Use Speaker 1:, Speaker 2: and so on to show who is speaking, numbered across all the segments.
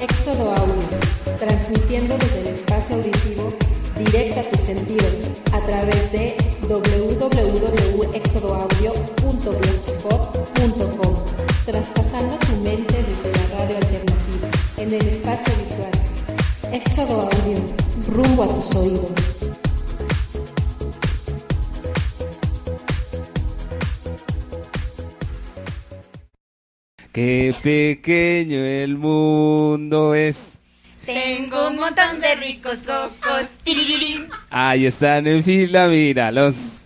Speaker 1: Éxodo Audio, transmitiendo desde el espacio auditivo directo a tus sentidos a través de www.exodoaudio.blogspot.com, traspasando tu mente desde la radio alternativa en el espacio virtual. Éxodo Audio, rumbo a tus oídos.
Speaker 2: Qué pequeño el mundo es.
Speaker 3: Tengo un montón de ricos cocos. Tiririrín.
Speaker 2: Ahí están en fila, míralos.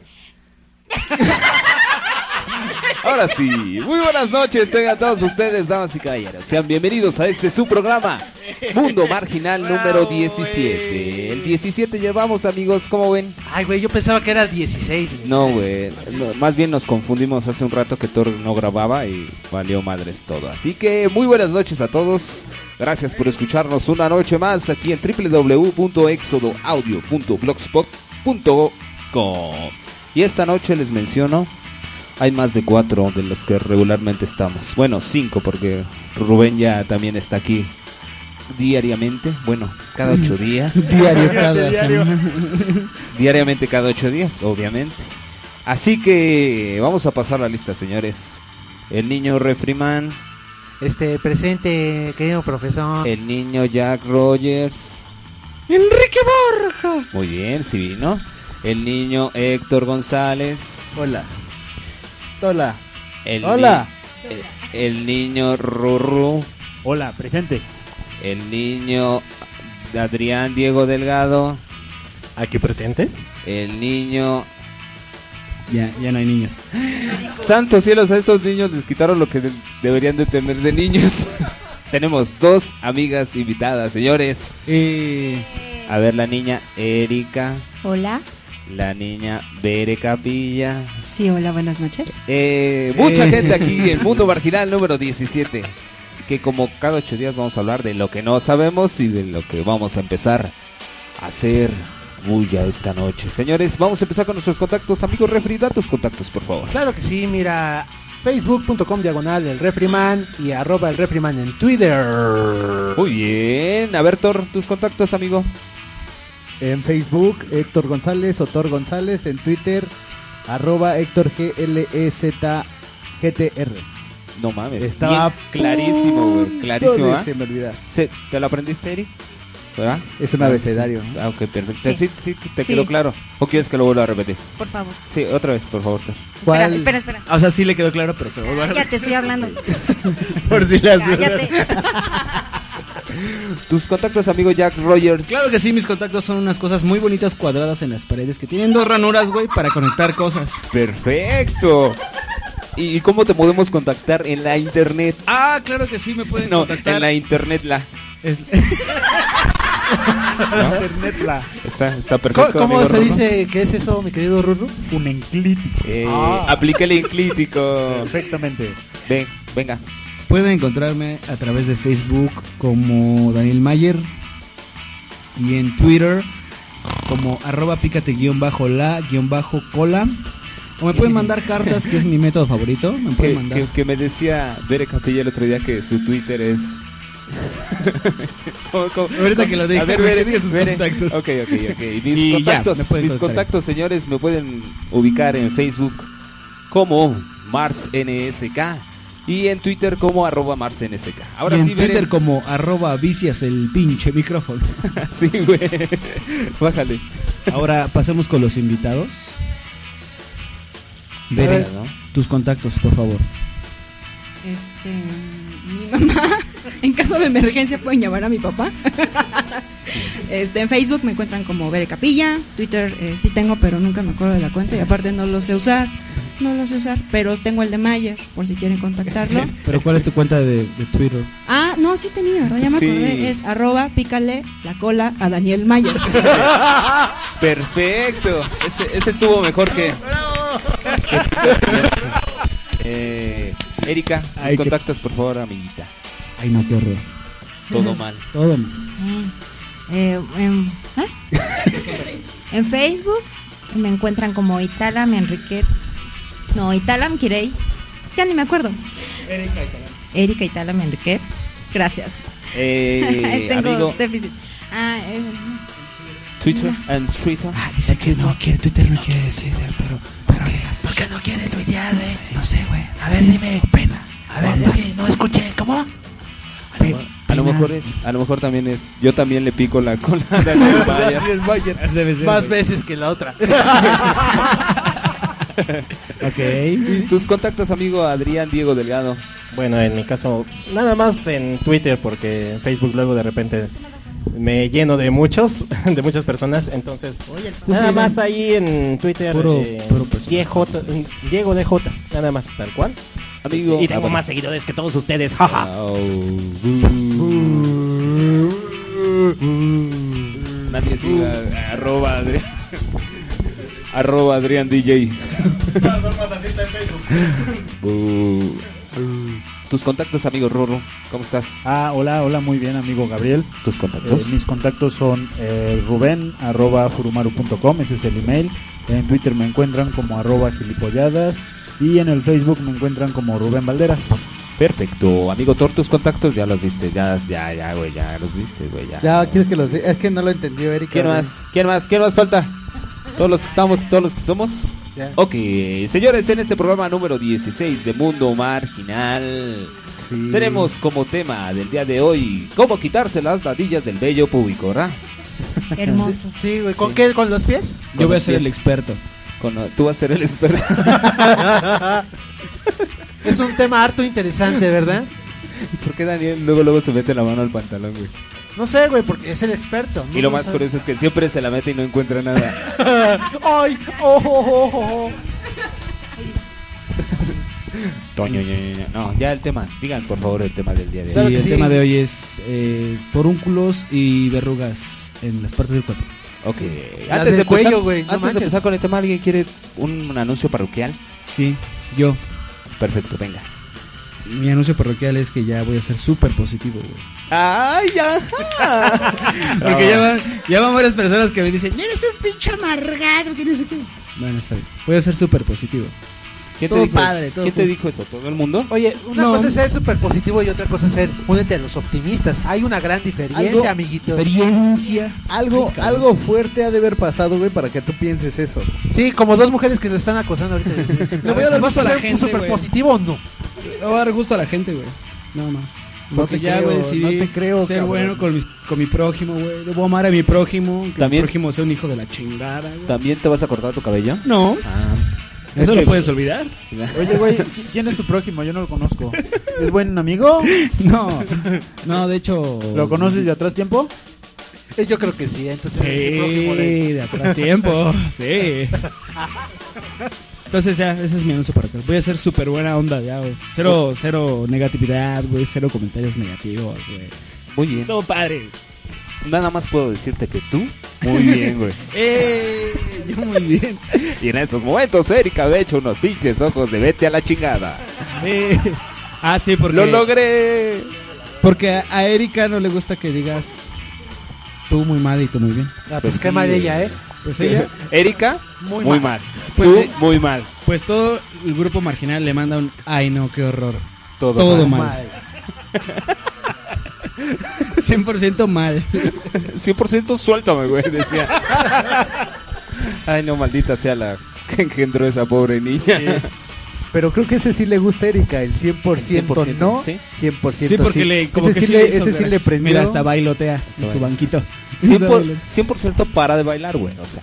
Speaker 2: Ahora sí, muy buenas noches, tengan todos ustedes, damas y caballeros. Sean bienvenidos a este su programa, Mundo Marginal número 17. El 17 llevamos, amigos, ¿cómo ven?
Speaker 4: Ay, güey, yo pensaba que era 16. güey.
Speaker 2: No, güey. no, más bien nos confundimos hace un rato que Thor no grababa y valió madres todo. Así que muy buenas noches a todos. Gracias por escucharnos una noche más aquí en www.exodoaudio.blogspot.com. Y esta noche les menciono, hay más de cuatro de los que regularmente estamos. Bueno, cinco porque Rubén ya también está aquí diariamente. Bueno, cada ocho días.
Speaker 5: Diario cada semana.
Speaker 2: diariamente cada ocho días, obviamente. Así que vamos a pasar la lista, señores. El niño Refriman,
Speaker 4: Este, presente, querido profesor.
Speaker 2: el niño Jack Rogers.
Speaker 4: Enrique Borja.
Speaker 2: Muy bien, si vino. El niño Héctor González.
Speaker 5: Hola. Hola.
Speaker 2: El
Speaker 5: Hola.
Speaker 2: ni- eh, el niño Ruru.
Speaker 6: Hola, presente.
Speaker 2: El niño Adrián Diego Delgado.
Speaker 7: Aquí presente.
Speaker 2: El niño
Speaker 6: Ya, ya no hay niños.
Speaker 2: Santos cielos, a estos niños les quitaron lo que de- deberían de tener de niños. Tenemos dos amigas invitadas, señores.
Speaker 6: Eh,
Speaker 2: A ver, la niña Erika,
Speaker 3: Hola.
Speaker 2: la niña Bere Capilla.
Speaker 8: Sí, hola, buenas noches.
Speaker 2: Eh, mucha
Speaker 4: Eh.
Speaker 2: gente aquí, el mundo marginal número 17. Que como cada ocho días vamos a hablar de lo que no sabemos y de lo que vamos a empezar a hacer bulla esta noche. Señores, vamos a empezar con nuestros contactos. Amigos, refri, da tus contactos, por favor.
Speaker 4: Claro que sí, mira. Facebook.com diagonal el refriman y arroba el refriman en Twitter.
Speaker 2: Muy bien. A ver, Thor, tus contactos, amigo.
Speaker 5: En Facebook, Héctor González, Otor González. En Twitter, arroba Héctor
Speaker 9: E
Speaker 5: GLEZGTR.
Speaker 2: No mames.
Speaker 5: Estaba
Speaker 2: bien clarísimo, güey.
Speaker 5: punto
Speaker 2: Clarísimo,
Speaker 5: de
Speaker 2: ¿ah?
Speaker 5: Se me olvida.
Speaker 2: Sí, ¿Te lo aprendiste, Eri? ¿Verdad?
Speaker 5: Es un abecedario. ¿no?
Speaker 2: Ah, ok, perfecto. Sí,
Speaker 3: Sí.
Speaker 2: sí, te
Speaker 3: Sí.
Speaker 2: quedó claro. ¿O quieres que lo vuelva a repetir?
Speaker 3: Por favor.
Speaker 2: Sí, otra vez, por favor. Thor.
Speaker 5: ¿Cuál?
Speaker 3: Espera, espera,
Speaker 4: O sea, sí le quedó claro, pero que lo
Speaker 3: espera. Ya te estoy hablando.
Speaker 4: por si
Speaker 3: Cállate.
Speaker 2: Tus contactos, amigo Jack Rogers.
Speaker 6: Pues claro que sí, mis contactos son unas cosas muy bonitas cuadradas en las paredes que tienen dos ranuras, güey, para conectar cosas.
Speaker 2: Perfecto. ¿Y y cómo te podemos contactar en la internet?
Speaker 6: Ah, claro que sí, me pueden
Speaker 2: No,
Speaker 6: contactar.
Speaker 2: en la internet la.
Speaker 6: Es-
Speaker 2: Ah, Está,
Speaker 4: ¿Cómo,
Speaker 2: está perfecto.
Speaker 4: cómo
Speaker 2: amigo
Speaker 4: se
Speaker 2: Rorro.
Speaker 4: dice qué es eso, mi querido Ruru?
Speaker 6: Un enclítico.
Speaker 2: Eh,
Speaker 6: Ah.
Speaker 2: Aplica el inclítico.
Speaker 6: Perfectamente.
Speaker 2: Ven, venga.
Speaker 6: Pueden encontrarme a través de Facebook como Daniel Mayer y en Twitter como arroba pícate guión bajo la guión bajo cola. O me pueden mandar cartas, que es mi método favorito. Me
Speaker 2: Que,
Speaker 6: pueden mandar.
Speaker 2: que- que me decía Bere Capilla el otro día que su Twitter es. ¿Cómo- cómo?
Speaker 6: Ahorita que lo diga,
Speaker 2: A ver,
Speaker 6: que
Speaker 2: Bere,
Speaker 6: diga sus
Speaker 2: Bere.
Speaker 6: contactos.
Speaker 2: Ok, ok, ok. Y Mis,
Speaker 6: Y ya,
Speaker 2: contactos,
Speaker 6: me pueden
Speaker 2: mis
Speaker 6: contactar.
Speaker 2: contactos, señores, me pueden ubicar en Facebook como MarsNSK y en Twitter como arroba MarsNSK. Ahora
Speaker 6: Y en
Speaker 2: sí, Bere.
Speaker 6: Twitter como arroba vicias el pinche micrófono.
Speaker 2: Sí, güey. Bájale.
Speaker 6: Ahora pasemos con los invitados. Bere,
Speaker 2: Ahora, ¿no?
Speaker 6: tus contactos, por favor.
Speaker 8: Este, mi mamá, en caso de emergencia pueden llamar a mi papá. Este, en Facebook me encuentran como Bere Capilla, Twitter eh, sí tengo, pero nunca me acuerdo de la cuenta y aparte no lo sé usar. No lo sé usar, pero tengo el de Mayer, por si quieren contactarlo.
Speaker 6: Pero ¿cuál es tu cuenta de, de Twitter?
Speaker 8: Ah, no, sí tenía, ¿verdad? Ya me
Speaker 2: Sí.
Speaker 8: acordé. Es arroba pícale la cola a Daniel Mayer.
Speaker 2: Perfecto. Ese, ese estuvo mejor que. Eh, Erika, tus
Speaker 6: Ay, qué-
Speaker 2: contactos, por favor, amiguita.
Speaker 6: Ay, no, qué horror.
Speaker 2: Todo mal.
Speaker 6: Todo mal.
Speaker 3: Eh, em, ¿ah? En ¿eh? Facebook, Me encuentran como Italam Enrique. No, Italam Kirei. Ya ni me acuerdo. Erika Italam Enrique. Gracias.
Speaker 2: Eh,
Speaker 3: Tengo
Speaker 2: amigo,
Speaker 3: déficit. Ah, eh,
Speaker 2: Twitter and Twitter.
Speaker 6: Ah, dice que no quiere Twitter, no quiere decir,
Speaker 4: eh,
Speaker 6: pero. pero ¿Por qué no quiere tuitear, eh? No sé, güey. A ver, dime. Pena. A ver, es que no escuché, ¿cómo?
Speaker 2: A lo mejor es, a lo mejor también es, yo también le pico la cola a Daniel Mayer.
Speaker 4: Más veces que la otra.
Speaker 2: Y Tus contactos, amigo Adrián Diego Delgado.
Speaker 7: Bueno, en mi caso, nada más en Twitter, porque en Facebook luego de repente me lleno de muchos, de muchas personas. Entonces, nada más ahí en Twitter,
Speaker 6: Pues Puro-
Speaker 7: eh,
Speaker 6: puro personal.
Speaker 7: DJ, Diego DJ, nada más, tal cual.
Speaker 2: Amigo.
Speaker 7: y tengo
Speaker 2: Ah, bueno.
Speaker 7: más seguidores que todos ustedes, jaja.
Speaker 2: Au. uh. Nadie siga arroba Adrián. Arroba Adrián DJ. Bu. Uh. Tus contactos, amigo Rorro. ¿Cómo estás?
Speaker 9: Ah, hola, hola, muy bien, amigo Gabriel.
Speaker 2: Tus
Speaker 9: Eh, mis contactos son eh, ruben arroba furumaru.com, ese es el email. En Twitter me encuentran como arroba gilipolladas y en el Facebook me encuentran como Rubén Valderas.
Speaker 2: Perfecto. Amigo Tor, tus contactos ya los diste. Ya, ya, ya, güey. Ya los diste, güey. Ya.
Speaker 9: Ya, ¿quieres que los diga? Es que no lo entendió Erika.
Speaker 2: ¿Quién
Speaker 9: güey.
Speaker 2: más? ¿Quién más? ¿Quién más falta? Todos los que estamos, todos los que somos.
Speaker 9: Ya.
Speaker 2: Ok, señores, en este programa número 16 de Mundo Marginal
Speaker 9: Sí.
Speaker 2: tenemos como tema del día de hoy cómo quitarse las ladillas del bello público, ¿verdad?
Speaker 3: hermoso.
Speaker 4: Sí, güey. ¿Con qué? ¿Con los pies?
Speaker 6: Yo voy a
Speaker 2: los
Speaker 6: ser el
Speaker 2: pies.
Speaker 6: experto.
Speaker 2: Con- tú vas a ser el experto.
Speaker 4: Es un tema harto interesante, ¿verdad?
Speaker 2: ¿Por qué Daniel luego luego se mete la mano al pantalón, güey?
Speaker 4: No sé, güey, porque es el experto. ¿no?
Speaker 2: Y lo
Speaker 4: No
Speaker 2: más
Speaker 4: sabe.
Speaker 2: curioso es que siempre se la mete y no encuentra nada.
Speaker 4: ¡Ay! ¡Oh, oh, oh, oh,
Speaker 2: Toño, ño, ño, ño. no, ya el tema. Digan por favor el tema del día de
Speaker 6: Sí,
Speaker 2: hoy.
Speaker 4: Claro que
Speaker 6: el
Speaker 4: sí.
Speaker 6: tema de hoy es eh, forúnculos y verrugas en las partes del cuerpo.
Speaker 2: Ok.
Speaker 4: Las del
Speaker 2: Antes de empezar-
Speaker 4: cuello, güey, no
Speaker 2: Antes
Speaker 4: manches.
Speaker 2: de empezar con el tema, ¿alguien quiere un, un anuncio parroquial?
Speaker 6: Sí, yo.
Speaker 2: Perfecto, venga.
Speaker 6: Mi anuncio parroquial es que ya voy a ser súper positivo, güey.
Speaker 2: ¡Ay, ya!
Speaker 6: Porque ya van, ya van varias personas que me dicen, eres un pinche amargado, que no sé qué. Bueno, está bien. Voy a ser súper positivo.
Speaker 2: ¿Quién
Speaker 6: Todo
Speaker 2: te dijo,
Speaker 6: padre, Eh, todo
Speaker 2: ¿quién te
Speaker 6: cool.
Speaker 2: dijo eso? ¿Todo el mundo?
Speaker 4: oh. Oye, una
Speaker 6: No.
Speaker 4: cosa es ser súper positivo y otra cosa es ser únete a los optimistas. Hay una gran diferencia,
Speaker 9: Algo-
Speaker 4: amiguito.
Speaker 6: Experiencia.
Speaker 9: Algo,
Speaker 6: Ay, cabrón.
Speaker 9: algo fuerte ha de haber pasado, güey, para que tú pienses eso.
Speaker 4: Sí, como dos mujeres que nos están acosando ahorita.
Speaker 6: Le voy a dar
Speaker 4: ¿Vas
Speaker 6: gusto a
Speaker 4: a
Speaker 6: la
Speaker 4: ser
Speaker 6: gente,
Speaker 4: súper
Speaker 6: güey.
Speaker 4: positivo o no?
Speaker 6: Le voy a dar gusto a la gente, güey. Nada más.
Speaker 9: No
Speaker 6: Porque
Speaker 9: te
Speaker 6: ya,
Speaker 9: creo,
Speaker 6: güey, decidí
Speaker 9: no te creo,
Speaker 6: ser
Speaker 9: cabrón.
Speaker 6: bueno con, mis- con mi prójimo, güey. Debo amar a mi prójimo. Que
Speaker 2: También-
Speaker 6: mi prójimo sea un hijo de la chingada, güey.
Speaker 2: ¿También te vas a cortar tu cabello?
Speaker 6: No,
Speaker 2: Ah.
Speaker 6: eso lo puedes olvidar.
Speaker 9: Oye, güey, ¿qui- ¿quién es tu prójimo? Yo no lo conozco. ¿Es buen amigo?
Speaker 6: No, no, de hecho.
Speaker 9: ¿Lo conoces de atrás tiempo?
Speaker 4: Eh, Yo creo que sí, entonces. ese prójimo de-
Speaker 6: Sí, de atrás tiempo, sí. Entonces ya, ese es mi anuncio para acá. Voy a ser súper buena onda ya, güey. Cero,
Speaker 4: Pues-
Speaker 6: cero negatividad, güey. Cero comentarios negativos, güey.
Speaker 2: Muy bien.
Speaker 6: Todo padre.
Speaker 2: Nada más puedo decirte que tú. Muy bien, güey.
Speaker 6: ¡Eh! Yo muy bien.
Speaker 2: Y en estos momentos, Erika me ha hecho unos pinches ojos de vete a la chingada.
Speaker 6: Eh. Ah, sí, porque...
Speaker 2: ¡Lo logré!
Speaker 6: Porque a, a Erika no le gusta que digas tú muy mal y tú muy bien.
Speaker 4: Ah,
Speaker 2: Pues
Speaker 4: pues qué
Speaker 2: sí,
Speaker 4: mal
Speaker 2: güey.
Speaker 4: ella, ¿eh?
Speaker 6: Pues ella,
Speaker 2: Erika, muy,
Speaker 4: Muy
Speaker 2: mal.
Speaker 6: Pues
Speaker 2: tú,
Speaker 6: sí.
Speaker 2: muy mal.
Speaker 6: pues todo el grupo marginal le manda un ay no, qué horror.
Speaker 2: Todo,
Speaker 6: Todo
Speaker 2: mal.
Speaker 6: mal. 100% mal.
Speaker 2: 100% suéltame, güey, decía. Ay, no, maldita sea la que engendró esa pobre niña.
Speaker 9: Pero creo que ese sí le gusta a Erika, el 100%,
Speaker 2: 100%,
Speaker 9: no,
Speaker 2: sí.
Speaker 9: 100%
Speaker 6: Sí, porque le como
Speaker 9: ese
Speaker 6: que
Speaker 9: sí
Speaker 6: sí
Speaker 9: le,
Speaker 6: le hizo
Speaker 9: ese sí
Speaker 6: gracia.
Speaker 9: le prendió.
Speaker 6: Mira, hasta bailotea en su
Speaker 2: bailando.
Speaker 6: banquito.
Speaker 2: 100%, por-
Speaker 6: Hasta bailando.
Speaker 2: 100% para de bailar, güey, o sea.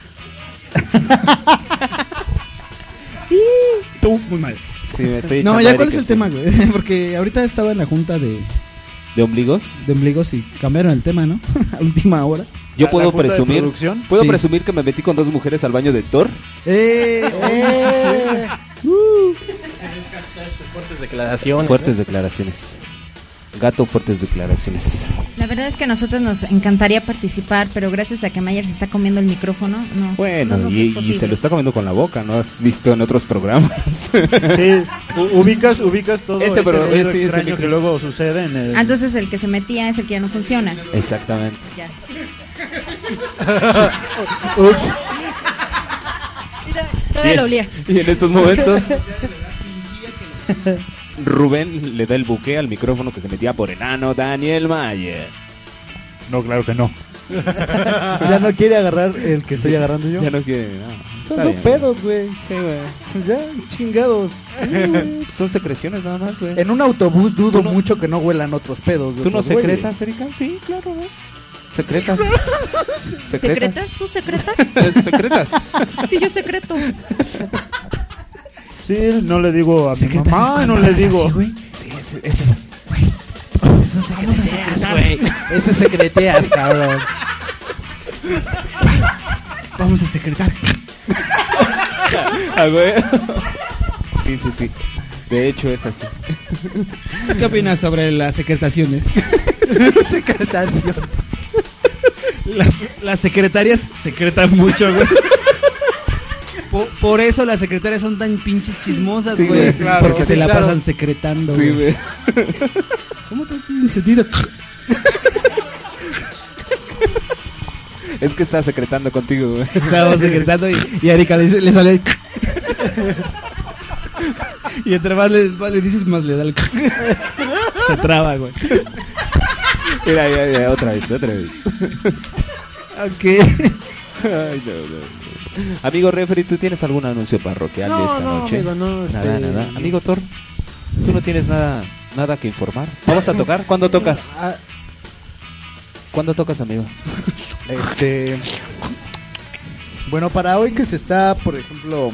Speaker 6: Tú muy mal.
Speaker 2: Sí, me estoy
Speaker 6: No,
Speaker 2: echando
Speaker 6: ya
Speaker 2: aire
Speaker 6: cuál
Speaker 2: que
Speaker 6: es el
Speaker 2: sí.
Speaker 6: tema, güey? Porque ahorita estaba en la junta de,
Speaker 2: ¿De ombligos?
Speaker 6: de ombligos y cambiaron el tema, ¿no? A última hora.
Speaker 2: Yo
Speaker 9: La- la
Speaker 2: puedo
Speaker 9: junta de
Speaker 2: presumir.
Speaker 9: producción.
Speaker 2: ¿Puedo
Speaker 6: Sí.
Speaker 2: presumir que me metí con dos mujeres al baño de Thor?
Speaker 6: ¡Eh!
Speaker 9: ¡Eh!
Speaker 7: Fuertes declaraciones. ¿eh?
Speaker 2: Fuertes declaraciones. Gato, fuertes declaraciones.
Speaker 3: La verdad es que a nosotros nos encantaría participar, pero gracias a que Mayer se está comiendo el micrófono, no.
Speaker 2: Bueno,
Speaker 3: no nos es
Speaker 2: y, y
Speaker 3: posible.
Speaker 2: se lo está comiendo con la boca, ¿no? Has visto en otros programas.
Speaker 9: Sí, u- ubicas, ubicas todo
Speaker 2: Ese,
Speaker 9: ese,
Speaker 2: pero
Speaker 9: ruido
Speaker 2: ese- ese
Speaker 9: extraño que
Speaker 2: micro-
Speaker 9: luego sucede en el...
Speaker 3: Ah, entonces el que se metía es el que ya no funciona.
Speaker 2: Exactamente.
Speaker 3: Ya.
Speaker 9: Ups.
Speaker 3: Todavía
Speaker 2: Y-
Speaker 3: lo olía.
Speaker 2: Y en estos momentos, Rubén le da el buque al micrófono que se metía por enano Daniel Mayer.
Speaker 9: No, claro que no. ya no quiere agarrar el que estoy agarrando yo.
Speaker 2: Ya no quiere. no.
Speaker 9: Son,
Speaker 2: Está
Speaker 9: son
Speaker 2: bien.
Speaker 9: pedos, güey. Sí,
Speaker 5: Pues
Speaker 9: güey. Ya, chingados. Sí, güey.
Speaker 2: Son secreciones nada
Speaker 8: Ah,
Speaker 2: más,
Speaker 8: pues.
Speaker 2: güey.
Speaker 5: En un autobús dudo mucho que no huelan otros pedos. de
Speaker 2: ¿Tú no
Speaker 5: otros güeyes.
Speaker 2: secretas, Erika? Sí, claro, güey. Secretas.
Speaker 3: ¿Secretas? ¿Tú secretas?
Speaker 2: Secretas.
Speaker 3: Sí, yo secreto.
Speaker 9: Sí, no le digo a mi
Speaker 4: Ah,
Speaker 9: mamá, no le digo.
Speaker 2: Sí, ese- ese es-
Speaker 5: Eso es secreteas, cabrón.
Speaker 6: Vamos a secretar.
Speaker 2: Ah, güey. Sí, sí, sí. De hecho, es así.
Speaker 6: ¿Qué opinas sobre las secretaciones?
Speaker 5: Secretación.
Speaker 6: Las, las secretarias secretan mucho, güey. Por, por eso las secretarias son tan pinches chismosas,
Speaker 2: Sí,
Speaker 6: güey.
Speaker 2: güey, claro.
Speaker 6: porque se la
Speaker 2: Claro.
Speaker 6: pasan secretando,
Speaker 2: Sí,
Speaker 6: güey.
Speaker 2: güey.
Speaker 6: ¿Cómo te tiene sentido?
Speaker 2: Es que está secretando contigo, güey.
Speaker 6: Estábamos secretando y, y a Erika le, dice- le sale el... Y entre más le, más le dices, más le da el... Se traba, güey.
Speaker 2: Mira, ya, ya, otra vez, otra vez.
Speaker 6: Ok.
Speaker 2: Ay, no, no, no. Amigo Refri, ¿tú tienes algún anuncio parroquial de esta noche?
Speaker 4: amigo, no,
Speaker 2: Nada,
Speaker 4: este,
Speaker 2: nada. Amigo Thor, tú no tienes nada, nada que informar. ¿No vas a tocar? ¿Cuándo tocas?
Speaker 4: Ah,
Speaker 2: ¿Cuándo tocas, amigo?
Speaker 5: Este. Bueno, para hoy que se está, por ejemplo,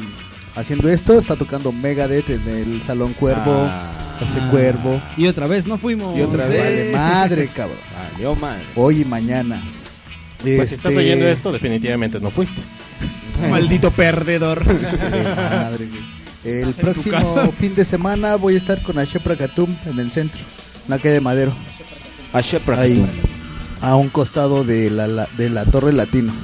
Speaker 5: haciendo esto, está tocando Megadeth en el Salón Cuervo.
Speaker 2: Ah,
Speaker 5: Hace Cuervo.
Speaker 6: Y otra vez no fuimos. Eh.
Speaker 2: Y otra
Speaker 5: Pues, vale
Speaker 2: vez.
Speaker 5: madre, cabrón.
Speaker 2: valió madre.
Speaker 5: Hoy y mañana.
Speaker 7: Pues si estás
Speaker 5: Este,
Speaker 7: oyendo esto, definitivamente no fuiste.
Speaker 6: Maldito perdedor.
Speaker 5: de madre, güey. El
Speaker 6: Estás en tu
Speaker 5: próximo
Speaker 6: casa.
Speaker 5: fin de semana voy a estar con Ashepra Katum en el centro, en la calle de Madero,
Speaker 2: A Shepard.
Speaker 5: ahí, a un costado de la, la- de la Torre Latino.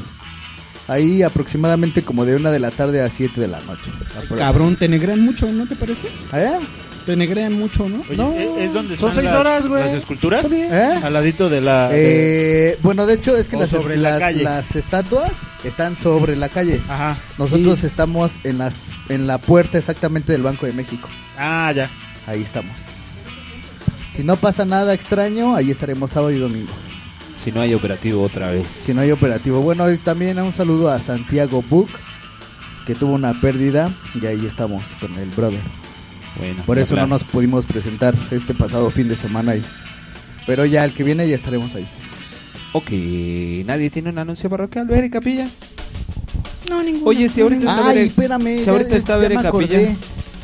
Speaker 5: Ahí aproximadamente como de una de la tarde a 7 de la noche.
Speaker 6: Cabrón, te negrean mucho, ¿no te parece?
Speaker 5: ¿Eh?
Speaker 6: Te negrean mucho, ¿no?
Speaker 9: Oye,
Speaker 5: No.
Speaker 9: ¿es- ¿es donde
Speaker 5: Son
Speaker 9: están
Speaker 5: seis
Speaker 9: las,
Speaker 5: horas, güey.
Speaker 9: las esculturas?
Speaker 5: ¿Eh?
Speaker 9: Al ladito de la... de-
Speaker 5: Eh, bueno, de hecho es que
Speaker 9: O
Speaker 5: las,
Speaker 9: sobre la
Speaker 5: las-
Speaker 9: calle.
Speaker 5: las estatuas están sobre la calle.
Speaker 9: Ajá.
Speaker 5: Nosotros estamos en, las, en la puerta exactamente del Banco de México.
Speaker 9: Ah, ya.
Speaker 5: Ahí estamos. Si no pasa nada extraño, ahí estaremos sábado y domingo.
Speaker 2: Si no hay operativo otra vez.
Speaker 5: Si no hay operativo. Bueno, y también un saludo a Santiago Book, que tuvo una pérdida, y ahí estamos con el brother.
Speaker 2: Bueno,
Speaker 5: Por
Speaker 2: ni
Speaker 5: eso no
Speaker 2: hablar.
Speaker 5: nos pudimos presentar este pasado fin de semana ahí. Pero ya el que viene ya estaremos ahí.
Speaker 2: Ok, nadie tiene un anuncio parroquial. Ver, Capilla.
Speaker 10: No, ninguna.
Speaker 2: Oye, si ahorita está
Speaker 5: Ay,
Speaker 2: Bere-
Speaker 5: espérame.
Speaker 2: si ahorita
Speaker 5: ya-
Speaker 2: está
Speaker 5: ya
Speaker 2: Bere
Speaker 5: me
Speaker 2: Capilla.
Speaker 5: acordé.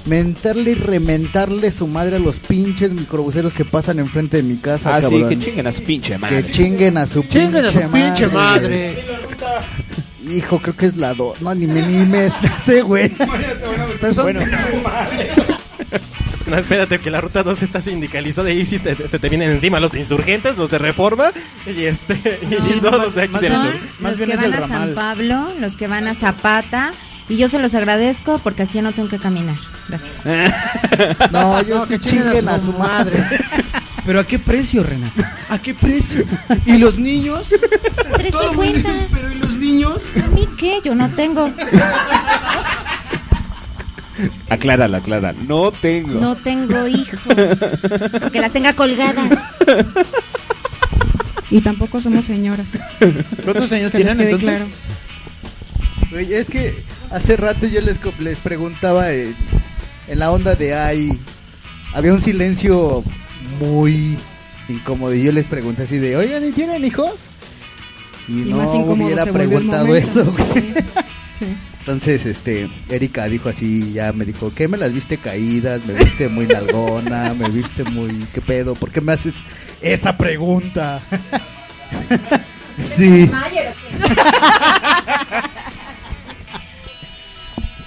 Speaker 5: Mentarle y rementarle su madre a los pinches microbuseros que pasan enfrente de mi casa,
Speaker 2: Ah, sí,
Speaker 5: cabrón.
Speaker 2: que chinguen a su pinche madre.
Speaker 5: Que chinguen a su
Speaker 4: Chinguen a su pinche madre.
Speaker 5: Hijo, creo que es la 2. No, ni me ni me sé, güey.
Speaker 4: Pero son-
Speaker 7: No, espérate, que la ruta 2 está sindicalizada y ahí sí te- se te vienen encima los insurgentes, los de reforma y este y todos los de aquí del sur.
Speaker 3: Son
Speaker 9: más
Speaker 3: los
Speaker 9: bien
Speaker 3: que
Speaker 9: es
Speaker 3: van
Speaker 9: el
Speaker 3: a
Speaker 9: ramal.
Speaker 3: San Pablo, los que van a Zapata. Y yo se los agradezco porque así ya no tengo que caminar. Gracias.
Speaker 5: No, yo
Speaker 4: No,
Speaker 5: sí
Speaker 4: que chinguen a su
Speaker 5: madre.
Speaker 6: Pero ¿a qué precio, Renata? ¿A qué precio? ¿Y los niños? Todo muy bien,
Speaker 3: 350.
Speaker 6: Pero ¿y los niños?
Speaker 3: ¿A mí qué? Yo no tengo.
Speaker 2: Aclárala, aclárala. No tengo.
Speaker 3: No tengo hijos. Que las tenga colgadas.
Speaker 10: Y tampoco somos señoras.
Speaker 9: ¿Cuántos años
Speaker 10: Que les
Speaker 9: tienen
Speaker 10: quede
Speaker 9: entonces?
Speaker 10: claro.
Speaker 5: Güey, es que hace rato yo les, co- les preguntaba eh, en la onda de ay. Había un silencio muy incómodo y yo les pregunté así de, oigan, ¿y tienen hijos? Y,
Speaker 10: Y
Speaker 5: no
Speaker 10: más incómodo
Speaker 5: hubiera
Speaker 10: se volvió el
Speaker 5: preguntado
Speaker 10: momento.
Speaker 5: eso, güey.
Speaker 10: Sí.
Speaker 5: Entonces, este, Erika dijo así, ya me dijo, ¿qué me las viste caídas? Me viste muy nalgona, me viste muy, ¿qué pedo? ¿Por qué me haces esa pregunta? sí.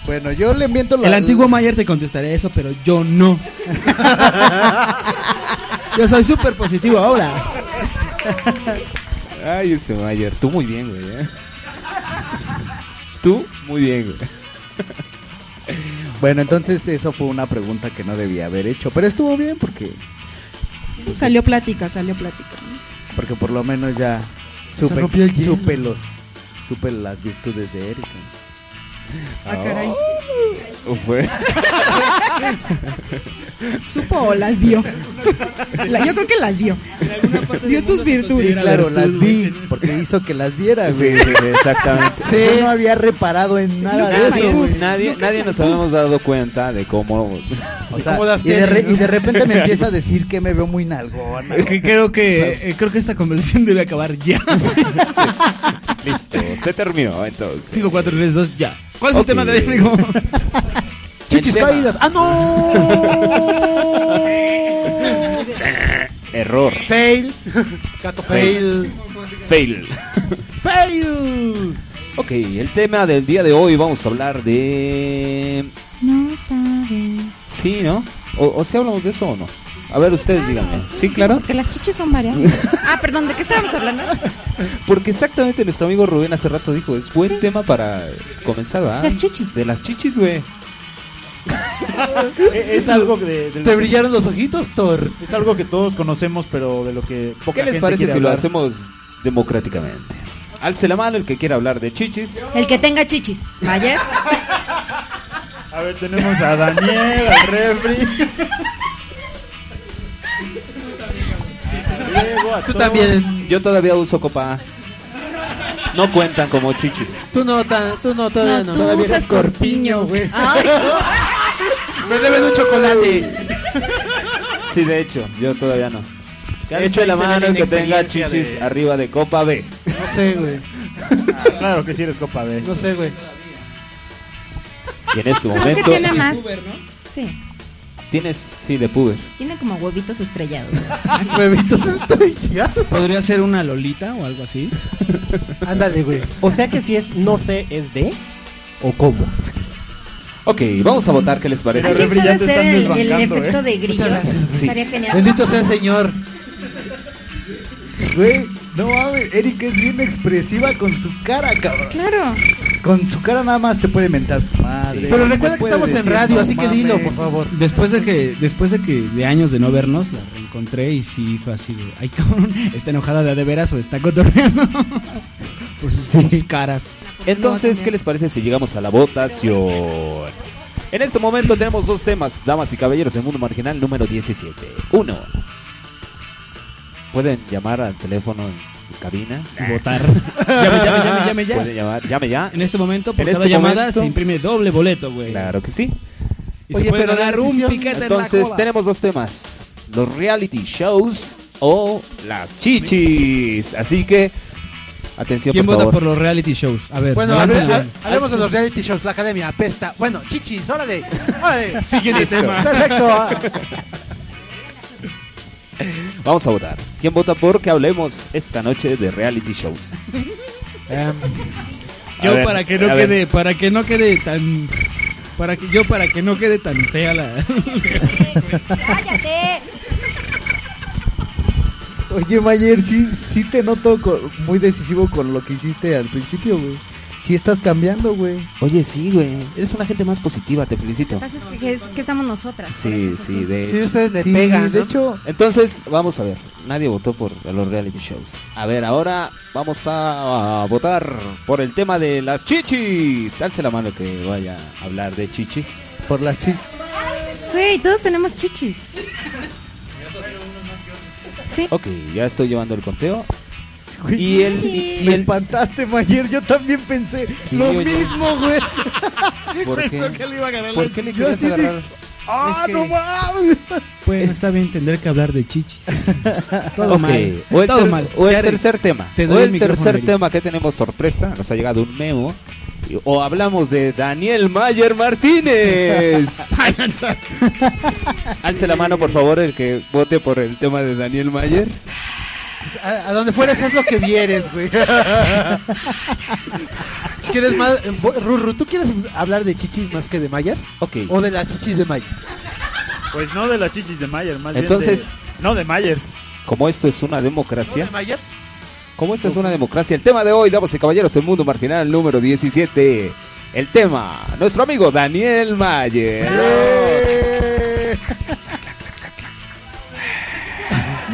Speaker 5: Bueno, yo le miento la...
Speaker 6: El antiguo Mayer te contestaré eso, pero yo no. yo soy súper positivo ahora.
Speaker 2: Ay, ese Mayer. Tú muy bien, güey. ¿eh? Tú muy bien, güey.
Speaker 5: Bueno, entonces eso fue una pregunta que no debía haber hecho, pero estuvo bien porque,
Speaker 10: Sí, salió plática, salió plática.
Speaker 5: porque por lo menos ya
Speaker 6: Se
Speaker 5: supe,
Speaker 6: rompió el hielo.
Speaker 5: supe los, supe las virtudes de Erika.
Speaker 10: Ah, caray.
Speaker 5: oh,
Speaker 2: Fue.
Speaker 10: ¿Supo o las vio? La- yo creo que las vio. Vio tus virtudes.
Speaker 5: Sí, claro, las vi, porque hizo que las viera,
Speaker 2: Sí,
Speaker 5: güey.
Speaker 2: sí, sí, exactamente.
Speaker 5: Yo no había reparado en nada de
Speaker 2: Nadie,
Speaker 5: eso, güey.
Speaker 2: nadie, nadie nos habíamos dado cuenta de cómo.
Speaker 5: O sea, y, de re- y de repente me empieza a decir que me veo muy nalgona.
Speaker 6: Que creo que eh, creo que esta conversación debe acabar ya.
Speaker 2: Listo, se terminó entonces.
Speaker 6: 5, 4, 3, 2, ya. ¿Cuál es
Speaker 2: Ok.
Speaker 6: el tema de hoy, amigo?
Speaker 4: Chichis
Speaker 2: El tema.
Speaker 4: caídas. ¡Ah, no!
Speaker 2: Error.
Speaker 4: Fail. Gato fail.
Speaker 2: Fail.
Speaker 4: Fail.
Speaker 2: Ok, el tema del día de hoy vamos a hablar de.
Speaker 3: No saben.
Speaker 2: Sí, ¿no? O, o si hablamos de eso o no. A ver, ustedes díganme. Sí, claro.
Speaker 3: Porque las chichis son varias. Ah, perdón, ¿de qué estábamos hablando?
Speaker 2: Porque exactamente nuestro amigo Rubén hace rato dijo: es buen tema para comenzar, ¿verdad?
Speaker 3: Las chichis.
Speaker 2: De las chichis, güey.
Speaker 9: E, es algo de, de-
Speaker 4: ¿Te brillaron los ojitos, Thor?
Speaker 9: es algo que todos conocemos, pero de lo que poca
Speaker 2: ¿Qué les
Speaker 9: gente
Speaker 2: parece si
Speaker 9: quiere
Speaker 2: lo
Speaker 9: hablar.
Speaker 2: hacemos democráticamente? Alce la mano el que quiera hablar de chichis.
Speaker 3: El que tenga chichis. Mayer.
Speaker 9: A ver, tenemos a Daniel, al refri. a Diego, a
Speaker 4: Tú
Speaker 9: todos.
Speaker 4: también.
Speaker 2: Yo todavía uso copa. No cuentan como chichis.
Speaker 4: Tú no, tan, tú no, todavía
Speaker 3: No,
Speaker 4: no.
Speaker 3: tú usas corpiño, güey. Ay,
Speaker 4: Me deben un chocolate.
Speaker 2: Sí, de hecho, yo todavía no.
Speaker 7: De hecho,
Speaker 2: Alce la
Speaker 7: ahí se ve
Speaker 2: mano
Speaker 7: la
Speaker 2: el que tenga
Speaker 7: inexperiencia
Speaker 2: chichis
Speaker 7: de-
Speaker 2: arriba de copa B.
Speaker 4: No sé, güey.
Speaker 9: Ah, Claro que sí eres copa B.
Speaker 4: No sé, güey.
Speaker 2: Y en este
Speaker 3: creo que
Speaker 2: momento
Speaker 3: tiene más. Sí.
Speaker 2: tienes sí de puber.
Speaker 3: Tiene como huevitos estrellados.
Speaker 4: Bebitos estrellados.
Speaker 6: ¿Podría ser una Lolita o algo así?
Speaker 4: Ándale, güey.
Speaker 7: O sea que si es no sé, es de o cómo.
Speaker 2: Ok, vamos a votar qué les parece.
Speaker 9: Pero
Speaker 3: ¿Quién sabe
Speaker 9: brillantes
Speaker 3: hacer
Speaker 9: están
Speaker 3: el, el
Speaker 9: desbancando,
Speaker 3: efecto
Speaker 9: ¿eh?
Speaker 3: de grillo?
Speaker 4: gracias, güey.
Speaker 3: Estaría genial.
Speaker 4: Bendito sea el Señor.
Speaker 5: Güey, no mames, Erika es bien expresiva con su cara, cabrón.
Speaker 3: Claro.
Speaker 5: Con su cara nada más te puede mentar su madre.
Speaker 2: Sí.
Speaker 4: Pero
Speaker 5: te
Speaker 4: recuerda que
Speaker 5: puede
Speaker 4: estamos en
Speaker 5: decir,
Speaker 4: radio,
Speaker 5: "No
Speaker 4: así que
Speaker 5: mames".
Speaker 4: dilo, por favor.
Speaker 6: Después de que después de que de años de no vernos la reencontré y sí fue así de, ay cabrón, está enojada de a de veras o está cotorreando por sus, sus caras.
Speaker 2: Entonces, ¿qué les parece si llegamos a la votación? En este momento tenemos dos temas, damas y caballeros, del mundo marginal número 17. Uno. Pueden llamar al teléfono en cabina.
Speaker 6: Votar. Llame, llame, llame, llame ya.
Speaker 2: Pueden llamar, llame ya.
Speaker 6: En este momento por
Speaker 2: En
Speaker 6: cada
Speaker 2: este
Speaker 6: llamada
Speaker 2: momento-
Speaker 6: se imprime doble boleto, güey.
Speaker 2: Claro que sí.
Speaker 6: Y
Speaker 4: Oye,
Speaker 6: se puede
Speaker 4: pero la
Speaker 6: ganar un
Speaker 4: decisión-
Speaker 6: piquete en la
Speaker 2: Entonces
Speaker 6: cola.
Speaker 2: tenemos dos temas, los reality shows o las chichis. Así que atención
Speaker 6: ¿Quién
Speaker 2: por
Speaker 6: vota
Speaker 2: favor.
Speaker 6: por los reality shows? A ver.
Speaker 4: Bueno,
Speaker 6: levanta
Speaker 4: hable-
Speaker 6: la
Speaker 4: ha-
Speaker 6: mano.
Speaker 4: hablemos de los reality shows, la academia, apesta. Bueno, chichis, órale. Órale.
Speaker 2: Siguiente tema.
Speaker 4: Perfecto.
Speaker 2: Vamos a votar. ¿Quién vota por que hablemos esta noche de reality shows? A
Speaker 6: Yo
Speaker 2: ver,
Speaker 6: para que no
Speaker 2: Em, a ver.
Speaker 6: quede, para que no quede tan para que yo para que no quede tan fea la
Speaker 11: ¡Cállate!
Speaker 5: Oye, Mayer, sí, sí te noto co- muy decisivo con lo que hiciste al principio, güey. Sí estás cambiando, güey.
Speaker 2: Oye, sí, güey. Eres una gente más positiva, te felicito.
Speaker 3: Lo que pasa es que, es que estamos nosotras. por eso
Speaker 2: Sí,
Speaker 3: es así.
Speaker 2: sí,
Speaker 4: Sí,
Speaker 2: de
Speaker 4: ustedes le
Speaker 5: Sí,
Speaker 4: pegan,
Speaker 5: de
Speaker 4: ¿no?
Speaker 5: hecho,
Speaker 2: Entonces, vamos a ver. Nadie votó por los reality shows. A ver, ahora vamos a, a votar por el tema de las chichis. Alce la mano que vaya a hablar de chichis.
Speaker 5: por las chicas.
Speaker 3: Güey, todos tenemos chichis. Sí.
Speaker 2: Ok, ya estoy llevando el conteo. Y el, y- y
Speaker 5: Me
Speaker 2: el-
Speaker 5: espantaste, Mayer. Yo también pensé
Speaker 2: Sí,
Speaker 5: lo
Speaker 2: oye.
Speaker 5: mismo, güey.
Speaker 2: ¿Por qué? ¿Por qué le
Speaker 5: Yo
Speaker 2: querías
Speaker 5: así de-
Speaker 2: agarrar?
Speaker 5: ¡Ah,
Speaker 6: que-
Speaker 5: no mames!
Speaker 6: Bueno, está bien tener que hablar de chichis. Todo
Speaker 2: Ok,
Speaker 6: mal.
Speaker 2: O el,
Speaker 6: Todo
Speaker 2: ter-
Speaker 6: mal.
Speaker 2: o el
Speaker 6: Ya,
Speaker 2: tercer tema.
Speaker 6: te doy
Speaker 2: o
Speaker 6: el
Speaker 2: el
Speaker 6: micrófono,
Speaker 2: tercer
Speaker 6: Eric.
Speaker 2: tema que tenemos sorpresa. Nos ha llegado un memo. Y- O hablamos de Daniel Mayer Martínez. Alce la mano, por favor, el que vote por el tema de Daniel Mayer.
Speaker 4: Pues, A, a donde fueras es lo que vieres, güey. ¿Quieres más? eh, bo- Rurru, ¿tú quieres hablar de chichis más que de Mayer?
Speaker 2: Ok.
Speaker 4: ¿O de las chichis de Mayer?
Speaker 9: Pues no de las chichis de Mayer, más
Speaker 2: Entonces-
Speaker 9: bien. de- No de Mayer.
Speaker 2: Como esto es una democracia.
Speaker 4: Mayer?
Speaker 2: Como esta es una democracia, el tema de hoy, damas y caballeros, el mundo marginal número 17. El tema, nuestro amigo Daniel Mayer.
Speaker 3: Eh.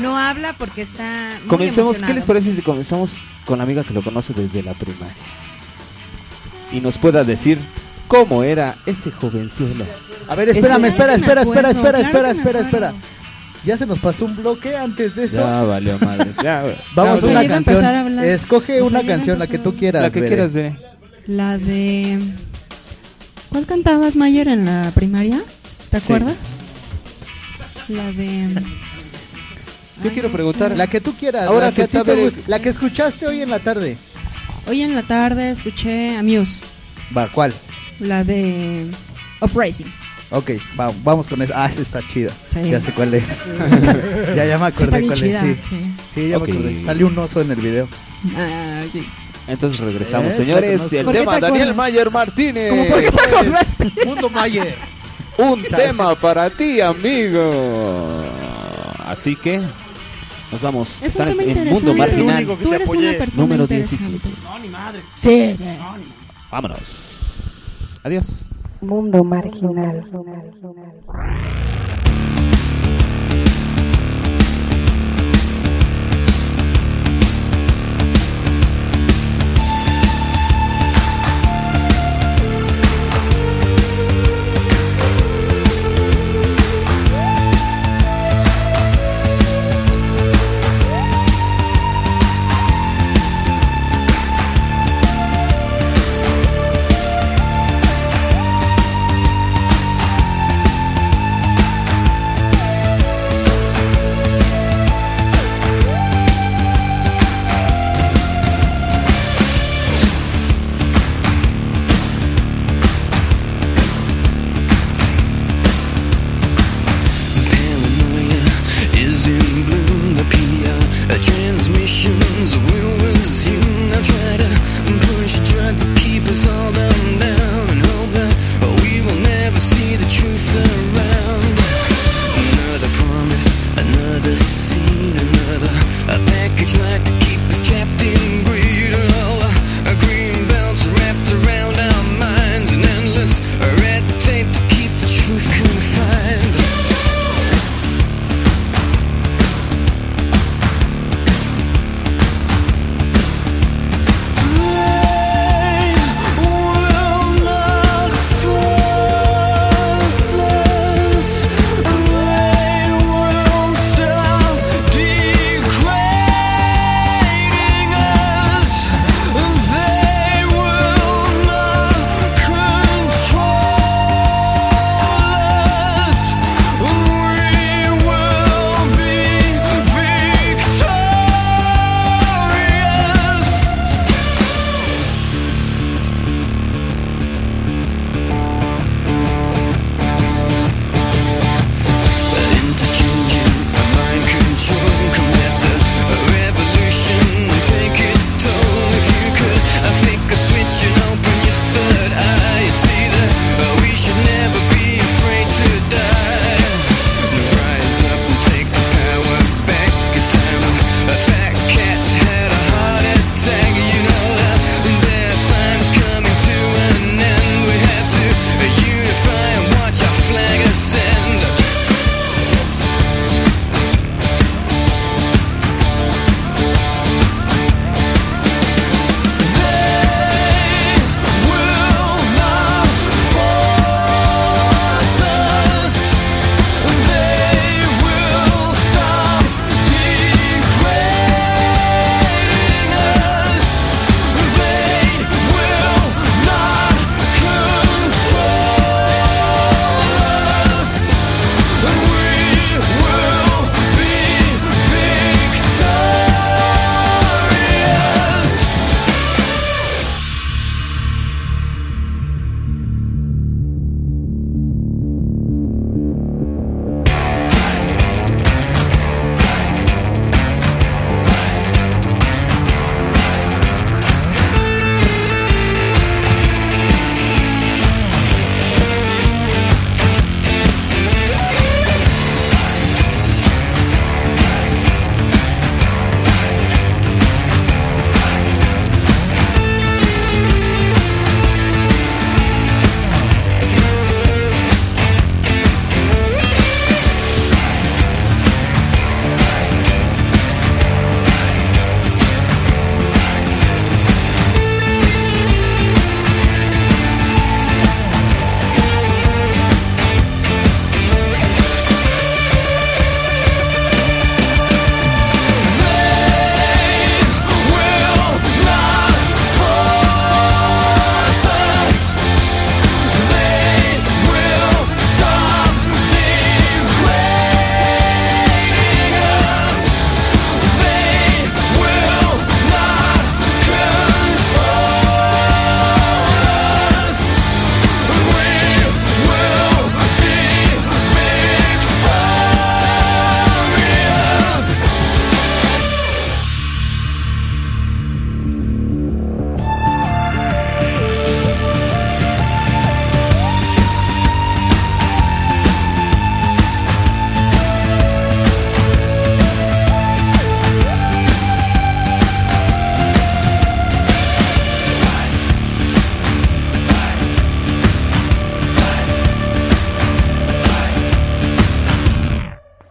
Speaker 3: No habla porque está. Muy
Speaker 2: Comencemos, ¿qué
Speaker 3: emocionado.
Speaker 2: les parece si comenzamos con la amiga que lo conoce desde la primaria? Y nos pueda decir cómo era ese jovenzuelo.
Speaker 5: A ver, espérame,
Speaker 2: Ese-
Speaker 5: espera, espera, espera,
Speaker 2: Claro que me
Speaker 5: espera,
Speaker 2: acuerdo,
Speaker 5: espera,
Speaker 2: claro que
Speaker 5: espera,
Speaker 2: me
Speaker 5: espera. Ya se nos pasó un bloque antes de eso.
Speaker 2: Ya valió madres. ya, güey.
Speaker 5: Vamos
Speaker 2: Ya,
Speaker 5: a
Speaker 2: güey.
Speaker 8: iba
Speaker 5: una
Speaker 8: Pues a empezar
Speaker 5: canción.
Speaker 8: a hablar. O
Speaker 5: Escoge
Speaker 8: sea,
Speaker 5: una
Speaker 8: ya iba a
Speaker 5: canción, la que tú quieras.
Speaker 2: La que
Speaker 5: Bere.
Speaker 2: quieras, Bere.
Speaker 8: La de. ¿Cuál cantabas, Mayer, en la primaria? ¿Te
Speaker 2: Sí.
Speaker 8: acuerdas? La de.
Speaker 2: Yo quiero preguntar.
Speaker 5: La que tú quieras.
Speaker 2: Ahora
Speaker 5: la,
Speaker 2: que
Speaker 5: que a ti
Speaker 2: está
Speaker 5: te
Speaker 2: Bere-
Speaker 5: gu- la que escuchaste hoy en la tarde.
Speaker 8: Hoy en la tarde escuché a Muse,
Speaker 5: Va, ¿cuál?
Speaker 8: la de. Uprising.
Speaker 5: Ok, va- vamos con esa. Ah, esa está chida.
Speaker 8: Sí.
Speaker 5: Ya sé cuál es. ya, ya
Speaker 8: Sí, está
Speaker 5: me acordé
Speaker 8: bien
Speaker 5: cuál
Speaker 8: chida,
Speaker 5: es. Sí,
Speaker 8: sí.
Speaker 5: Sí, ya
Speaker 2: Ok.
Speaker 5: me acordé. Salió un oso en el video.
Speaker 8: Ah, sí.
Speaker 2: Entonces regresamos,
Speaker 5: Es la
Speaker 2: señores.
Speaker 5: conozco.
Speaker 2: El
Speaker 8: ¿Por qué
Speaker 2: tema,
Speaker 8: te
Speaker 2: Daniel
Speaker 8: acuerdas?
Speaker 2: Mayer Martínez.
Speaker 8: ¿Cómo por qué te
Speaker 6: Pues,
Speaker 8: acordaste?
Speaker 4: este
Speaker 5: Mundo Mayer.
Speaker 2: Un tema para ti, amigo. Así que nos vamos.
Speaker 8: Es un
Speaker 2: Están
Speaker 8: tema
Speaker 2: en
Speaker 8: interesante.
Speaker 2: Mundo Marginal
Speaker 8: Tú eres una persona
Speaker 2: número
Speaker 8: interesante. Sí,
Speaker 2: 17.
Speaker 8: sí.
Speaker 2: Vámonos. Adiós.
Speaker 10: Mundo marginal.
Speaker 12: Thank
Speaker 13: oh,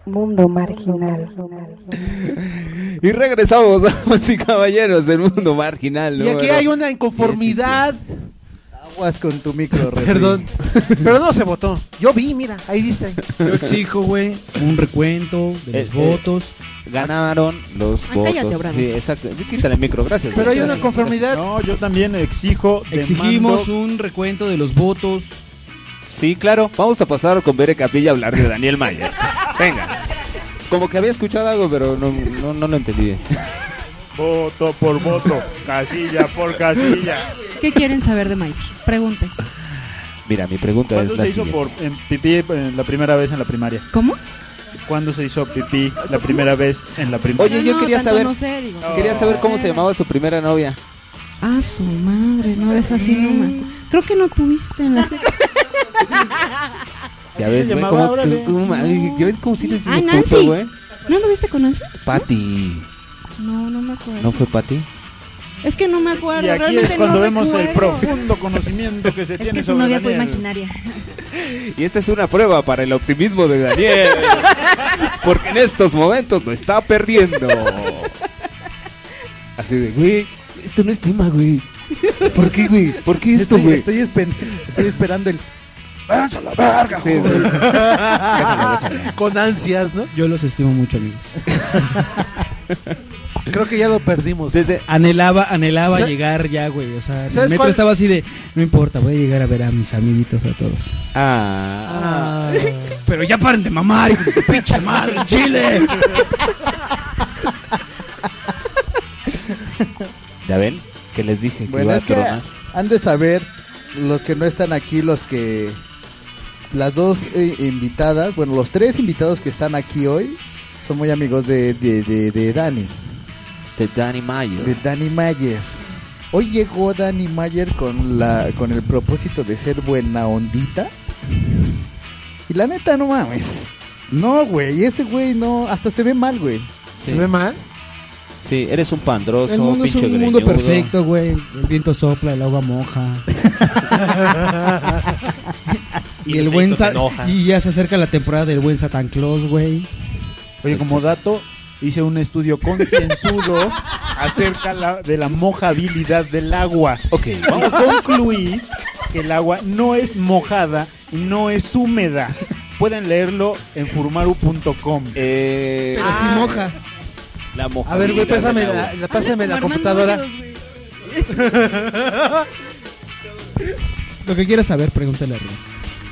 Speaker 10: mundo marginal.
Speaker 2: Y regresamos, damas y caballeros, del mundo marginal.
Speaker 4: Y aquí
Speaker 2: número
Speaker 4: hay una inconformidad.
Speaker 5: Aguas con tu micro, refri.
Speaker 4: Perdón. Pero no se votó. Yo vi, mira, ahí dice.
Speaker 6: Yo exijo, güey, un recuento de
Speaker 2: Eh,
Speaker 6: los
Speaker 2: eh,
Speaker 6: votos.
Speaker 2: Ganaron los
Speaker 6: Ah,
Speaker 2: votos.
Speaker 6: cállate, Obrador.
Speaker 2: Sí, exacto. Quítale el micro, gracias.
Speaker 6: Pero hay
Speaker 2: gracias.
Speaker 6: una conformidad.
Speaker 9: No, yo también exijo.
Speaker 6: Exigimos
Speaker 9: demando-
Speaker 6: un recuento de los votos.
Speaker 2: Sí, claro. Vamos a pasar con Bere Capilla a hablar de Daniel Mayer. Venga. Como que había escuchado algo, pero no, no, no lo entendí.
Speaker 9: Voto por voto, casilla por casilla.
Speaker 8: ¿Qué quieren saber de Mayer? Pregunte.
Speaker 2: Mira, mi pregunta es
Speaker 9: ¿Cuándo
Speaker 2: la
Speaker 9: se hizo
Speaker 2: siguiente.
Speaker 9: por, en pipí en la primera vez en la primaria?
Speaker 8: ¿Cómo?
Speaker 9: ¿Cuándo se hizo pipí la primera vez en la primaria?
Speaker 2: Oye, yo quería
Speaker 8: tanto
Speaker 2: saber.
Speaker 8: no sé, digo.
Speaker 2: Quería saber cómo se llamaba su primera novia.
Speaker 8: Ah, su madre, no es así, no me acu-
Speaker 2: Mm.
Speaker 8: Creo que no tuviste
Speaker 2: Ah,
Speaker 8: en la sec-
Speaker 2: Ya ves,
Speaker 8: se
Speaker 2: güey,
Speaker 8: llamaba,
Speaker 2: cómo-
Speaker 8: órale.
Speaker 2: cómo- ay, ya ves cómo sí te
Speaker 8: Ah,
Speaker 2: puto,
Speaker 8: Nancy.
Speaker 2: güey.
Speaker 8: ¿No anduviste con Nancy?
Speaker 2: Patty.
Speaker 8: No, no me acuerdo.
Speaker 2: ¿No fue Patty?
Speaker 8: Es que no me acuerdo,
Speaker 9: Y aquí
Speaker 8: realmente
Speaker 9: es cuando
Speaker 8: no
Speaker 9: vemos el
Speaker 8: recuerdo.
Speaker 9: profundo conocimiento que se
Speaker 3: Es
Speaker 9: tiene
Speaker 3: que su
Speaker 9: sobre
Speaker 3: novia fue
Speaker 9: Daniel.
Speaker 3: imaginaria.
Speaker 2: Y esta es una prueba para el optimismo de Daniel. Porque en estos momentos lo está perdiendo. Así de, güey, esto no es tema, Ah, güey. ¿Por qué, güey? ¿Por qué esto,
Speaker 5: Estoy,
Speaker 2: güey?
Speaker 5: estoy espen- estoy esperando el. ¡Váyanse a la verga!
Speaker 2: Sí, sí,
Speaker 5: joder!
Speaker 2: sí.
Speaker 4: Con ansias, ¿no?
Speaker 6: Yo los estimo mucho, amigos.
Speaker 4: Creo que ya lo perdimos.
Speaker 6: Anhelaba, anhelaba
Speaker 4: Sa-
Speaker 6: llegar ya, güey. O sea, en el
Speaker 4: ¿Sabes
Speaker 6: metro
Speaker 4: cuál?
Speaker 6: estaba así de, no importa, voy a llegar a ver a mis amiguitos, a todos.
Speaker 2: Ah.
Speaker 6: Pero ya paren de mamar, hijos de tu pinche madre, en Chile.
Speaker 2: ¿Ya ven? Que les dije que
Speaker 5: Bueno,
Speaker 2: iba
Speaker 5: es
Speaker 2: a
Speaker 5: que
Speaker 2: tronar.
Speaker 5: han de saber los que no están aquí, los que. Las dos eh, invitadas, bueno, los tres invitados que están aquí hoy son muy amigos de, de, de, de Dani.
Speaker 2: De Danny Mayo.
Speaker 5: De Dani Mayer. Hoy llegó Dani Mayer con, la, con el propósito de ser buena ondita. Y la neta, no mames. No, güey, ese güey no, hasta se ve mal, güey.
Speaker 2: Sí.
Speaker 4: mal?
Speaker 2: Sí, eres un pandroso,
Speaker 6: El mundo es
Speaker 2: pinche
Speaker 6: un mundo
Speaker 2: greñudo.
Speaker 6: perfecto, güey. El viento sopla, el agua moja. y,
Speaker 9: Y
Speaker 6: el
Speaker 9: Lucerito
Speaker 6: buen
Speaker 9: se
Speaker 6: sa-
Speaker 9: enoja.
Speaker 6: y ya se acerca la temporada del buen Satan Claus, güey.
Speaker 9: Oye, como dato, hice un estudio concienzudo acerca la- de la mojabilidad del agua.
Speaker 2: Ok,
Speaker 9: vamos a concluir que el agua no es mojada y no es húmeda. Pueden leerlo en furmaru.com.
Speaker 2: Eh,
Speaker 6: Pero sí moja.
Speaker 2: La
Speaker 4: A ver, güey, pásame la, la- pásame la computadora.
Speaker 6: Lo que quieras saber, pregúntale a Rubén.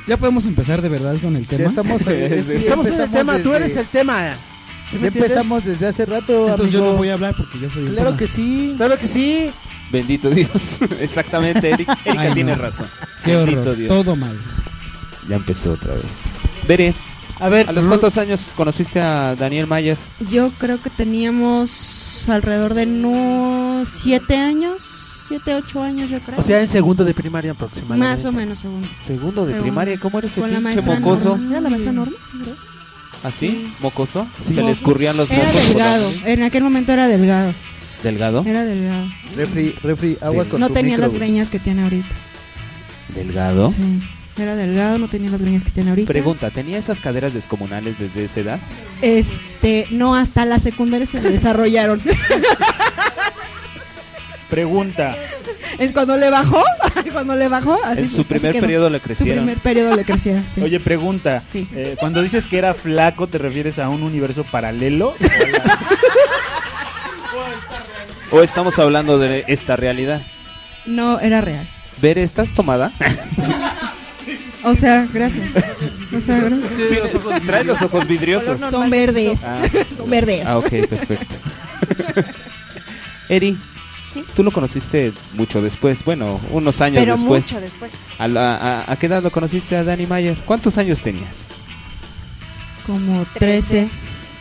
Speaker 6: Ya podemos empezar de verdad con el tema.
Speaker 5: Ya estamos, eh, es que
Speaker 4: Estamos en el
Speaker 5: empezamos
Speaker 4: tema, tú
Speaker 5: desde-
Speaker 4: eres el tema. ¿Sí me
Speaker 5: Ya
Speaker 4: entiendes?
Speaker 5: empezamos desde hace rato,
Speaker 6: Entonces yo
Speaker 5: amigo.
Speaker 6: no voy a hablar porque yo soy el
Speaker 5: Claro
Speaker 6: tema.
Speaker 5: que sí.
Speaker 4: Claro que sí.
Speaker 2: Bendito Dios. Exactamente, Eric. Erika
Speaker 6: Ay, no.
Speaker 2: tiene razón.
Speaker 6: Qué
Speaker 2: Bendito
Speaker 6: horror,
Speaker 2: Dios.
Speaker 6: todo mal.
Speaker 2: Ya empezó otra vez. Bere,
Speaker 4: A ver,
Speaker 2: ¿a los
Speaker 4: Ru-
Speaker 2: cuántos años conociste a Daniel Mayer?
Speaker 8: Yo creo que teníamos alrededor de no siete años, siete, ocho años, yo creo.
Speaker 4: O sea, en segundo de primaria aproximadamente.
Speaker 8: más o menos segundo.
Speaker 2: Segundo de
Speaker 8: Segundo.
Speaker 2: primaria, ¿cómo eres
Speaker 8: Con
Speaker 2: el
Speaker 8: la
Speaker 2: pinche
Speaker 8: maestra
Speaker 2: mocoso?
Speaker 8: Norma. ¿Era la maestra Norma? Sí, ¿verdad?
Speaker 2: ¿Así? ¿Mocoso?
Speaker 4: Sí.
Speaker 2: Se le escurrían los
Speaker 8: Era
Speaker 2: mocos. por la-
Speaker 8: delgado. En aquel momento era delgado.
Speaker 2: ¿Delgado?
Speaker 8: Era delgado.
Speaker 5: Refri, refri, aguas
Speaker 2: Sí.
Speaker 5: con
Speaker 8: no
Speaker 5: tu
Speaker 8: tenía
Speaker 5: micro,
Speaker 8: las
Speaker 5: güey.
Speaker 8: greñas que tiene ahorita.
Speaker 2: ¿Delgado?
Speaker 8: Sí. Era delgado, no tenía las greñas que tiene ahorita.
Speaker 2: Pregunta, ¿tenía esas caderas descomunales desde esa edad?
Speaker 8: Este, no, hasta la secundaria se le desarrollaron.
Speaker 9: Pregunta.
Speaker 8: Es cuando le bajó, cuando le bajó. Así,
Speaker 2: en su
Speaker 8: así
Speaker 2: primer
Speaker 8: quedó.
Speaker 2: periodo le
Speaker 8: Su
Speaker 2: crecieron.
Speaker 8: primer periodo le crecieron. sí.
Speaker 9: Oye, pregunta.
Speaker 8: Sí.
Speaker 9: Eh, cuando dices que era flaco, ¿te refieres a un universo paralelo?
Speaker 2: ¿O estamos hablando de esta realidad?
Speaker 8: No, era real.
Speaker 2: Bere, ¿estás tomada?
Speaker 8: O sea, gracias. O sea, gracias.
Speaker 2: Trae los ojos vidriosos.
Speaker 8: Son verdes.
Speaker 2: Ah,
Speaker 8: Son verdes.
Speaker 2: ah, ok, perfecto. Eri,
Speaker 3: Sí.
Speaker 2: tú lo conociste mucho después, bueno, unos años
Speaker 3: Pero
Speaker 2: después.
Speaker 3: mucho después.
Speaker 2: ¿A, la- a- a qué edad lo conociste a Danny Mayer? ¿Cuántos años tenías?
Speaker 8: Como 13.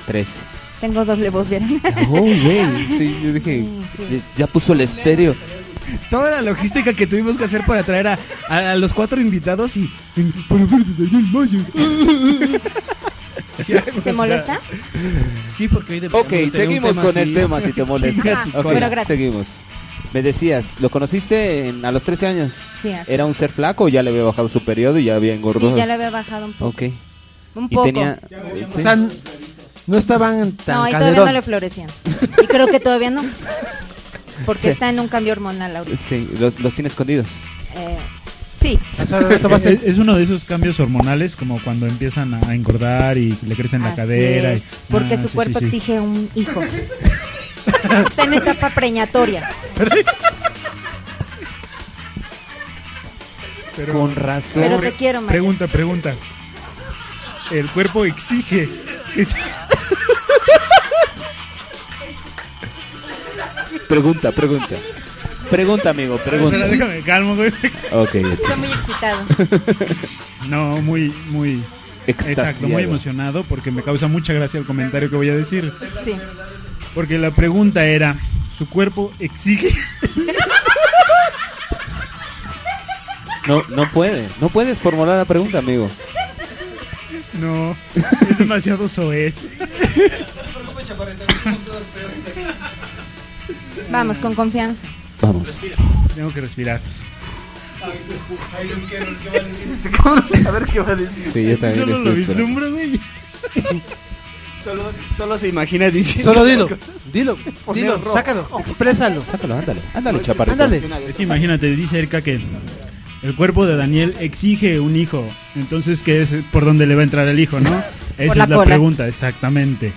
Speaker 2: Tres.
Speaker 3: Tengo doble voz, ¿vieron?
Speaker 2: Oh, güey. Sí, yo dije,
Speaker 3: Sí, sí.
Speaker 2: ya, ya puso el estéreo.
Speaker 6: Toda la logística que tuvimos que hacer para traer a, a- a los cuatro invitados y. Para ver de Daniel Mayer. Sí, algo, o
Speaker 3: ¿Te
Speaker 6: sea,
Speaker 3: molesta?
Speaker 6: Sí, porque hoy de
Speaker 2: Ok,
Speaker 6: tenía un
Speaker 2: seguimos
Speaker 6: tema
Speaker 2: con
Speaker 6: así.
Speaker 2: el tema si te molesta.
Speaker 3: Chinga tu
Speaker 2: Ok,
Speaker 3: cola. Pero Ah, gracias.
Speaker 2: seguimos. Me decías, ¿lo conociste en- a los 13 años?
Speaker 3: Sí, así.
Speaker 2: ¿Era un ser flaco o ya le había bajado su periodo y ya había engordado?
Speaker 3: Sí, ya le había bajado un poco.
Speaker 2: Ok.
Speaker 3: Un
Speaker 2: Y
Speaker 3: poco.
Speaker 2: tenía...
Speaker 4: O sea, No estaban tan
Speaker 3: No, y todavía
Speaker 4: calderón.
Speaker 3: no le florecían. Y creo que todavía no. Porque
Speaker 2: Sí.
Speaker 3: está en un cambio hormonal ahorita.
Speaker 2: Sí, los, los tiene escondidos.
Speaker 3: Eh, sí.
Speaker 9: es, es uno de esos cambios hormonales como cuando empiezan a engordar y le crecen la
Speaker 3: Así
Speaker 9: cadera.
Speaker 3: es,
Speaker 9: y-
Speaker 3: porque
Speaker 9: Ah,
Speaker 3: su
Speaker 9: sí,
Speaker 3: cuerpo
Speaker 9: sí, sí.
Speaker 3: exige un hijo. Está en etapa preñatoria.
Speaker 9: Pero-
Speaker 2: Con razón.
Speaker 3: Pero te quiero, Maya.
Speaker 9: Pregunta, pregunta. El cuerpo exige que se-
Speaker 2: Pregunta, pregunta. Pregunta, amigo, pregunta.
Speaker 9: Espera, déjame calmo, güey.
Speaker 2: Ok.
Speaker 3: Está muy excitado.
Speaker 9: No, muy, muy.
Speaker 2: Extasiado.
Speaker 9: Exacto, muy emocionado porque me causa mucha gracia el comentario que voy a decir.
Speaker 3: Sí.
Speaker 9: Porque la pregunta era: ¿su cuerpo exige?
Speaker 2: No, no puede. No puedes formular la pregunta, amigo.
Speaker 9: No, es demasiado soez.
Speaker 3: Vamos, con confianza.
Speaker 2: Vamos.
Speaker 9: Tengo que respirar.
Speaker 8: este
Speaker 7: A ver qué va a decir.
Speaker 2: Sí, yo también
Speaker 7: Solo
Speaker 2: estoy
Speaker 7: lo
Speaker 2: esperando.
Speaker 9: vislumbra, güey.
Speaker 7: Solo, solo se imagina diciendo.
Speaker 4: Solo dilo,
Speaker 7: cosas.
Speaker 4: dilo,
Speaker 7: Poner
Speaker 4: dilo,
Speaker 7: rojo.
Speaker 4: sácalo, exprésalo.
Speaker 2: Sácalo, ándale. Ándale, chaparrito.
Speaker 4: Ándale.
Speaker 9: Es que imagínate, dice Erika que el cuerpo de Daniel exige un hijo. Entonces, ¿qué es por dónde le va a entrar el hijo, no? Esa
Speaker 3: la
Speaker 9: es la
Speaker 3: cola.
Speaker 9: pregunta, exactamente.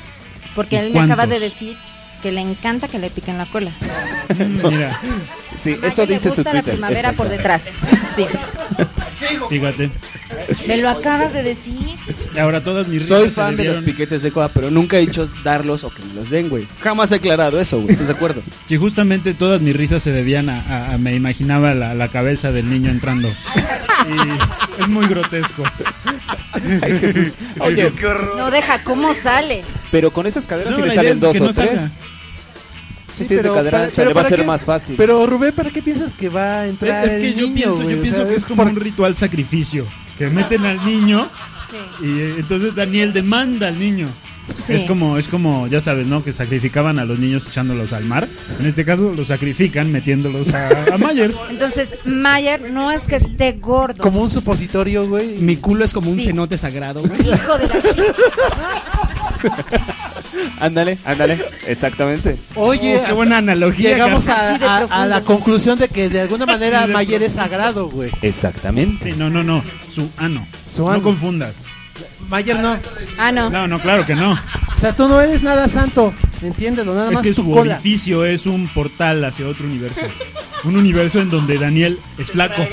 Speaker 3: Porque
Speaker 9: ¿Y
Speaker 3: él me acaba de
Speaker 9: cuántos?
Speaker 3: decir que le encanta que le piquen la cola.
Speaker 9: Mira,
Speaker 2: Sí,
Speaker 3: A
Speaker 2: eso
Speaker 3: ella
Speaker 2: dice
Speaker 3: le gusta
Speaker 2: su
Speaker 3: la
Speaker 2: Twitter.
Speaker 3: primavera por detrás. Sí.
Speaker 9: fíjate.
Speaker 3: Me lo acabas de decir.
Speaker 9: Y ahora todas mis
Speaker 12: Soy
Speaker 9: risas se
Speaker 12: fan de los
Speaker 9: debieron-
Speaker 12: piquetes de cola, pero nunca he dicho darlos o que me los den, güey. Jamás he aclarado eso, güey. ¿Estás de acuerdo?
Speaker 9: Sí, justamente todas mis risas se debían a, a- a- me imaginaba la, la cabeza del niño entrando. Y es muy grotesco.
Speaker 2: Ay, Jesús. Oye,
Speaker 3: No deja, ¿cómo sale?
Speaker 2: pero con esas caderas
Speaker 9: No,
Speaker 2: sí le
Speaker 9: la idea
Speaker 2: salen
Speaker 9: es
Speaker 2: dos
Speaker 9: que
Speaker 2: o
Speaker 9: no salga.
Speaker 2: tres. Sí, sí, es de
Speaker 4: pero
Speaker 2: cadera
Speaker 4: para-
Speaker 2: ancha,
Speaker 4: pero
Speaker 2: le va a
Speaker 4: para
Speaker 2: ser
Speaker 4: qué-
Speaker 2: más fácil.
Speaker 4: Pero Rubén, ¿para qué piensas que va a entrar?
Speaker 9: Eh, Es que
Speaker 4: el
Speaker 9: yo
Speaker 4: niño,
Speaker 9: pienso,
Speaker 4: güey?
Speaker 9: yo
Speaker 4: O
Speaker 9: pienso
Speaker 4: sea,
Speaker 9: que es como un ritual sacrificio, que meten al niño
Speaker 3: Sí.
Speaker 9: y eh, entonces Daniel demanda al niño.
Speaker 3: Sí.
Speaker 9: Es como es como ya sabes, ¿no? Que sacrificaban a los niños echándolos al mar. En este caso los sacrifican metiéndolos a, a Mayer.
Speaker 3: Entonces, Mayer no es que esté gordo.
Speaker 4: como un supositorio, güey.
Speaker 6: Mi culo es como un
Speaker 3: Sí.
Speaker 6: cenote sagrado, güey.
Speaker 3: Hijo de la chica.
Speaker 2: Ándale, ándale. Exactamente.
Speaker 4: Oye,
Speaker 9: Oh, qué buena analogía.
Speaker 4: llegamos
Speaker 9: Carlos.
Speaker 4: a,
Speaker 3: Así de
Speaker 4: a- a
Speaker 3: profundo.
Speaker 4: la conclusión de que de alguna manera
Speaker 9: Así de
Speaker 4: Mayer
Speaker 9: profundo.
Speaker 4: es sagrado, güey.
Speaker 2: Exactamente.
Speaker 9: Sí, no, no, no, su ano.
Speaker 4: Su
Speaker 9: No
Speaker 4: ano.
Speaker 9: confundas.
Speaker 4: Mayer no.
Speaker 3: Ah, no.
Speaker 9: No, no, claro que no.
Speaker 4: O sea, tú no eres nada santo, entiéndelo, nada
Speaker 9: Es
Speaker 4: más
Speaker 9: que
Speaker 4: tu
Speaker 9: su
Speaker 4: cola.
Speaker 9: orificio es un portal hacia otro universo. Un universo en donde Daniel es flaco.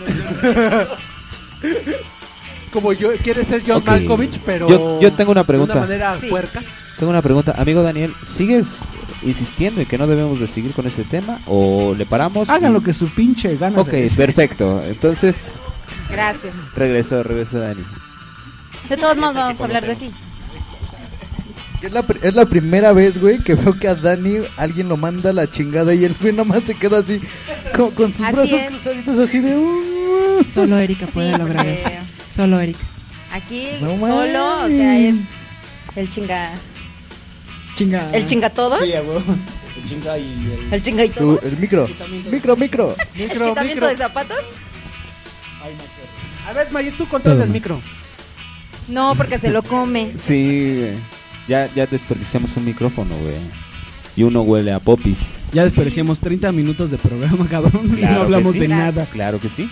Speaker 4: Como yo, quiere ser John
Speaker 2: Ok.
Speaker 4: Malkovich, pero
Speaker 2: Yo- yo tengo una pregunta.
Speaker 4: de una manera
Speaker 3: Sí.
Speaker 4: puerca.
Speaker 2: Tengo una pregunta. Amigo Daniel, ¿sigues insistiendo en que no debemos de seguir con este tema? ¿O le paramos?
Speaker 6: Hagan lo que su pinche gana.
Speaker 2: Ok, perfecto. Entonces,
Speaker 3: Gracias.
Speaker 2: regresó, regresó Dani.
Speaker 3: De todos modos, vamos a hablar de ti.
Speaker 5: Es la, pri- es la primera vez, güey, que veo que a Dani alguien lo manda a la chingada y el güey nomás se queda así, con, con sus
Speaker 3: Así
Speaker 5: brazos
Speaker 3: es.
Speaker 5: cruzaditos así de... "Uh".
Speaker 14: Solo Erika puede
Speaker 3: Sí,
Speaker 14: lograr eso.
Speaker 3: porque
Speaker 14: Solo Erika.
Speaker 3: Aquí
Speaker 5: No
Speaker 3: solo, o sea, es el chinga.
Speaker 2: Ah.
Speaker 14: Chinga.
Speaker 3: ¿El chinga todos?
Speaker 12: Sí, a huevo. El chinga y el.
Speaker 3: ¿El chinga y
Speaker 5: Tú,
Speaker 3: todos?
Speaker 5: el micro, micro, micro.
Speaker 3: ¿El
Speaker 4: Micro,
Speaker 3: quitamiento
Speaker 4: micro.
Speaker 3: de zapatos?
Speaker 4: A ver, Mayer, tú controla
Speaker 2: Mm.
Speaker 4: el micro.
Speaker 3: No, porque se lo come.
Speaker 2: Sí, güey. ya, ya desperdiciamos un micrófono, güey. Y uno huele a popis.
Speaker 6: Ya desperdiciamos 30 minutos de programa, cabrón.
Speaker 2: Claro
Speaker 6: no hablamos
Speaker 2: que sí.
Speaker 6: de nada.
Speaker 2: Claro que sí.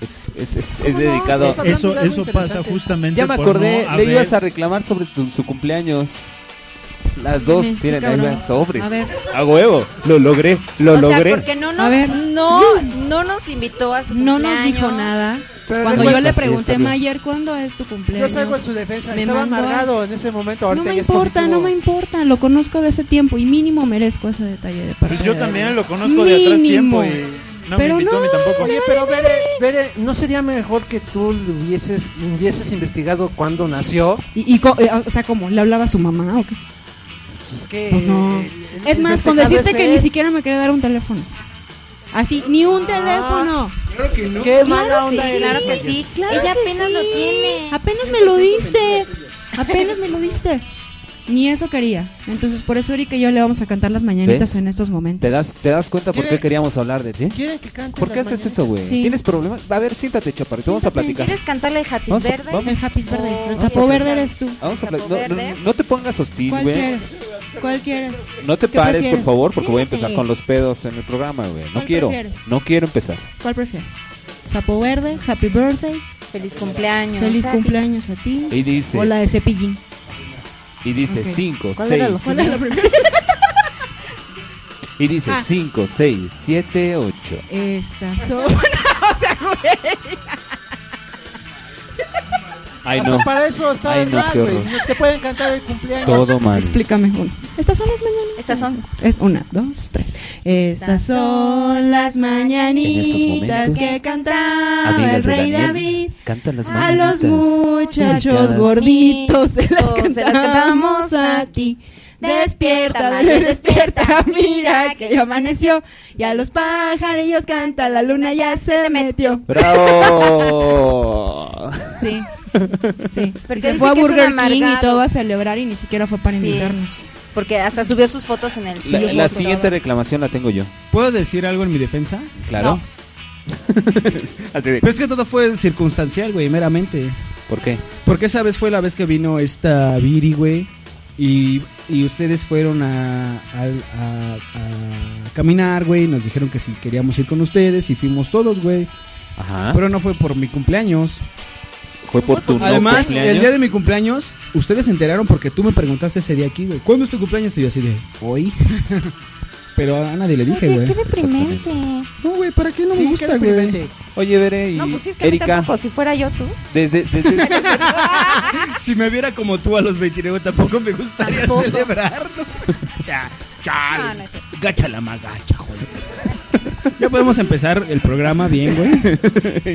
Speaker 2: Es, es, es- es
Speaker 4: ¿Cómo no?
Speaker 2: dedicado.
Speaker 4: Estamos hablando
Speaker 9: Eso,
Speaker 4: de algo
Speaker 9: eso pasa
Speaker 4: interesante.
Speaker 9: justamente.
Speaker 2: Ya me
Speaker 9: por
Speaker 2: acordé,
Speaker 9: no
Speaker 2: le
Speaker 9: haber-
Speaker 2: ibas a reclamar sobre tu- su cumpleaños. Las dos,
Speaker 14: Dime, sí,
Speaker 2: miren, ahí
Speaker 14: cabrón.
Speaker 2: van sobres.
Speaker 14: A ver.
Speaker 2: A huevo, lo logré, lo
Speaker 3: o
Speaker 2: logré.
Speaker 3: sea, porque no
Speaker 14: A
Speaker 3: nos,
Speaker 14: ver.
Speaker 3: no, no nos invitó a su
Speaker 14: No nos dijo
Speaker 3: cumpleaños.
Speaker 14: nada.
Speaker 4: Pero
Speaker 14: Cuando
Speaker 4: recuerda-
Speaker 14: yo le
Speaker 2: Está
Speaker 14: pregunté,
Speaker 2: bien.
Speaker 14: Mayer, ¿cuándo es tu cumpleaños?
Speaker 4: Yo salgo en su defensa,
Speaker 14: Me
Speaker 4: estaba
Speaker 14: mandó a-
Speaker 4: amargado en ese momento.
Speaker 14: No
Speaker 4: ahorita
Speaker 14: me
Speaker 4: ya es
Speaker 14: importa, no
Speaker 4: positivo.
Speaker 14: me importa. Lo conozco de ese tiempo y mínimo merezco ese detalle de parte
Speaker 9: Pues yo
Speaker 14: de
Speaker 9: también
Speaker 14: él.
Speaker 9: lo conozco de atrás
Speaker 14: Mínimo.
Speaker 9: tiempo y pues, no
Speaker 14: Pero
Speaker 9: me invitó a mí
Speaker 14: no,
Speaker 9: tampoco.
Speaker 4: Oye, pero Bere, Bere, ¿no sería mejor que tú le hubieses, hubieses investigado cuándo nació?
Speaker 14: ¿Y, y co- eh, o sea, ¿cómo? ¿Le hablaba a su mamá o qué?
Speaker 4: Pues, es que,
Speaker 14: Pues no.
Speaker 4: eh, en-
Speaker 14: es
Speaker 4: en
Speaker 14: más,
Speaker 4: este
Speaker 14: con
Speaker 4: caso
Speaker 14: decirte
Speaker 4: es
Speaker 14: que
Speaker 4: él.
Speaker 14: ni siquiera me quería dar un teléfono. Así, ni un teléfono.
Speaker 4: Qué
Speaker 14: Claro
Speaker 4: mala
Speaker 14: que
Speaker 4: onda
Speaker 14: sí,
Speaker 4: eres,
Speaker 3: Claro que
Speaker 4: Mayer.
Speaker 3: sí.
Speaker 14: Claro
Speaker 3: Ella
Speaker 14: que
Speaker 3: apenas
Speaker 14: sí.
Speaker 3: lo tiene.
Speaker 14: Apenas me lo diste. Apenas me lo diste.
Speaker 8: Ni eso quería. Entonces, por eso Erika y yo le vamos a cantar las mañanitas
Speaker 2: ¿Ves?
Speaker 8: en estos momentos.
Speaker 2: ¿Te das, ¿Te das cuenta por qué queríamos hablar de ti?
Speaker 8: ¿Quieren que cante
Speaker 2: ¿Por qué
Speaker 8: las
Speaker 2: haces eso, güey?
Speaker 8: Sí.
Speaker 2: ¿Tienes problemas? A ver, siéntate, chaparrito, vamos a platicar.
Speaker 3: ¿Quieres cantarle Happy
Speaker 2: Vamos a-
Speaker 3: Verde?
Speaker 2: vamos. El
Speaker 8: Happy Verde.
Speaker 3: Oh,
Speaker 8: el
Speaker 2: vamos a
Speaker 8: sapo verde
Speaker 2: platicar.
Speaker 8: eres tú.
Speaker 2: Vamos a pla-
Speaker 3: Sapo
Speaker 2: no,
Speaker 3: verde.
Speaker 2: no, no te pongas hostil,
Speaker 8: ¿Cuál
Speaker 2: güey.
Speaker 8: quieres? ¿Cuál quieres?
Speaker 2: No te
Speaker 8: ¿Qué
Speaker 2: pares,
Speaker 8: prefieres?
Speaker 2: por favor, porque voy a empezar
Speaker 8: Siéntate.
Speaker 2: con los pedos en el programa, güey. No
Speaker 8: ¿Cuál
Speaker 2: quiero.
Speaker 8: prefieres?
Speaker 2: No quiero empezar.
Speaker 8: ¿Cuál prefieres? Sapo verde, happy birthday.
Speaker 3: Feliz cumpleaños.
Speaker 8: Feliz
Speaker 3: a ti.
Speaker 8: cumpleaños a ti.
Speaker 2: Y dice-
Speaker 8: O la de cepillín.
Speaker 2: Y dice
Speaker 8: Ok.
Speaker 2: 5,
Speaker 8: ¿Cuál era
Speaker 2: 6.
Speaker 8: la- cuál era la primera?
Speaker 2: Y dice
Speaker 8: Ah.
Speaker 2: 5, 6, 7, 8.
Speaker 8: Estas son. o sea, güey.
Speaker 2: Ay,
Speaker 9: Hasta
Speaker 2: no.
Speaker 9: para eso está
Speaker 2: Ay,
Speaker 9: el
Speaker 2: no,
Speaker 9: rap,
Speaker 2: qué
Speaker 9: güey.
Speaker 2: horror.
Speaker 9: Te pueden cantar el cumpleaños.
Speaker 2: Todo mal.
Speaker 8: Explícame uno. Estas son las mañanas.
Speaker 3: Estas son.
Speaker 8: Es una, dos, tres. Estas son las mañanitas
Speaker 3: momentos,
Speaker 8: que cantaba
Speaker 3: amigas
Speaker 8: el
Speaker 3: de
Speaker 8: rey
Speaker 3: Daniel,
Speaker 8: David.
Speaker 2: Cantan las
Speaker 8: A los muchachos
Speaker 3: Chicas.
Speaker 8: gorditos se las
Speaker 3: Todos
Speaker 8: cantamos,
Speaker 3: se las cantamos
Speaker 8: a ti. Despierta, Daniel, despierta, mira que ya amaneció. Y a los pajarillos canta, la luna ya se metió.
Speaker 2: ¡Bravo!
Speaker 8: Sí, sí.
Speaker 3: Porque
Speaker 8: Y se
Speaker 3: dice
Speaker 8: fue a
Speaker 3: que es un
Speaker 8: Burger King y
Speaker 3: amargado.
Speaker 8: todo a celebrar y ni siquiera fue para
Speaker 3: Sí.
Speaker 8: invitarnos.
Speaker 3: Porque hasta subió sus fotos en el
Speaker 2: La,
Speaker 3: Facebook
Speaker 2: la
Speaker 3: y
Speaker 2: siguiente reclamación la tengo yo.
Speaker 6: ¿Puedo decir algo en mi defensa?
Speaker 2: Claro. Así de.
Speaker 6: Pero es que todo fue circunstancial, güey, meramente.
Speaker 2: ¿Por qué?
Speaker 6: Porque esa vez fue la vez que vino esta Viri, güey. Y, y ustedes fueron a, al- a- a caminar, güey. y Nos dijeron que si queríamos ir con ustedes y fuimos todos, güey.
Speaker 2: Ajá.
Speaker 6: Pero no fue por mi cumpleaños.
Speaker 2: Fue por tu no
Speaker 6: Además,
Speaker 2: cumpleaños.
Speaker 6: el día de mi cumpleaños, ustedes se enteraron porque tú me preguntaste ese día aquí, güey. ¿Cuándo es tu cumpleaños? Y yo así de, hoy. Pero a nadie le dije, güey.
Speaker 3: Oye, qué deprimente.
Speaker 6: No, güey, ¿para qué no
Speaker 3: Sí,
Speaker 6: me
Speaker 3: qué
Speaker 6: gusta,
Speaker 3: deprimente.
Speaker 6: güey?
Speaker 2: Oye, Veré y
Speaker 3: No, pues sí, es que a mí
Speaker 2: Erika.
Speaker 3: tampoco. Si fuera yo tú.
Speaker 2: Desde, desde,
Speaker 6: si me viera como tú a los 29, tampoco me gustaría celebrar. ¿no? Cha- chale.
Speaker 3: No, no es cierto.
Speaker 6: Gacha la magacha, joder. Ya podemos empezar el programa bien, güey.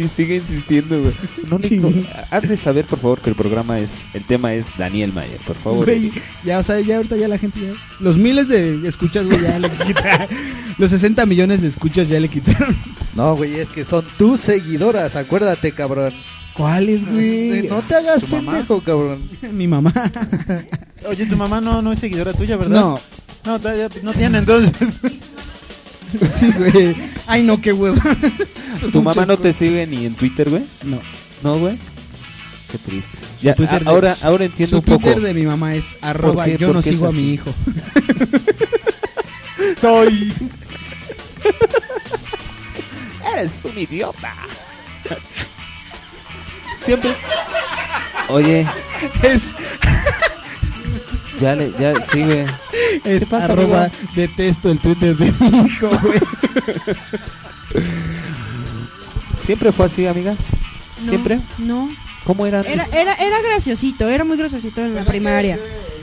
Speaker 2: y sigue insistiendo, güey. No, Nico, haz de saber, por favor, que el programa es. El tema es Daniel Mayer, por favor.
Speaker 6: Güey, ya, o sea, ya ahorita ya la gente ya... Los miles de escuchas, güey, ya le quitaron. Los 60 millones de escuchas ya le quitaron.
Speaker 5: No, güey, es que son tus seguidoras, acuérdate, cabrón.
Speaker 6: ¿Cuáles, güey?
Speaker 5: No te hagas
Speaker 6: ¿Tu mamá?
Speaker 5: pendejo, cabrón.
Speaker 6: Mi mamá.
Speaker 9: Oye, tu mamá no, no es seguidora tuya, ¿verdad?
Speaker 6: No.
Speaker 9: No, todavía no tiene, entonces.
Speaker 6: Sí, güey. Ay, no, qué huevo.
Speaker 2: ¿Tu mamá no te sigue ni en Twitter, güey?
Speaker 6: No.
Speaker 2: No, güey. Qué triste. Ya, a- ahora, ahora entiendo
Speaker 6: su
Speaker 2: un poco.
Speaker 6: Twitter de mi mamá es arroba
Speaker 2: qué?
Speaker 6: yo
Speaker 2: ¿Por
Speaker 6: no
Speaker 2: qué es
Speaker 6: sigo a
Speaker 2: así?
Speaker 6: mi hijo.
Speaker 2: Estoy. Eres un idiota. Siempre. Oye.
Speaker 6: Es.
Speaker 2: Ya le, ya, sí, güey.
Speaker 6: Es
Speaker 2: pasa,
Speaker 6: arroba
Speaker 2: amigo?
Speaker 6: detesto el Twitter de mi hijo, güey.
Speaker 2: ¿Siempre fue así, amigas?
Speaker 8: No,
Speaker 2: ¿Siempre?
Speaker 8: No.
Speaker 2: ¿Cómo era antes?
Speaker 8: Era, era, era graciosito, era muy graciosito en la primaria.
Speaker 7: eh,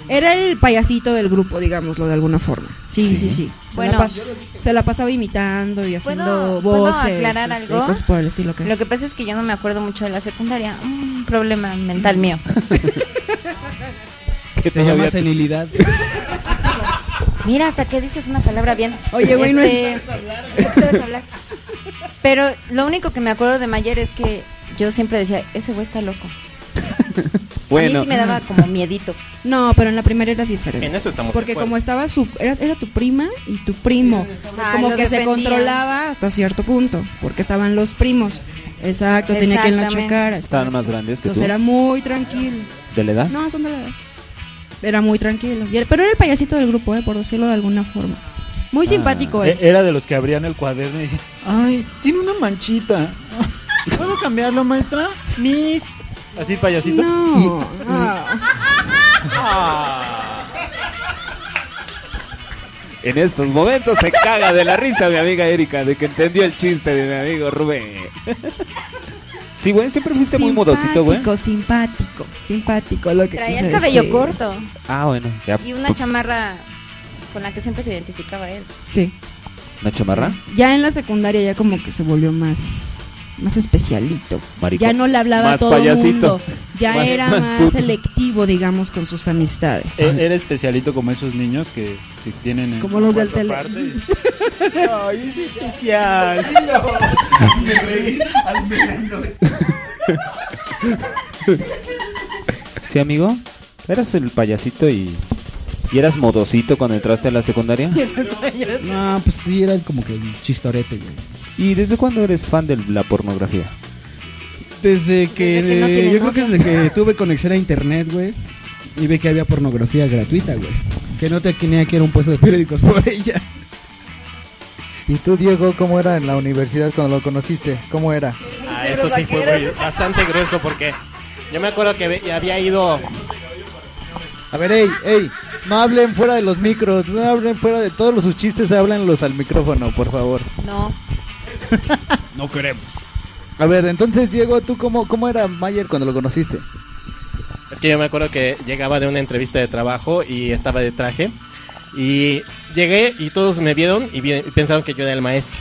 Speaker 8: Era el payasito del grupo, digámoslo de alguna forma. Sí, sí, sí. Se,
Speaker 3: Bueno.
Speaker 8: la pa- se la pasaba imitando y haciendo
Speaker 3: ¿Puedo, ¿puedo
Speaker 8: voces.
Speaker 3: aclarar
Speaker 8: este,
Speaker 3: algo?
Speaker 8: cosas por el estilo que-
Speaker 3: Lo que pasa es que yo no me acuerdo mucho de la secundaria. Un problema mental mío.
Speaker 2: Que
Speaker 6: Se llama
Speaker 2: todavía-
Speaker 6: senilidad.
Speaker 3: Mira, hasta que dices una palabra bien. Este,
Speaker 6: Oye, güey, no
Speaker 3: sabes hablar. Pero lo único que me acuerdo de Mayer es que yo siempre decía, ese güey está loco. A mí sí me daba como miedito.
Speaker 8: No, pero en la primaria eras diferente.
Speaker 7: En eso estamos de
Speaker 8: Porque
Speaker 7: acuerdo.
Speaker 8: como estaba su. Era, era tu prima y tu primo. Pues
Speaker 3: Ah,
Speaker 8: como
Speaker 3: lo
Speaker 8: que se
Speaker 3: defendían.
Speaker 8: controlaba hasta cierto punto. Porque estaban los primos. Exacto, tenía que ir la
Speaker 3: Exactamente.
Speaker 8: checar.
Speaker 2: Estaban más grandes que tú.
Speaker 8: Entonces era muy tranquilo.
Speaker 2: ¿De la edad?
Speaker 8: No, son de la edad. Era muy tranquilo. Y era- pero era el payasito del grupo, eh, por decirlo de alguna forma.
Speaker 2: Ah.
Speaker 8: Muy simpático,
Speaker 9: Eh,
Speaker 8: eh.
Speaker 9: Era de los que abrían el cuaderno y decían, ay, tiene una manchita. ¿Puedo cambiarlo, maestra? Miss. Así, payasito.
Speaker 8: No.
Speaker 9: Y- ah.
Speaker 2: Ah, En estos momentos se caga de la risa mi amiga Erika de que entendió el chiste de mi amigo Rubén. Sí, güey, siempre fuiste Este muy modosito, güey.
Speaker 8: Simpático, simpático, simpático, lo que
Speaker 3: Traía
Speaker 8: quise
Speaker 3: el cabello
Speaker 8: decir.
Speaker 3: corto
Speaker 2: Ah, bueno, ya.
Speaker 3: y una chamarra con la que siempre se identificaba él.
Speaker 8: Sí.
Speaker 2: ¿Una chamarra?
Speaker 8: Ya en la secundaria ya como que se volvió más más especialito.
Speaker 2: Marico.
Speaker 8: Ya no le hablaba
Speaker 2: Más
Speaker 8: a todo el
Speaker 2: payasito.
Speaker 8: mundo. Ya
Speaker 2: Más-
Speaker 8: era
Speaker 2: más
Speaker 8: más,
Speaker 2: puto. Eh,
Speaker 8: selectivo, digamos, con sus amistades.
Speaker 9: E- Era especialito como esos niños que, que tienen. en
Speaker 8: Como los del
Speaker 9: cuatro
Speaker 8: tele.
Speaker 9: partes.
Speaker 8: Ay,
Speaker 9: es especial.
Speaker 8: Hazme reír, hazme la
Speaker 2: Sí, amigo. Eras el payasito y ¿Y eras modosito cuando entraste a la secundaria?
Speaker 6: No, pues sí, era como que un chistorete, güey.
Speaker 2: ¿Y desde cuándo eres fan de la pornografía?
Speaker 6: Desde que.
Speaker 2: que no tiene
Speaker 6: yo creo
Speaker 2: novio.
Speaker 6: que desde que tuve conexión a internet, güey. Y ve que había pornografía gratuita, güey. Que no te tenía que ir a un puesto de periódicos por ella.
Speaker 5: ¿Y tú, Diego, cómo era en la universidad cuando lo conociste? ¿Cómo era?
Speaker 7: Ah, eso sí fue güey, bastante grueso porque yo me acuerdo que ve- había ido
Speaker 5: A ver, ey, ey, no hablen fuera de los micros, no hablen fuera de todos los- sus chistes, háblenlos al micrófono, por favor.
Speaker 3: No.
Speaker 6: No queremos.
Speaker 5: A ver, entonces, Diego, ¿tú cómo, cómo era Mayer cuando lo conociste?
Speaker 7: Es que yo me acuerdo que llegaba de una entrevista de trabajo y estaba de traje. Y llegué y todos me vieron y, vi- y pensaron que yo era el maestro.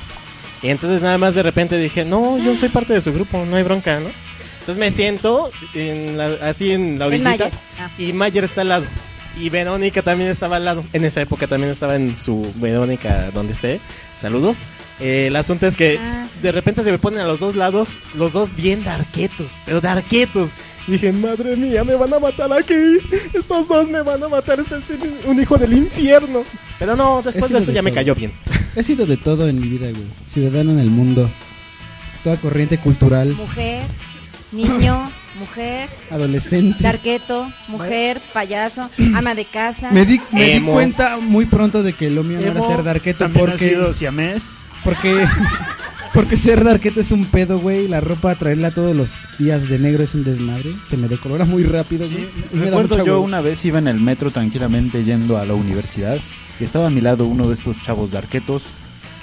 Speaker 7: Y entonces nada más de repente dije, no, yo soy parte de su grupo, no hay bronca, ¿no? Entonces me siento en la- así en la
Speaker 3: El
Speaker 7: orillita
Speaker 3: Mayer, ah.
Speaker 7: y Mayer está al lado. Y Verónica también estaba al lado. En esa época también estaba en su Verónica donde esté. Saludos. Eh, el asunto es que
Speaker 3: Ah,
Speaker 7: de repente se me ponen a los dos lados, los dos bien darquetos, pero darquetos. Dije, madre mía, me van a matar aquí. Estos dos me van a matar. Este es el- un hijo del infierno. Pero no, después de eso ya me cayó bien.
Speaker 6: He sido de todo en mi vida, güey. Ciudadano en el mundo. Toda corriente cultural.
Speaker 3: Mujer, niño, mujer,
Speaker 6: Adolescente.
Speaker 3: darqueto, mujer, payaso, ama de casa.
Speaker 6: Me di, me di
Speaker 3: Emo.
Speaker 6: cuenta muy pronto de que lo mío no
Speaker 9: Emo,
Speaker 6: era ser darqueto
Speaker 9: también
Speaker 6: porque...
Speaker 9: ha sido
Speaker 6: siamés? Porque... Porque ser darqueto es un pedo, güey. La ropa, traerla todos los días de negro es un desmadre. Se me decolora muy rápido, güey. y me da
Speaker 9: Recuerdo
Speaker 6: mucha
Speaker 9: yo
Speaker 6: hueva.
Speaker 9: una vez iba en el metro tranquilamente yendo a la universidad y estaba a mi lado uno de estos chavos de arquetos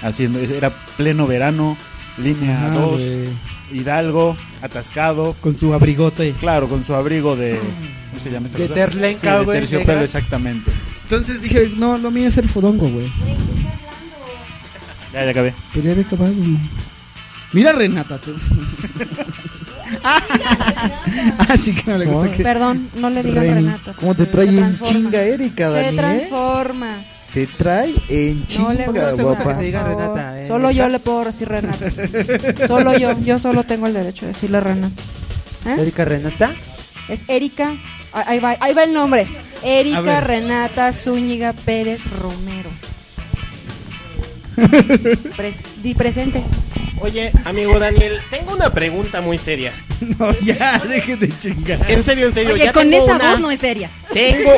Speaker 9: haciendo era pleno verano, línea
Speaker 6: Ajá,
Speaker 9: 2,
Speaker 6: güey.
Speaker 9: Hidalgo, atascado
Speaker 6: con su abrigote.
Speaker 9: Claro, con su abrigo de ¿cómo se llama esta
Speaker 6: De
Speaker 9: cosa?
Speaker 6: terlenca,
Speaker 9: Sí, de
Speaker 6: güey,
Speaker 9: terciopelo
Speaker 6: negra.
Speaker 9: exactamente.
Speaker 6: Entonces dije, no, lo mío es ser fodongo, güey.
Speaker 9: Ya ya acabé.
Speaker 6: Pero ya había acabado. güey. Mira, Renata, tú.
Speaker 5: Ah,
Speaker 6: Así que no le gusta que...
Speaker 8: Perdón, no le digan
Speaker 5: Ren-
Speaker 8: Renata.
Speaker 5: ¿Cómo te
Speaker 8: Se
Speaker 5: trae en
Speaker 8: transforma.
Speaker 5: chinga, Erika,
Speaker 8: Se
Speaker 5: Dani, eh?
Speaker 8: transforma.
Speaker 5: Te trae en
Speaker 8: No le
Speaker 5: chinga,
Speaker 8: gusta
Speaker 5: guapa.
Speaker 8: que te diga Renata. eh.
Speaker 5: eh.
Speaker 8: Solo yo le puedo decir Renata. solo yo, yo solo tengo el derecho de decirle Renata. ¿Eh?
Speaker 4: Erika Renata.
Speaker 8: Es Erika, ah, ahí va, ahí va el nombre.
Speaker 4: A
Speaker 8: Erika
Speaker 4: ver.
Speaker 8: Renata Zúñiga Pérez Romero. Pres- di presente.
Speaker 7: Oye, amigo Daniel, tengo una pregunta muy seria.
Speaker 6: No, ya, deje de chingar.
Speaker 7: En serio, en serio.
Speaker 3: Oye,
Speaker 7: ya
Speaker 3: con
Speaker 7: tengo
Speaker 3: esa
Speaker 7: una-
Speaker 3: voz no es seria.
Speaker 7: Tengo,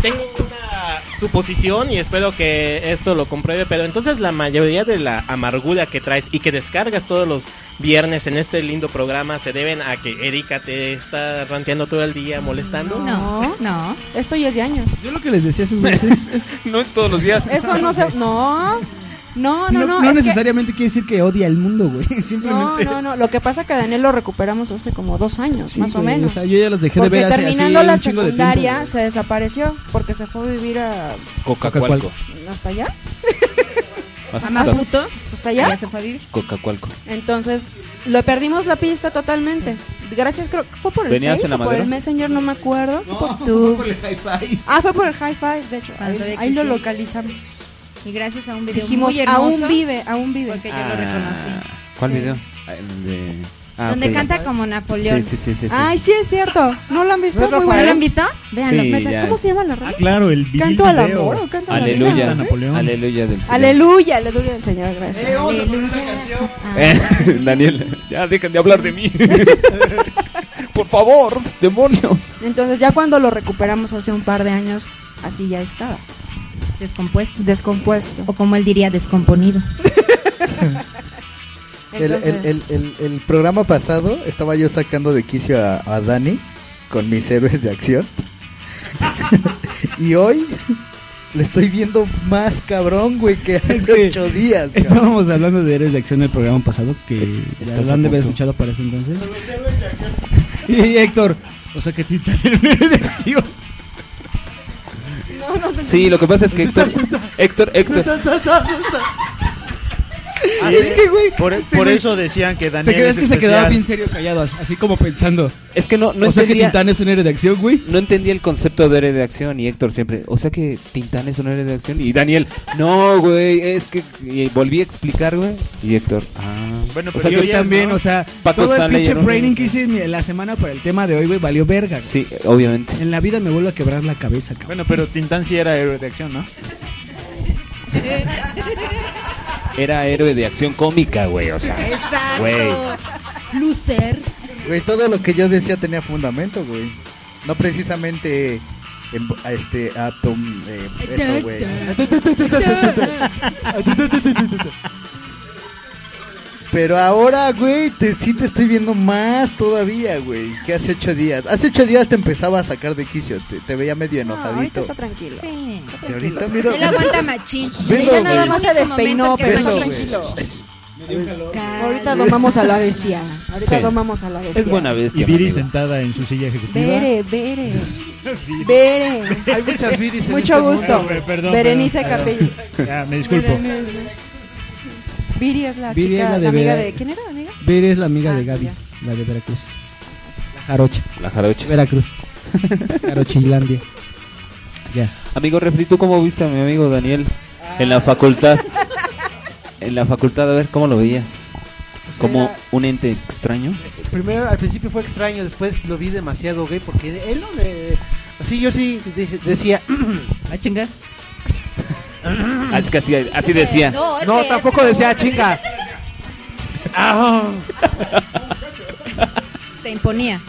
Speaker 7: tengo una suposición y espero que esto lo compruebe, pero entonces la mayoría de la amargura que traes y que descargas todos los viernes en este lindo programa se deben a que Erika te está ranteando todo el día, molestando.
Speaker 8: No, no. Esto ya es de años.
Speaker 6: Yo lo que les decía hace un es,
Speaker 2: No es todos los días.
Speaker 8: Eso no se. No. No, no, no.
Speaker 6: no,
Speaker 8: es que-
Speaker 6: necesariamente quiere decir que odia al mundo, güey. Simplemente.
Speaker 8: No, no, no. Lo que pasa es que a Daniel lo recuperamos hace como dos años,
Speaker 6: Sí,
Speaker 8: más o
Speaker 6: güey,
Speaker 8: menos.
Speaker 6: o sea, yo ya los dejé de
Speaker 8: Porque
Speaker 6: ver hace-
Speaker 8: terminando
Speaker 6: hace
Speaker 8: la
Speaker 6: un chingo de tiempo,
Speaker 8: secundaria
Speaker 6: güey.
Speaker 8: se desapareció porque se fue a vivir a
Speaker 2: Coca-Cualco.
Speaker 8: hasta allá.
Speaker 2: Hasta-
Speaker 8: Mamá puto, hasta allá.
Speaker 3: Allá se fue a vivir.
Speaker 2: Coca-Cualco.
Speaker 8: Entonces, lo perdimos la pista totalmente. Gracias, creo que fue por el
Speaker 2: ¿Venías
Speaker 8: Face
Speaker 2: en la
Speaker 8: o por el
Speaker 2: madera?
Speaker 8: Messenger, no me acuerdo.
Speaker 3: Pues
Speaker 8: Por- Ah, fue por el Hi-Fi, de hecho. Ahí,
Speaker 3: Cuando
Speaker 8: ahí lo
Speaker 3: existía.
Speaker 8: localizamos.
Speaker 3: Y gracias a un video
Speaker 8: Dijimos,
Speaker 3: muy hermoso.
Speaker 8: aún vive, aún vive.
Speaker 3: Porque yo lo reconocí.
Speaker 2: Ah, ¿Cuál video? Ah, el de- ah,
Speaker 3: Donde
Speaker 2: ok.
Speaker 3: canta como Napoleón.
Speaker 2: Sí, sí, sí, sí, sí.
Speaker 8: Ay, sí es cierto. No lo han visto. muy bueno.
Speaker 3: ¿No lo han visto? Véanlo.
Speaker 2: Sí,
Speaker 8: Neta,
Speaker 2: ya
Speaker 8: ¿Cómo
Speaker 2: es.
Speaker 8: se llama la rola?
Speaker 9: Ah, Claro, el
Speaker 8: Canto al amor o canto a la
Speaker 2: Aleluya.
Speaker 8: vida, ¿no?
Speaker 2: Aleluya del Señor.
Speaker 8: Aleluya, aleluya al Señor, gracias. Ah.
Speaker 2: Eh, Daniel, ya dejen de hablar de mí. Por favor, demonios.
Speaker 8: Entonces ya cuando lo recuperamos hace un par de años, así ya estaba.
Speaker 3: Descompuesto.
Speaker 8: Descompuesto.
Speaker 3: O como él diría, descomponido.
Speaker 5: El, el-
Speaker 3: Entonces-
Speaker 5: el- el- el programa pasado estaba yo sacando de quicio a, a Dani con mis héroes de acción. y hoy le estoy viendo más cabrón, güey, que hace
Speaker 6: que
Speaker 5: ocho días. cabrón.
Speaker 6: Estábamos hablando de héroes de acción en el programa pasado que ya
Speaker 5: Estás
Speaker 6: lo
Speaker 5: a
Speaker 6: han de haber
Speaker 5: punto.
Speaker 6: escuchado para ese entonces. y Héctor, o sea que Tita era un héroe de acción.
Speaker 2: Sí, lo que pasa es que Héctor, Héctor, Héctor,
Speaker 8: Ah,
Speaker 13: Así
Speaker 6: es que, güey,
Speaker 13: Por,
Speaker 6: este
Speaker 13: por
Speaker 6: güey-
Speaker 13: eso decían que Daniel
Speaker 6: Se queda-
Speaker 13: es
Speaker 6: es que se quedaba
Speaker 13: especial.
Speaker 6: bien serio callado, así- así como pensando.
Speaker 2: Es que no, no
Speaker 6: O sea que
Speaker 2: entendía-
Speaker 6: Tintán es un héroe de acción, güey.
Speaker 2: No entendía el concepto de héroe de acción y Héctor siempre, o sea que Tintán es un héroe de acción y Daniel, no, güey, es que y volví a explicar, güey, y Héctor, ah.
Speaker 13: Bueno,
Speaker 6: O sea, yo también, o sea,
Speaker 2: Paco
Speaker 6: todo el
Speaker 2: Stanley
Speaker 6: pinche
Speaker 2: era un-
Speaker 6: training que hice en la semana para el tema de hoy, güey, valió verga. güey.
Speaker 2: Sí, obviamente.
Speaker 6: En la vida me vuelvo a quebrar la cabeza, cabrón.
Speaker 13: Bueno, pero Tintán sí era héroe de acción, ¿no?
Speaker 2: Era héroe de acción cómica, güey, o sea. Güey.
Speaker 8: Lucer.
Speaker 5: Güey, todo lo que yo decía tenía fundamento, güey. No precisamente em, a este Atom eh, eso, güey. Pero ahora, güey, te, sí te estoy viendo más todavía, güey, que hace ocho días. Hace ocho días te empezaba a sacar de quicio, te, te veía medio
Speaker 8: ahorita
Speaker 5: enojadito.
Speaker 8: está tranquilo.
Speaker 3: Sí.
Speaker 5: Y ahorita, mira,
Speaker 3: Él aguanta machín.
Speaker 5: Velo,
Speaker 3: Ella
Speaker 5: güey.
Speaker 3: nada más se despeinó, pero
Speaker 5: Velo,
Speaker 3: está
Speaker 5: güey.
Speaker 3: tranquilo.
Speaker 8: Ahorita domamos a la bestia. Ahorita
Speaker 9: Sí.
Speaker 8: domamos a la bestia.
Speaker 9: Es buena
Speaker 2: bestia.
Speaker 9: Y Viri sentada en su silla ejecutiva.
Speaker 8: Bere, Bere. Bere.
Speaker 13: Hay muchas Viris en
Speaker 8: Mucho
Speaker 13: este
Speaker 8: gusto.
Speaker 13: mundo, güey, perdón,
Speaker 8: Berenice
Speaker 13: perdón,
Speaker 8: Capello.
Speaker 13: perdón. Ya, me disculpo.
Speaker 8: Viri es la
Speaker 15: Viri
Speaker 8: chica,
Speaker 15: es la
Speaker 8: la,
Speaker 15: de
Speaker 8: amiga
Speaker 15: Vera-
Speaker 8: de. ¿Quién era la amiga?
Speaker 15: Viri es la
Speaker 13: Ah,
Speaker 15: amiga de Gaby, la de Veracruz. La jarocha.
Speaker 2: La jarocha.
Speaker 15: Veracruz. Jarochilandia. Ya.
Speaker 2: Amigo Refri, ¿tú cómo viste a mi amigo Daniel en la facultad? En la facultad, a ver, ¿cómo lo veías? ¿Como
Speaker 4: era-
Speaker 2: un ente extraño?
Speaker 4: Primero, al principio fue extraño, después lo vi demasiado gay porque él no me... Sí, yo sí de- decía...
Speaker 3: Ah, chinga.
Speaker 2: Así, Ah, que así, así decía.
Speaker 3: No, es
Speaker 4: No,
Speaker 3: que-
Speaker 4: tampoco decía chinga. Ah.
Speaker 3: Te imponía.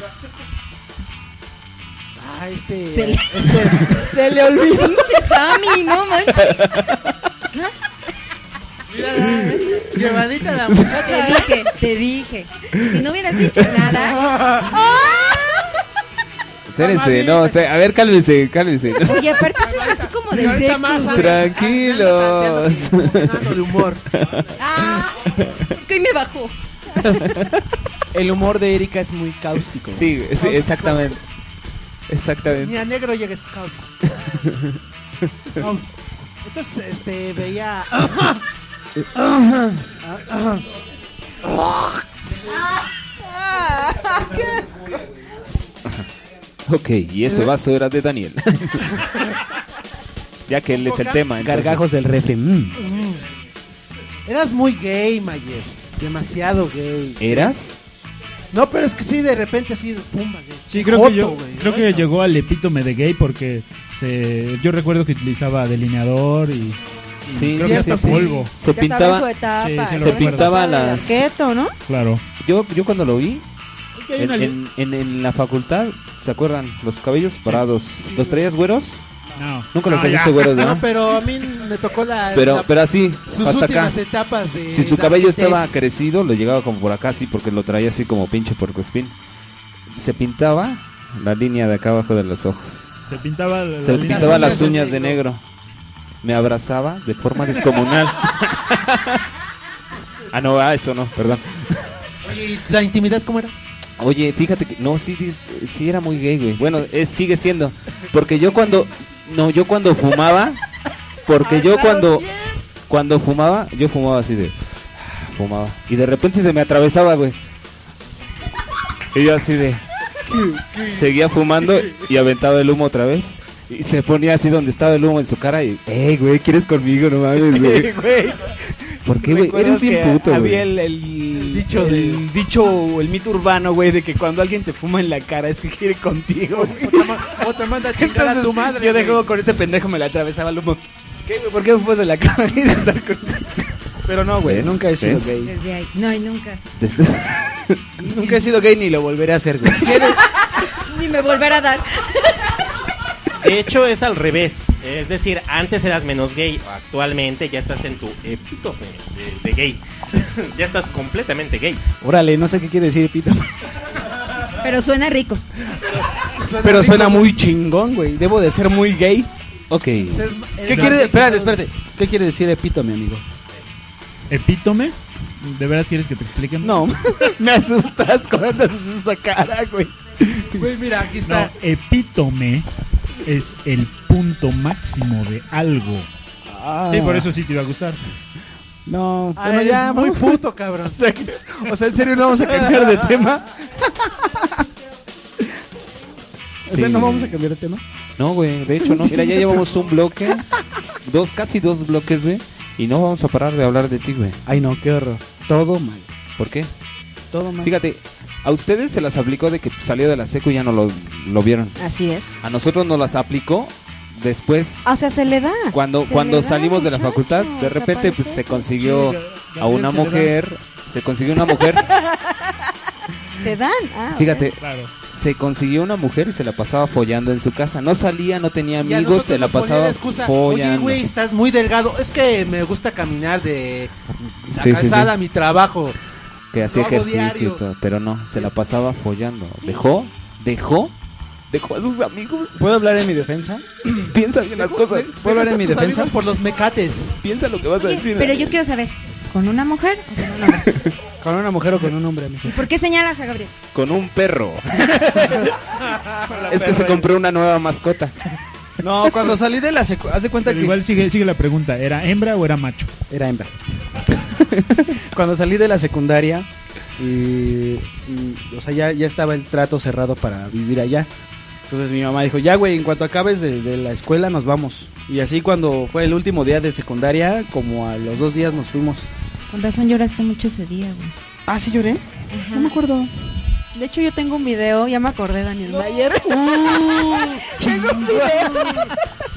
Speaker 4: Ah, este...
Speaker 3: Se le-
Speaker 4: este-
Speaker 8: Se le olvidó.
Speaker 3: Pinche Sammy, no manches.
Speaker 4: Llevadita la
Speaker 3: Te dije, te dije. Si no hubieras dicho nada.
Speaker 2: Espérense, no, espé- a ver, cálmense, cálmense. ¿no?
Speaker 3: Oye, aparte eso es así como de
Speaker 4: ahorita
Speaker 3: secu,
Speaker 4: más,
Speaker 3: güey.
Speaker 2: Tranquilos.
Speaker 4: de humor.
Speaker 3: Ah, que me bajó.
Speaker 6: El humor de Erika es muy cáustico.
Speaker 2: Sí, sí, exactamente.
Speaker 4: Ni
Speaker 2: Exactamente.
Speaker 4: a negro llegues caos. Caos. Entonces, este, veía...
Speaker 2: Ok, y ese vaso era de Daniel. ya que él es el tema. entonces.
Speaker 6: Gargajos del refri. mm.
Speaker 4: Eras muy gay, Mayer. Demasiado gay.
Speaker 2: ¿Eras?
Speaker 4: No, pero es que sí, de repente así, pumba. güey.
Speaker 9: Sí, creo
Speaker 4: Joto,
Speaker 9: que, yo,
Speaker 4: güey.
Speaker 9: creo que llegó al epítome de gay porque se, yo recuerdo que utilizaba delineador y, y
Speaker 2: Sí,
Speaker 9: creo
Speaker 2: sí,
Speaker 9: que
Speaker 2: sí,
Speaker 9: hasta
Speaker 2: sí.
Speaker 9: polvo.
Speaker 2: Se
Speaker 8: Ya
Speaker 2: pintaba.
Speaker 8: sabe su etapa,
Speaker 9: Sí, sí, lo
Speaker 8: sabe
Speaker 9: se
Speaker 8: su etapa
Speaker 2: pintaba
Speaker 8: del
Speaker 2: las-
Speaker 8: arqueto, ¿no?
Speaker 9: Claro.
Speaker 2: Yo, yo cuando lo vi
Speaker 9: hay
Speaker 2: en,
Speaker 9: una li-
Speaker 2: en- en- en la facultad, ¿se acuerdan? Los cabellos parados. ¿Los traías güeros?
Speaker 9: No.
Speaker 2: Nunca los
Speaker 9: No,
Speaker 2: he
Speaker 9: ya.
Speaker 2: visto güeros, ¿no?
Speaker 4: Ah, No, pero a mí me tocó la.
Speaker 2: Pero-
Speaker 4: la-
Speaker 2: pero así,
Speaker 4: Sus
Speaker 2: hasta
Speaker 4: últimas
Speaker 2: acá.
Speaker 4: etapas de.
Speaker 2: Si su
Speaker 4: la
Speaker 2: cabello
Speaker 4: adultez.
Speaker 2: estaba crecido, lo llegaba como por acá, sí, porque lo traía así como pinche porcoespín. Se pintaba la línea de acá abajo de los ojos.
Speaker 9: Se pintaba, la-
Speaker 2: Se
Speaker 9: la línea
Speaker 2: pintaba
Speaker 9: azul.
Speaker 2: las uñas de negro. Me abrazaba de forma descomunal. ah, no, ah, eso no, perdón.
Speaker 4: Oye, ¿y la intimidad cómo era?
Speaker 2: Oye, fíjate que no, sí, dis- sí era muy gay, güey. Bueno, es, sigue siendo, porque yo cuando no, yo cuando fumaba, porque yo cuando cuando fumaba, yo fumaba así de fumaba y de repente se me atravesaba, güey. Y yo así de seguía fumando y aventaba el humo otra vez. Y se ponía así donde estaba el humo en su cara y, hey, güey, ¿quieres conmigo? No mames, güey. ¿Por qué, güey?
Speaker 6: ¿Recuerdas
Speaker 2: Eres
Speaker 6: que
Speaker 2: bien puto,
Speaker 6: Había
Speaker 2: güey.
Speaker 6: el, el- el dicho o el mito urbano, güey, de que cuando alguien te fuma en la cara es que quiere contigo. güey.
Speaker 13: O te manda a chingar
Speaker 6: Entonces,
Speaker 13: a tu madre.
Speaker 6: yo
Speaker 13: güey.
Speaker 6: de juego con este pendejo me la atravesaba el humo. ¿Qué, güey? ¿Por qué me fumas en la cara? Y estar con- Pero no, güey,
Speaker 2: ¿Ves?
Speaker 6: nunca he sido
Speaker 2: ¿Ves?
Speaker 6: gay.
Speaker 3: Desde ahí. No, y nunca.
Speaker 6: Nunca he sido gay ni lo volveré a hacer, güey.
Speaker 3: Ni me volverá a dar.
Speaker 7: De hecho, es al revés. Es decir, antes eras menos gay. Actualmente ya estás en tu epítome de, de gay. ya estás completamente gay.
Speaker 6: Órale, no sé qué quiere decir, pito.
Speaker 3: Pero suena rico.
Speaker 6: Pero suena muy chingón, güey. Debo de ser muy gay.
Speaker 2: Ok.
Speaker 6: ¿Qué quiere de- Espérate, espérate. ¿Qué quiere decir epítome, amigo?
Speaker 9: ¿Epítome? ¿De veras quieres que te expliquen?
Speaker 6: No, me asustas cuando haces esa cara, güey.
Speaker 4: Güey, mira, aquí
Speaker 9: No,
Speaker 4: está.
Speaker 9: epítome es
Speaker 2: Ah.
Speaker 9: el punto máximo de algo. Sí, por eso sí te iba a gustar.
Speaker 13: No.
Speaker 4: Ah,
Speaker 6: Ah,
Speaker 16: Ay, ya, muy puto, cabrón. O sea, que- o sea, en serio no vamos a cambiar de tema.
Speaker 13: O sea,
Speaker 2: Sí.
Speaker 13: no vamos a cambiar de tema.
Speaker 2: No, güey, de hecho no. Mira, ya llevamos un bloque, dos, casi dos bloques, güey, y no vamos a parar de hablar de ti, güey.
Speaker 13: Ay, no, qué horror. Todo mal.
Speaker 2: ¿Por qué?
Speaker 13: Todo mal.
Speaker 2: Fíjate, a ustedes se las aplicó de que salió de la seco y ya no lo, lo vieron.
Speaker 8: Así es.
Speaker 2: A nosotros nos las aplicó después,
Speaker 8: Ah, O sea, se le da.
Speaker 2: cuando,
Speaker 8: Se
Speaker 2: cuando
Speaker 8: le da,
Speaker 2: salimos de la facultad, de repente pues, se consiguió a una mujer, se consiguió una mujer,
Speaker 8: Se dan. Ah,
Speaker 2: fíjate,
Speaker 8: bueno.
Speaker 2: se consiguió una mujer y se la pasaba follando en su casa. No salía, no tenía
Speaker 4: Y a
Speaker 2: amigos, se
Speaker 4: nosotros
Speaker 2: la
Speaker 4: nos ponía
Speaker 2: pasaba
Speaker 4: excusa, Oye,
Speaker 2: follando.
Speaker 4: güey, estás muy delgado. Es que me gusta caminar de la
Speaker 2: Sí, sí,
Speaker 4: calzada
Speaker 2: sí.
Speaker 4: a mi trabajo.
Speaker 2: que hacía
Speaker 4: Lo hago
Speaker 2: ejercicio
Speaker 4: diario.
Speaker 2: y todo, pero no, se la pasaba follando. Dejó, dejó, dejó a sus amigos.
Speaker 6: ¿Puedo hablar en mi defensa?
Speaker 2: Piensa bien las cosas.
Speaker 6: ¿Puedo hablar en mi
Speaker 4: Tus amigos
Speaker 6: defensa?
Speaker 4: por los mecates.
Speaker 2: Piensa lo que vas
Speaker 3: Oye, pero yo quiero saber, ¿con una mujer? o con un hombre?
Speaker 13: ¿Con una mujer o con un hombre? amigo?
Speaker 3: ¿Por qué señalas a Gabriel?
Speaker 2: Con un perro. es que se compró una nueva mascota.
Speaker 6: No, cuando salí de la secu... Haz de cuenta
Speaker 17: Pero
Speaker 6: que...
Speaker 17: igual sigue, sigue la pregunta, ¿era hembra o era macho?
Speaker 6: Era hembra. Cuando salí de la secundaria, y, y, o sea, ya, ya estaba el trato cerrado para vivir allá. Entonces mi mamá dijo, ya güey, en cuanto acabes de, de la escuela nos vamos. Y así cuando fue el último día de secundaria, como a los dos días nos fuimos.
Speaker 3: Con razón lloraste mucho ese día, güey.
Speaker 8: Ah, sí lloré. No me acuerdo. De hecho, yo tengo un video, ya me acordé, Daniel Mayer. tengo un video.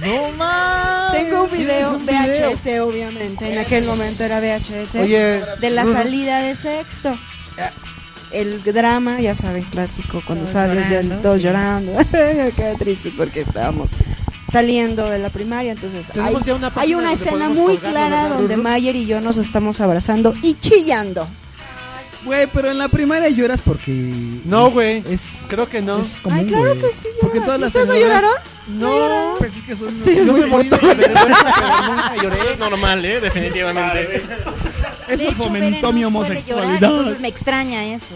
Speaker 6: No mames.
Speaker 8: Tengo un video,
Speaker 6: Tienes un video.
Speaker 8: VHS, obviamente. En aquel momento era VHS.
Speaker 6: Oye,
Speaker 8: de la
Speaker 6: Bruno.
Speaker 8: salida de sexto. El drama, ya saben, clásico, cuando
Speaker 18: Todos
Speaker 8: sales del
Speaker 18: llorando,
Speaker 8: todos
Speaker 18: sí.
Speaker 8: llorando. Qué triste porque estábamos saliendo de la primaria, entonces hay,
Speaker 4: Tenemos ya una
Speaker 8: hay
Speaker 4: página
Speaker 8: una
Speaker 4: donde
Speaker 8: escena
Speaker 4: podemos
Speaker 8: muy
Speaker 4: colgar,
Speaker 8: clara
Speaker 4: ¿verdad,
Speaker 8: donde
Speaker 4: Bruno?
Speaker 8: Mayer y yo nos estamos abrazando y chillando.
Speaker 6: Güey, pero en la primaria lloras porque...
Speaker 4: No, güey. Creo que no.
Speaker 8: Ay, claro que sí lloran.
Speaker 6: Porque todas las
Speaker 8: ¿Ustedes no
Speaker 6: señoras-
Speaker 8: lloraron?
Speaker 6: No, pues es que son...
Speaker 8: Sí, es
Speaker 6: Yo
Speaker 8: muy
Speaker 6: me morí de
Speaker 8: mortal.
Speaker 6: vergüenza,
Speaker 7: pero nunca lloré. Es normal, ¿eh? Definitivamente.
Speaker 3: De
Speaker 17: Eso
Speaker 3: hecho,
Speaker 17: fomentó
Speaker 3: Beren
Speaker 17: mi
Speaker 3: no suele
Speaker 17: homosexualidad.
Speaker 3: llorar, entonces me extraña eso.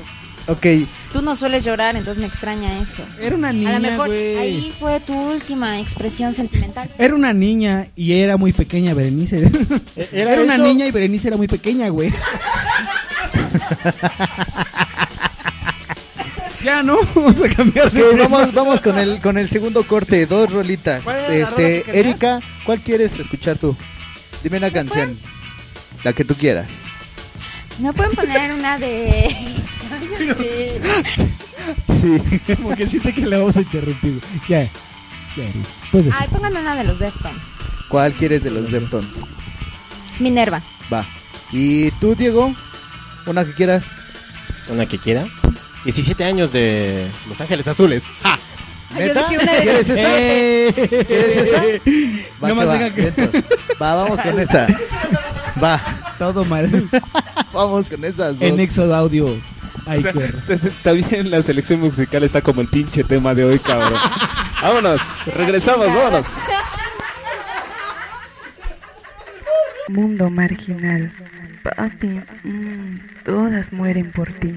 Speaker 6: Ok,
Speaker 3: Tú no sueles llorar, entonces me extraña eso.
Speaker 17: Era una
Speaker 3: A
Speaker 17: niña,
Speaker 3: lo mejor
Speaker 17: güey.
Speaker 3: ahí fue tu última expresión sentimental.
Speaker 13: Era una niña y era muy pequeña Berenice.
Speaker 6: E,
Speaker 13: Era, una
Speaker 3: eso?
Speaker 13: niña y Berenice era muy pequeña, güey. ya no, vamos a cambiar de
Speaker 5: Ok,
Speaker 13: tema.
Speaker 5: vamos, vamos con el con el segundo corte, dos rolitas.
Speaker 13: ¿Cuál era la rola
Speaker 5: Este,
Speaker 13: que querías?
Speaker 5: Erika, ¿cuál quieres escuchar tú? Dime una canción. La que tú quieras.
Speaker 3: ¿No pueden poner una de... Cállate.
Speaker 5: Sí.
Speaker 17: Como que siente que la vamos a interrumpir. Ya, ya, pues
Speaker 3: Ay, pónganme una de los Deftones.
Speaker 5: ¿Cuál quieres de los Deftones?
Speaker 3: Minerva.
Speaker 5: Va. ¿Y tú, Diego? Una que quieras.
Speaker 7: Una que quiera. 17 años de Los Ángeles Azules. ¡Ja!
Speaker 3: Ay, yo dije una de-
Speaker 5: ¿Quieres esa?
Speaker 17: Eh.
Speaker 5: ¿Quieres esa? Va,
Speaker 7: Nomás
Speaker 5: que va,
Speaker 7: diga que-
Speaker 5: vientos. Va, vamos con esa. Va.
Speaker 13: Todo mal.
Speaker 5: vamos con esas dos.
Speaker 13: En Exodo Audio. Ay,
Speaker 2: O sea,
Speaker 13: qué horror.
Speaker 2: t- t- También la selección musical está como el pinche tema de hoy, cabrón. vámonos, regresamos, vámonos.
Speaker 10: Mundo marginal. Papi, mm, todas mueren por ti.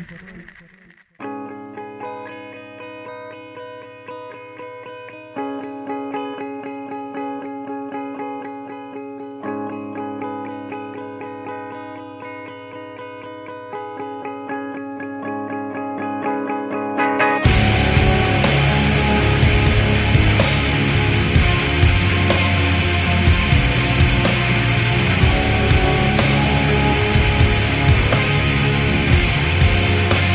Speaker 19: Mundo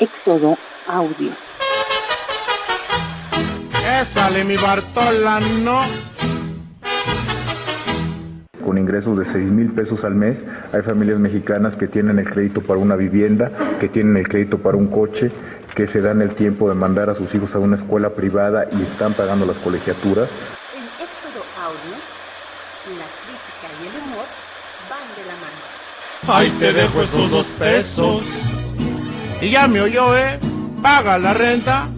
Speaker 20: Éxodo Audio.
Speaker 21: Eh, Sale mi Bartola, no.
Speaker 22: Con ingresos de 6 mil pesos al mes, hay familias mexicanas que tienen el crédito para una vivienda, que tienen el crédito para un coche, que se dan el tiempo de mandar a sus hijos a una escuela privada y están pagando las colegiaturas.
Speaker 20: En Éxodo Audio, la crítica y el humor van de la mano.
Speaker 21: Ahí te dejo esos dos pesos. Y ya me oyó, ¿eh? Paga la renta,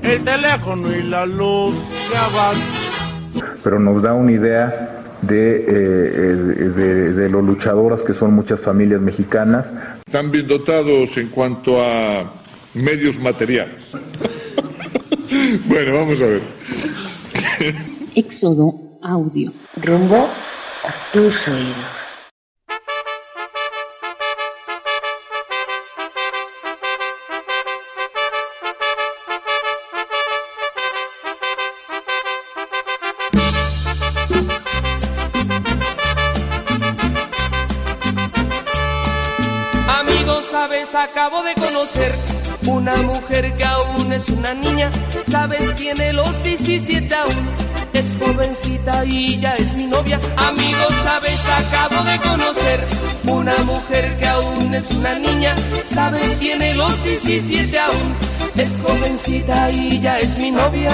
Speaker 21: el teléfono y la luz. Ya vas.
Speaker 22: pero nos da una idea de, eh, eh, de, de lo luchadoras que son muchas familias mexicanas.
Speaker 23: Están bien dotados en cuanto a medios materiales. bueno, vamos a ver.
Speaker 20: Éxodo Audio. Rumbo a tus oídos.
Speaker 24: Amigos, sabes, acabo de conocer una mujer que aún es una niña. Sabes, tiene los 17 aún. Es jovencita y ya es mi novia. Amigos, sabes, acabo de conocer una mujer que aún es una niña. Sabes, tiene los 17 aún. Es jovencita y ya es mi novia.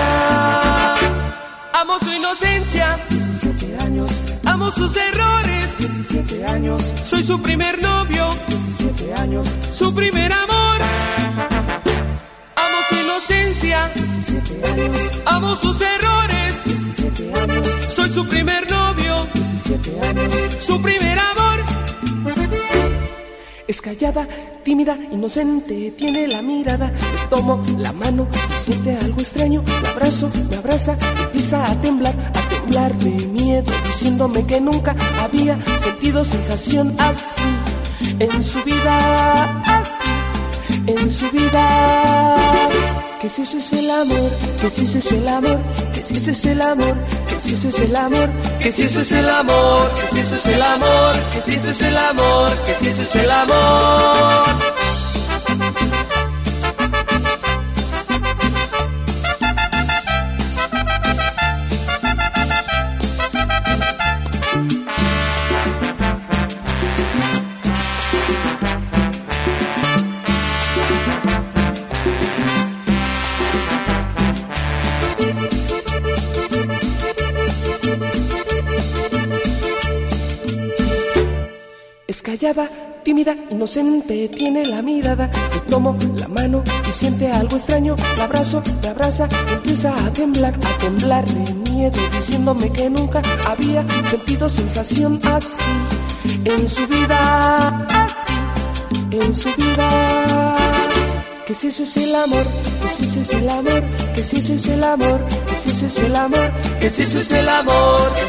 Speaker 24: Amo su inocencia, 17 años. Amo sus errores, 17 años. Soy su primer novio, 17 años. Su primer amor. Amo su inocencia, 17 años. Amo sus errores, 17 años. Soy su primer novio, 17 años. Su primer amor. Es callada, tímida, inocente, tiene la mirada. Le tomo la mano y siente algo extraño. La abrazo, me abraza, empieza a temblar, a temblar de miedo, diciéndome que nunca había sentido sensación así en su vida, así en su vida. Que si eso es el amor, que si eso es el amor, que si eso es el amor, que si eso es el amor, que si eso es el amor, que si eso es el amor, que si eso es el amor, que si eso es el amor. Es callada, tímida, inocente, tiene la mirada. Le tomo la mano y siente algo extraño. La abrazo, la abraza, empieza a temblar, a temblar de miedo, diciéndome que nunca había sentido sensación así en su vida, así en su vida. Que si eso es el amor, que si eso es el amor, que si eso es el amor, que si eso es el amor, que si eso es el amor, que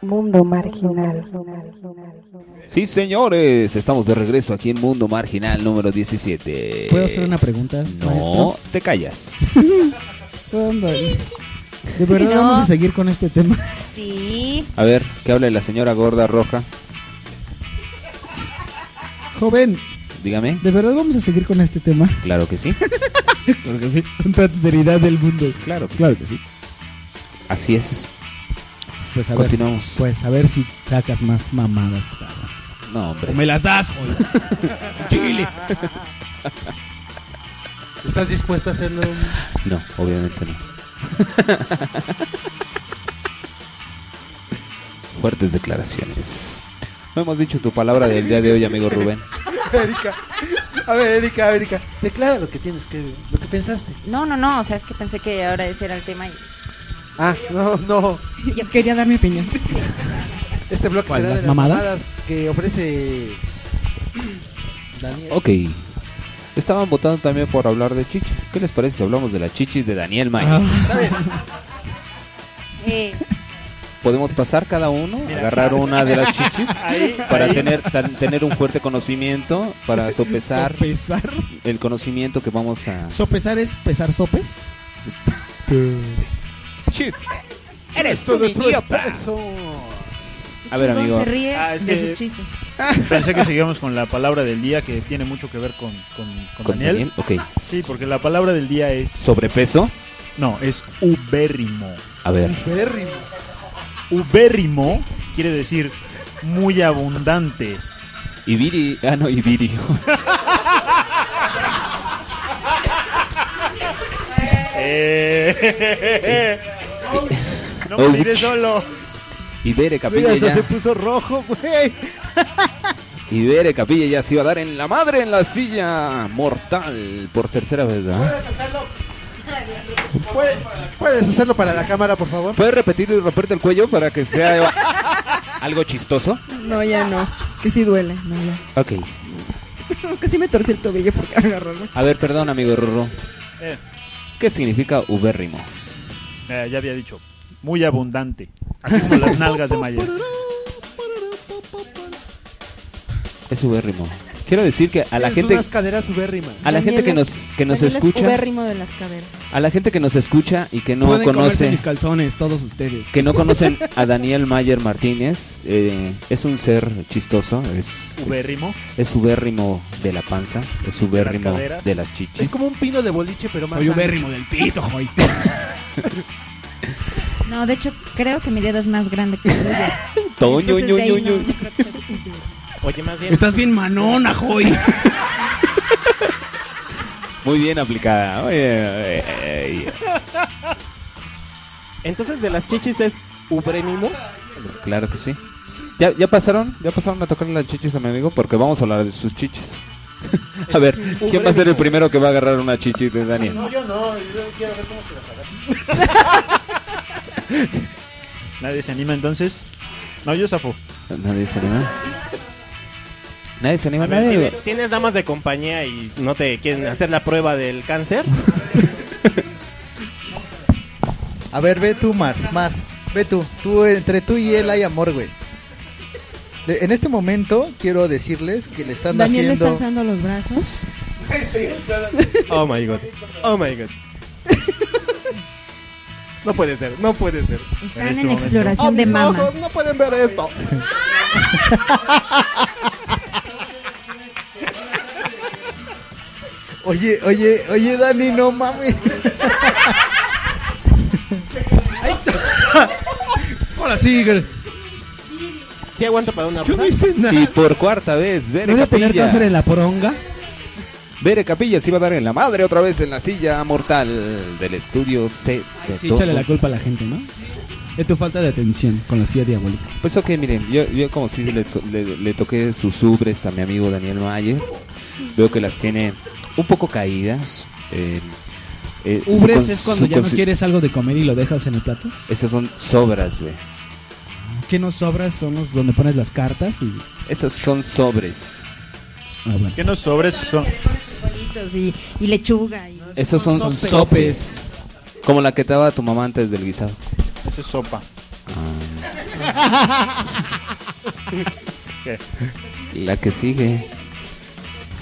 Speaker 13: Mundo marginal.
Speaker 2: Sí, señores, estamos de regreso aquí en Mundo Marginal número 17.
Speaker 6: ¿Puedo hacer una pregunta?
Speaker 2: No,
Speaker 6: maestro?
Speaker 2: te callas.
Speaker 6: Ándale. De verdad
Speaker 11: No.
Speaker 6: vamos a seguir con este tema.
Speaker 11: Sí.
Speaker 2: A ver, que hable la señora gorda roja.
Speaker 6: Joven,
Speaker 2: Dígame.
Speaker 6: de verdad vamos a seguir con este tema.
Speaker 2: Claro que sí.
Speaker 6: Claro que sí. Con toda tu seriedad del mundo.
Speaker 2: Claro que
Speaker 6: claro
Speaker 2: sí.
Speaker 6: que sí.
Speaker 2: Así es.
Speaker 6: Pues a
Speaker 2: Continuamos.
Speaker 6: ver. Pues a ver si sacas más mamadas.
Speaker 2: No, hombre.
Speaker 6: O me las das, joder. Chile.
Speaker 4: ¿Estás dispuesto a hacerlo?
Speaker 2: No, obviamente no. Fuertes declaraciones. No hemos dicho tu palabra del día de hoy, amigo Rubén.
Speaker 4: Erika. A ver, Erika, Erika. Declara lo que tienes que. Lo que pensaste.
Speaker 11: No, no, no. O sea, es que pensé que ahora ese era el tema. Y...
Speaker 4: Ah, no, no.
Speaker 11: Yo quería dar mi opinión.
Speaker 4: Este bloque
Speaker 6: ¿Cuál,
Speaker 4: será
Speaker 6: las
Speaker 4: de
Speaker 6: mamadas?
Speaker 4: que ofrece. Daniel.
Speaker 2: Ok. Estaban votando también por hablar de chichis. ¿Qué les parece si hablamos de las chichis de Daniel Mayer?
Speaker 11: Eh,
Speaker 2: Podemos pasar cada uno, agarrar una de las chichis
Speaker 11: Ahí,
Speaker 2: para
Speaker 11: ahí.
Speaker 2: tener tan- tener un fuerte conocimiento para sopesar,
Speaker 6: ¿Sopesar?
Speaker 2: el conocimiento que vamos a
Speaker 6: ¿Sopesar es pesar sopes?
Speaker 2: Chis.
Speaker 6: Eres
Speaker 2: un
Speaker 6: idiota.
Speaker 9: A ver, amigo.
Speaker 11: se ríe
Speaker 9: Ah, es
Speaker 11: de
Speaker 9: que-
Speaker 11: sus chistes.
Speaker 9: Pensé que seguíamos con la palabra del día que tiene mucho que ver con, con, con
Speaker 2: ¿Con
Speaker 9: Daniel.
Speaker 2: Daniel?
Speaker 9: Sí, porque la palabra del día es.
Speaker 2: sobrepeso.
Speaker 9: No, es ubérrimo.
Speaker 2: A ver.
Speaker 9: Ubérrimo. Ubérrimo quiere decir muy abundante.
Speaker 2: Ibiri, ah no, Ibiri.
Speaker 9: Eh, no
Speaker 2: Ouch.
Speaker 9: moriré solo.
Speaker 2: Ibere
Speaker 9: Mira,
Speaker 2: Capilla
Speaker 9: hasta
Speaker 2: ya.
Speaker 9: se
Speaker 2: puso rojo, güey. Ibere Capilla ya se iba a dar en la madre en la silla mortal por tercera vez, ¿verdad?
Speaker 5: Puede- ¿Puedes hacerlo para la cámara, por favor?
Speaker 2: ¿Puedes repetirlo y romperte el cuello para que sea algo chistoso?
Speaker 8: No, ya no. Que sí duele. No, ya.
Speaker 2: Ok.
Speaker 8: que sí me torcí el tobillo porque agarró. ¿no?
Speaker 2: A ver, perdón, amigo Rorro.
Speaker 9: Eh.
Speaker 2: ¿Qué significa ubérrimo?
Speaker 9: Eh, ya había dicho. Muy abundante. Así como las nalgas de Mayer.
Speaker 2: Es ubérrimo. Quiero decir que a la
Speaker 5: Es
Speaker 2: gente
Speaker 5: unas caderas ubérrimas.
Speaker 2: a la gente que nos que nos
Speaker 8: Daniel Es
Speaker 2: escucha,
Speaker 8: ubérrimo de las caderas.
Speaker 2: a la gente que nos escucha y que no
Speaker 6: Pueden comerse
Speaker 2: conoce
Speaker 6: mis calzones, todos ustedes.
Speaker 2: que no conocen a Daniel Mayer Martínez, eh, es un ser chistoso, es es-
Speaker 9: Ubérrimo.
Speaker 2: es, ubérrimo de la panza, es ubérrimo de las,
Speaker 6: caderas.
Speaker 2: chichis.
Speaker 4: Es como un pino de boliche, pero más
Speaker 6: Soy
Speaker 4: ancho.
Speaker 6: ubérrimo del pito, joy.
Speaker 3: No, de hecho, creo que mi dedo es más grande que el tuyo.
Speaker 2: Toño,
Speaker 3: Entonces, de ahí
Speaker 2: ño, ño,
Speaker 3: no,
Speaker 2: ño.
Speaker 3: no creo que sea así.
Speaker 7: Oye, más bien.
Speaker 6: Estás bien manona, joy.
Speaker 2: Muy bien aplicada. muy bien, eh,
Speaker 7: Entonces, de las chichis es ubrénimo.
Speaker 2: Claro que sí. ¿Ya, ya pasaron? ¿Ya pasaron a tocar las chichis a mi amigo? Porque vamos a hablar de sus chichis. a ver, ¿quién va a ser el primero que va a agarrar una chichi de Daniel?
Speaker 5: No, yo no. Yo quiero ver cómo se la
Speaker 9: Nadie se anima entonces. No, yo zafo.
Speaker 2: Nadie se anima. Nadie se anima.
Speaker 7: Tiene-
Speaker 2: Nadie.
Speaker 7: ¿Tienes damas de compañía y no te quieren hacer la prueba del cáncer?
Speaker 5: A ver, ve tú, Mars, Mars. Ve tú. Tú, entre tú y él hay amor, güey. Le- En este momento quiero decirles que le están
Speaker 8: Daniel le está
Speaker 5: haciendo.
Speaker 8: alzando los brazos.
Speaker 4: Este,
Speaker 7: Oh my god. Oh my god. No puede ser, no puede ser.
Speaker 3: Están
Speaker 7: este
Speaker 10: este
Speaker 3: en,
Speaker 7: Oh,
Speaker 3: exploración de mama.
Speaker 7: no pueden ver esto.
Speaker 5: Oye, oye, oye, Dani, no mames.
Speaker 6: Ahora sí, girl.
Speaker 7: Sí aguanta para una
Speaker 6: Yo
Speaker 7: rosa.
Speaker 6: no hice nada.
Speaker 2: Y por cuarta vez, Bere
Speaker 6: ¿No voy a tener
Speaker 2: Capilla.
Speaker 6: cáncer en la poronga?
Speaker 2: Bere Capilla se iba a dar en la madre otra vez en la silla mortal del estudio C. de
Speaker 6: Sí, échale la
Speaker 2: todos.
Speaker 6: culpa a la gente, ¿no? Es tu falta de atención con la silla diabólica.
Speaker 2: Pues ok, miren, yo, yo como si le, to- le- le toqué sus ubres a mi amigo Daniel Mayer. Veo que las tiene un poco caídas. eh, eh, su
Speaker 6: Ubres
Speaker 2: con-
Speaker 6: es cuando
Speaker 2: su
Speaker 6: ya no
Speaker 2: consi-
Speaker 6: quieres algo de comer y lo dejas en el plato.
Speaker 2: Esas son sobras, güey.
Speaker 6: ¿Qué nos sobras? Son los donde pones las cartas y.
Speaker 2: Esas son sobres.
Speaker 6: Ah,
Speaker 9: ¿Qué nos sobres son?
Speaker 3: Frijolitos Y, y lechuga. y-
Speaker 2: Esos son,
Speaker 9: Son
Speaker 2: sopes. Como la que te daba tu mamá antes del guisado. Ah.
Speaker 9: Eso es sopa. ¿Qué?
Speaker 2: La que sigue.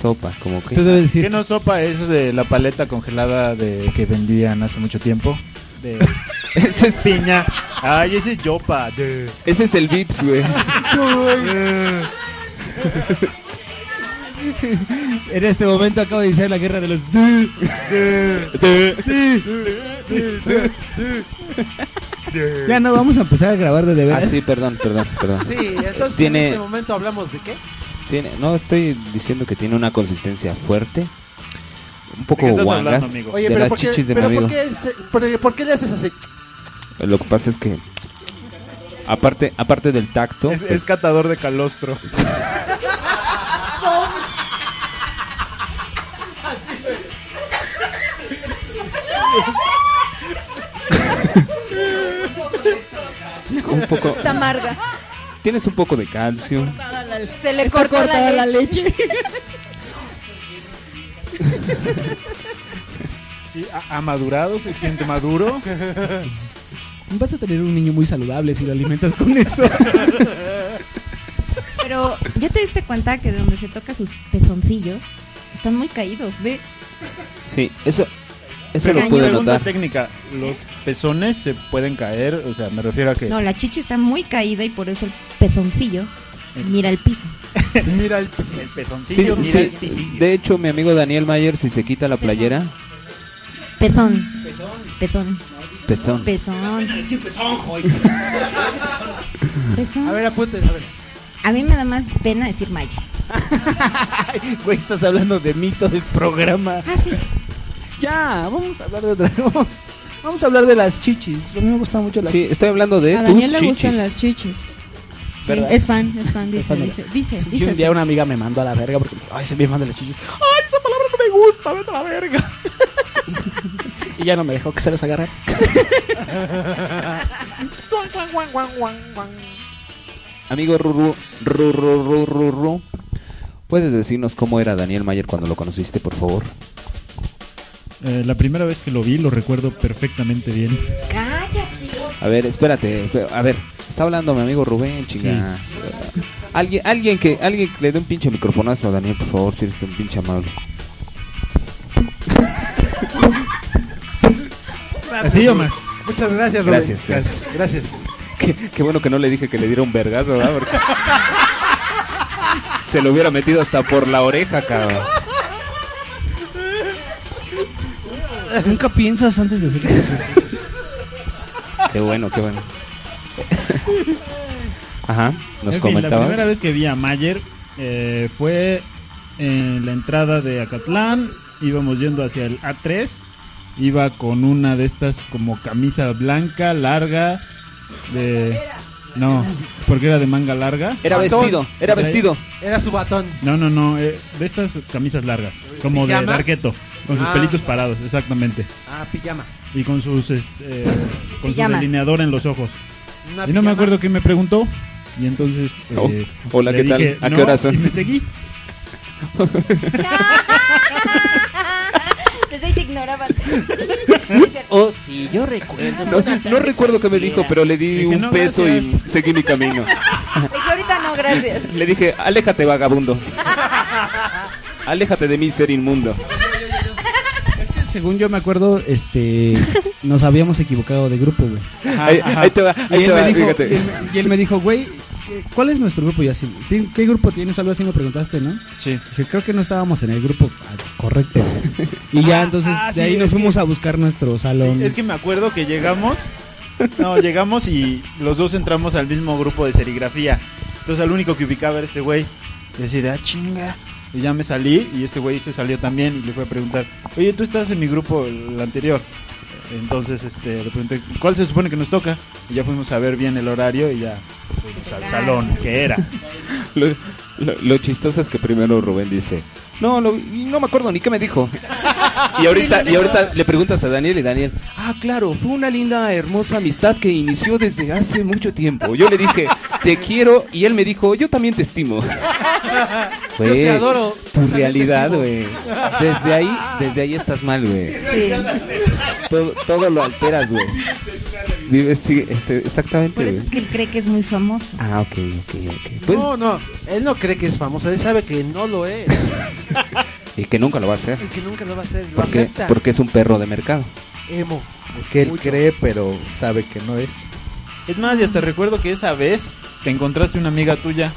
Speaker 2: Sopa, como que.
Speaker 9: ¿Qué no sopa es de la paleta congelada de que vendían hace mucho tiempo? De
Speaker 2: ese es
Speaker 9: piña. Ay, ese es yopa. De...
Speaker 2: Ese es el Vips, güey.
Speaker 6: En este momento acabo de iniciar la guerra de los. Ya no vamos a empezar a grabar de
Speaker 2: Ah,
Speaker 6: deber.
Speaker 2: sí, perdón, perdón, perdón.
Speaker 4: Sí, entonces en
Speaker 2: Tiene-
Speaker 4: este momento hablamos de qué?
Speaker 2: Tiene, no, estoy diciendo que tiene una consistencia fuerte. Un poco
Speaker 9: qué estás
Speaker 2: guangas.
Speaker 9: hablando, amigo?
Speaker 4: Oye,
Speaker 2: de
Speaker 4: pero,
Speaker 2: las
Speaker 4: ¿por qué,
Speaker 2: chichis de mi
Speaker 4: pero
Speaker 2: amigo.
Speaker 4: ¿por, qué este- por- por qué le haces así?
Speaker 2: Lo que pasa es que. Aparte, aparte del tacto.
Speaker 9: Es,
Speaker 2: pues,
Speaker 9: es catador de calostro.
Speaker 2: un poco,
Speaker 11: Está amarga.
Speaker 2: tienes un poco de calcio.
Speaker 11: Se le
Speaker 8: Está
Speaker 11: cortó
Speaker 8: cortada
Speaker 11: la
Speaker 8: la
Speaker 11: leche.
Speaker 8: leche.
Speaker 9: Sí, ha, ha madurado, se siente maduro.
Speaker 6: Vas a tener un niño muy saludable si lo alimentas con eso.
Speaker 3: Pero ya te diste cuenta que donde se toca sus pezoncillos están muy caídos, ve.
Speaker 2: Sí, eso, eso
Speaker 9: Pero
Speaker 2: lo pude
Speaker 9: pregunta
Speaker 2: notar.
Speaker 9: técnica, ¿los pezones se pueden caer? O sea, me refiero a que...
Speaker 3: No, la chicha está muy caída y por eso el pezoncillo mira el piso.
Speaker 9: mira el, el
Speaker 2: Sí,
Speaker 9: pezoncillo, mira
Speaker 2: sí,
Speaker 9: el pitillo.
Speaker 2: de hecho, mi amigo Daniel Mayer, si se quita la playera,
Speaker 3: Pezón. Pezón.
Speaker 2: pezón.
Speaker 3: Pezón. Pezón.
Speaker 12: A ver, apúntenle, a ver.
Speaker 3: A mí me da más pena decir maya.
Speaker 12: Güey, estás hablando de mito del programa.
Speaker 3: Ah, sí.
Speaker 12: Ya, Ah, vamos a hablar de otra cosa. Vamos a hablar de las chichis. A mí me gustan mucho las
Speaker 2: Sí, estoy hablando de
Speaker 12: A
Speaker 2: tus
Speaker 12: Daniel le
Speaker 2: chichis.
Speaker 12: gustan las
Speaker 10: chichis.
Speaker 12: Sí, ¿Verdad?
Speaker 10: es fan, es fan,
Speaker 12: Es
Speaker 10: dice,
Speaker 12: fan de-
Speaker 10: dice, dice,
Speaker 12: Y
Speaker 10: dice.
Speaker 12: un día una amiga me mandó a la verga porque dijo, ay, se me manda las chichis.
Speaker 10: ¡Ay, esa palabra no me gusta! ¡Vete a la verga!
Speaker 12: Y ya no me dejó que se las agarre.
Speaker 2: Amigo Ruru, Ruru, Ruru, Ruru, ¿puedes decirnos cómo era Daniel Mayer cuando lo conociste, por favor?
Speaker 9: Eh, la primera vez que lo vi lo recuerdo perfectamente bien.
Speaker 2: A ver, espérate, esp- a ver, está hablando mi amigo Rubén, chinga. Eh, Alguien, alguien que, alguien que le dé un pinche microfonazo a Daniel, por favor, si eres un pinche amable.
Speaker 9: ¿Así o más?
Speaker 12: Muchas gracias, Rubén.
Speaker 2: Gracias,
Speaker 12: gracias. Gracias.
Speaker 2: Qué, qué bueno que no le dije que le diera un vergazo, ¿verdad? Porque se lo hubiera metido hasta por la oreja, cabrón.
Speaker 6: Nunca piensas antes de hacer cosas.
Speaker 2: Qué bueno, qué bueno. Ajá, nos
Speaker 9: En fin, La
Speaker 2: comentabas.
Speaker 9: primera vez que vi a Mayer eh, fue en la entrada de Acatlán. Íbamos yendo hacia el A3. Iba con una de estas como camisa blanca, larga. De. No, porque era de manga larga.
Speaker 2: Era vestido, era vestido.
Speaker 12: Era su batón.
Speaker 9: No, no, no. eh, de estas camisas largas. Como de
Speaker 12: ¿Pijama?
Speaker 9: Darketo. Con sus
Speaker 12: Ah.
Speaker 9: pelitos parados, exactamente.
Speaker 12: Ah, pijama.
Speaker 9: Y con sus. este, eh, con su
Speaker 12: Pijama.
Speaker 9: delineador en los ojos.
Speaker 12: Una
Speaker 9: y no me
Speaker 12: pijama.
Speaker 9: acuerdo quién me preguntó. Y entonces.
Speaker 2: Oh,
Speaker 9: eh,
Speaker 2: hola,
Speaker 9: le
Speaker 2: ¿qué tal?
Speaker 9: dije,
Speaker 2: ¿A qué
Speaker 9: "No",
Speaker 2: hora son?
Speaker 9: Y me seguí.
Speaker 11: Desde ahí te ignoraba.
Speaker 12: Oh, sí, yo recuerdo.
Speaker 2: No, no recuerdo qué me dijo, pero le di un
Speaker 9: no,
Speaker 2: peso y seguí mi camino.
Speaker 11: Le dije, ahorita no, gracias.
Speaker 2: Le dije, aléjate vagabundo. Aléjate de mí, ser inmundo.
Speaker 6: Según yo me acuerdo, este, nos habíamos equivocado de grupo, güey.
Speaker 2: Ahí- ahí te va, ahí
Speaker 6: y,
Speaker 2: te
Speaker 6: él
Speaker 2: va,
Speaker 6: me dijo,
Speaker 2: fíjate.
Speaker 6: y él me- y él me dijo, güey, ¿qué- ¿cuál es nuestro grupo? Y así, "¿Ti- ¿qué grupo tienes? Algo así me preguntaste, ¿no?
Speaker 9: Sí.
Speaker 6: Dije, creo que no estábamos en el grupo ah, correcto. güey". Y ya entonces
Speaker 9: ah,
Speaker 6: de
Speaker 9: sí,
Speaker 6: ahí
Speaker 9: es
Speaker 6: nos fuimos a buscar nuestro salón.
Speaker 9: Es que me acuerdo que llegamos. No, llegamos y los dos entramos al mismo grupo de serigrafía. Entonces, al único que ubicaba era este güey. Decía, ah, chinga. Y ya me salí y este güey se salió también y le fue a preguntar, oye, tú estás en mi grupo, el anterior. Entonces, este, le pregunté, ¿cuál se supone que nos toca? Y ya fuimos a ver bien el horario y ya fuimos al salón, que era.
Speaker 2: Lo, lo- lo chistoso es que primero Rubén dice, no, lo- no me acuerdo ni qué me dijo. Y ahorita, y ahorita le preguntas a Daniel y Daniel, ah, claro, fue una linda, hermosa amistad que inició desde hace mucho tiempo. Yo le dije, te quiero, y él me dijo, yo también te estimo.
Speaker 12: Yo
Speaker 2: Güey,
Speaker 12: te adoro.
Speaker 2: Tu realidad, güey. Desde ahí, desde ahí estás mal, güey. Todo, todo lo alteras, güey. Vives, sí, ese- exactamente,
Speaker 3: Por eso
Speaker 2: güey.
Speaker 3: Pues es que él cree que es muy famoso.
Speaker 2: Ah, ok, ok, ok. Pues,
Speaker 12: No, no, él no cree que es famoso, él sabe que no lo es
Speaker 2: y que nunca lo va a hacer.
Speaker 12: y que nunca lo va a hacer, lo
Speaker 2: Porque,
Speaker 12: acepta.
Speaker 2: porque es un perro de mercado.
Speaker 12: Emo.
Speaker 5: Es que él cree, pero sabe que no es.
Speaker 9: Es más, y hasta recuerdo que esa vez te encontraste una amiga tuya.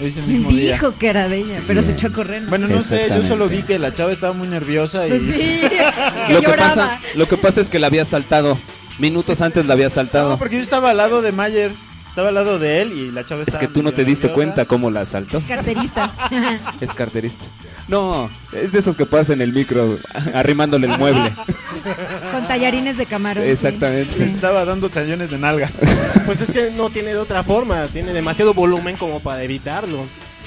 Speaker 9: Ese mismo día.
Speaker 3: Dijo que era de ella, pero se echó a correr.
Speaker 9: Bueno, no sé, yo solo vi que la chava estaba muy nerviosa y...
Speaker 3: Pues sí, que
Speaker 2: Lo que,
Speaker 3: lloraba.
Speaker 2: pasa, lo que pasa es que la había saltado. Minutos antes la había saltado.
Speaker 9: No, porque yo estaba al lado de Mayer, estaba al lado de él y la chava
Speaker 2: es
Speaker 9: estaba...
Speaker 2: que tú no
Speaker 9: medio
Speaker 2: te diste
Speaker 9: nerviosa.
Speaker 2: cuenta cómo la saltó.
Speaker 3: Carterista.
Speaker 2: Es carterista. No, es de esos que pasan en el micro arrimándole el mueble.
Speaker 3: Con tallarines de camarón.
Speaker 2: Exactamente.
Speaker 9: Les estaba dando cañones de nalga.
Speaker 7: Pues es que no tiene de otra forma, tiene demasiado volumen como para evitarlo.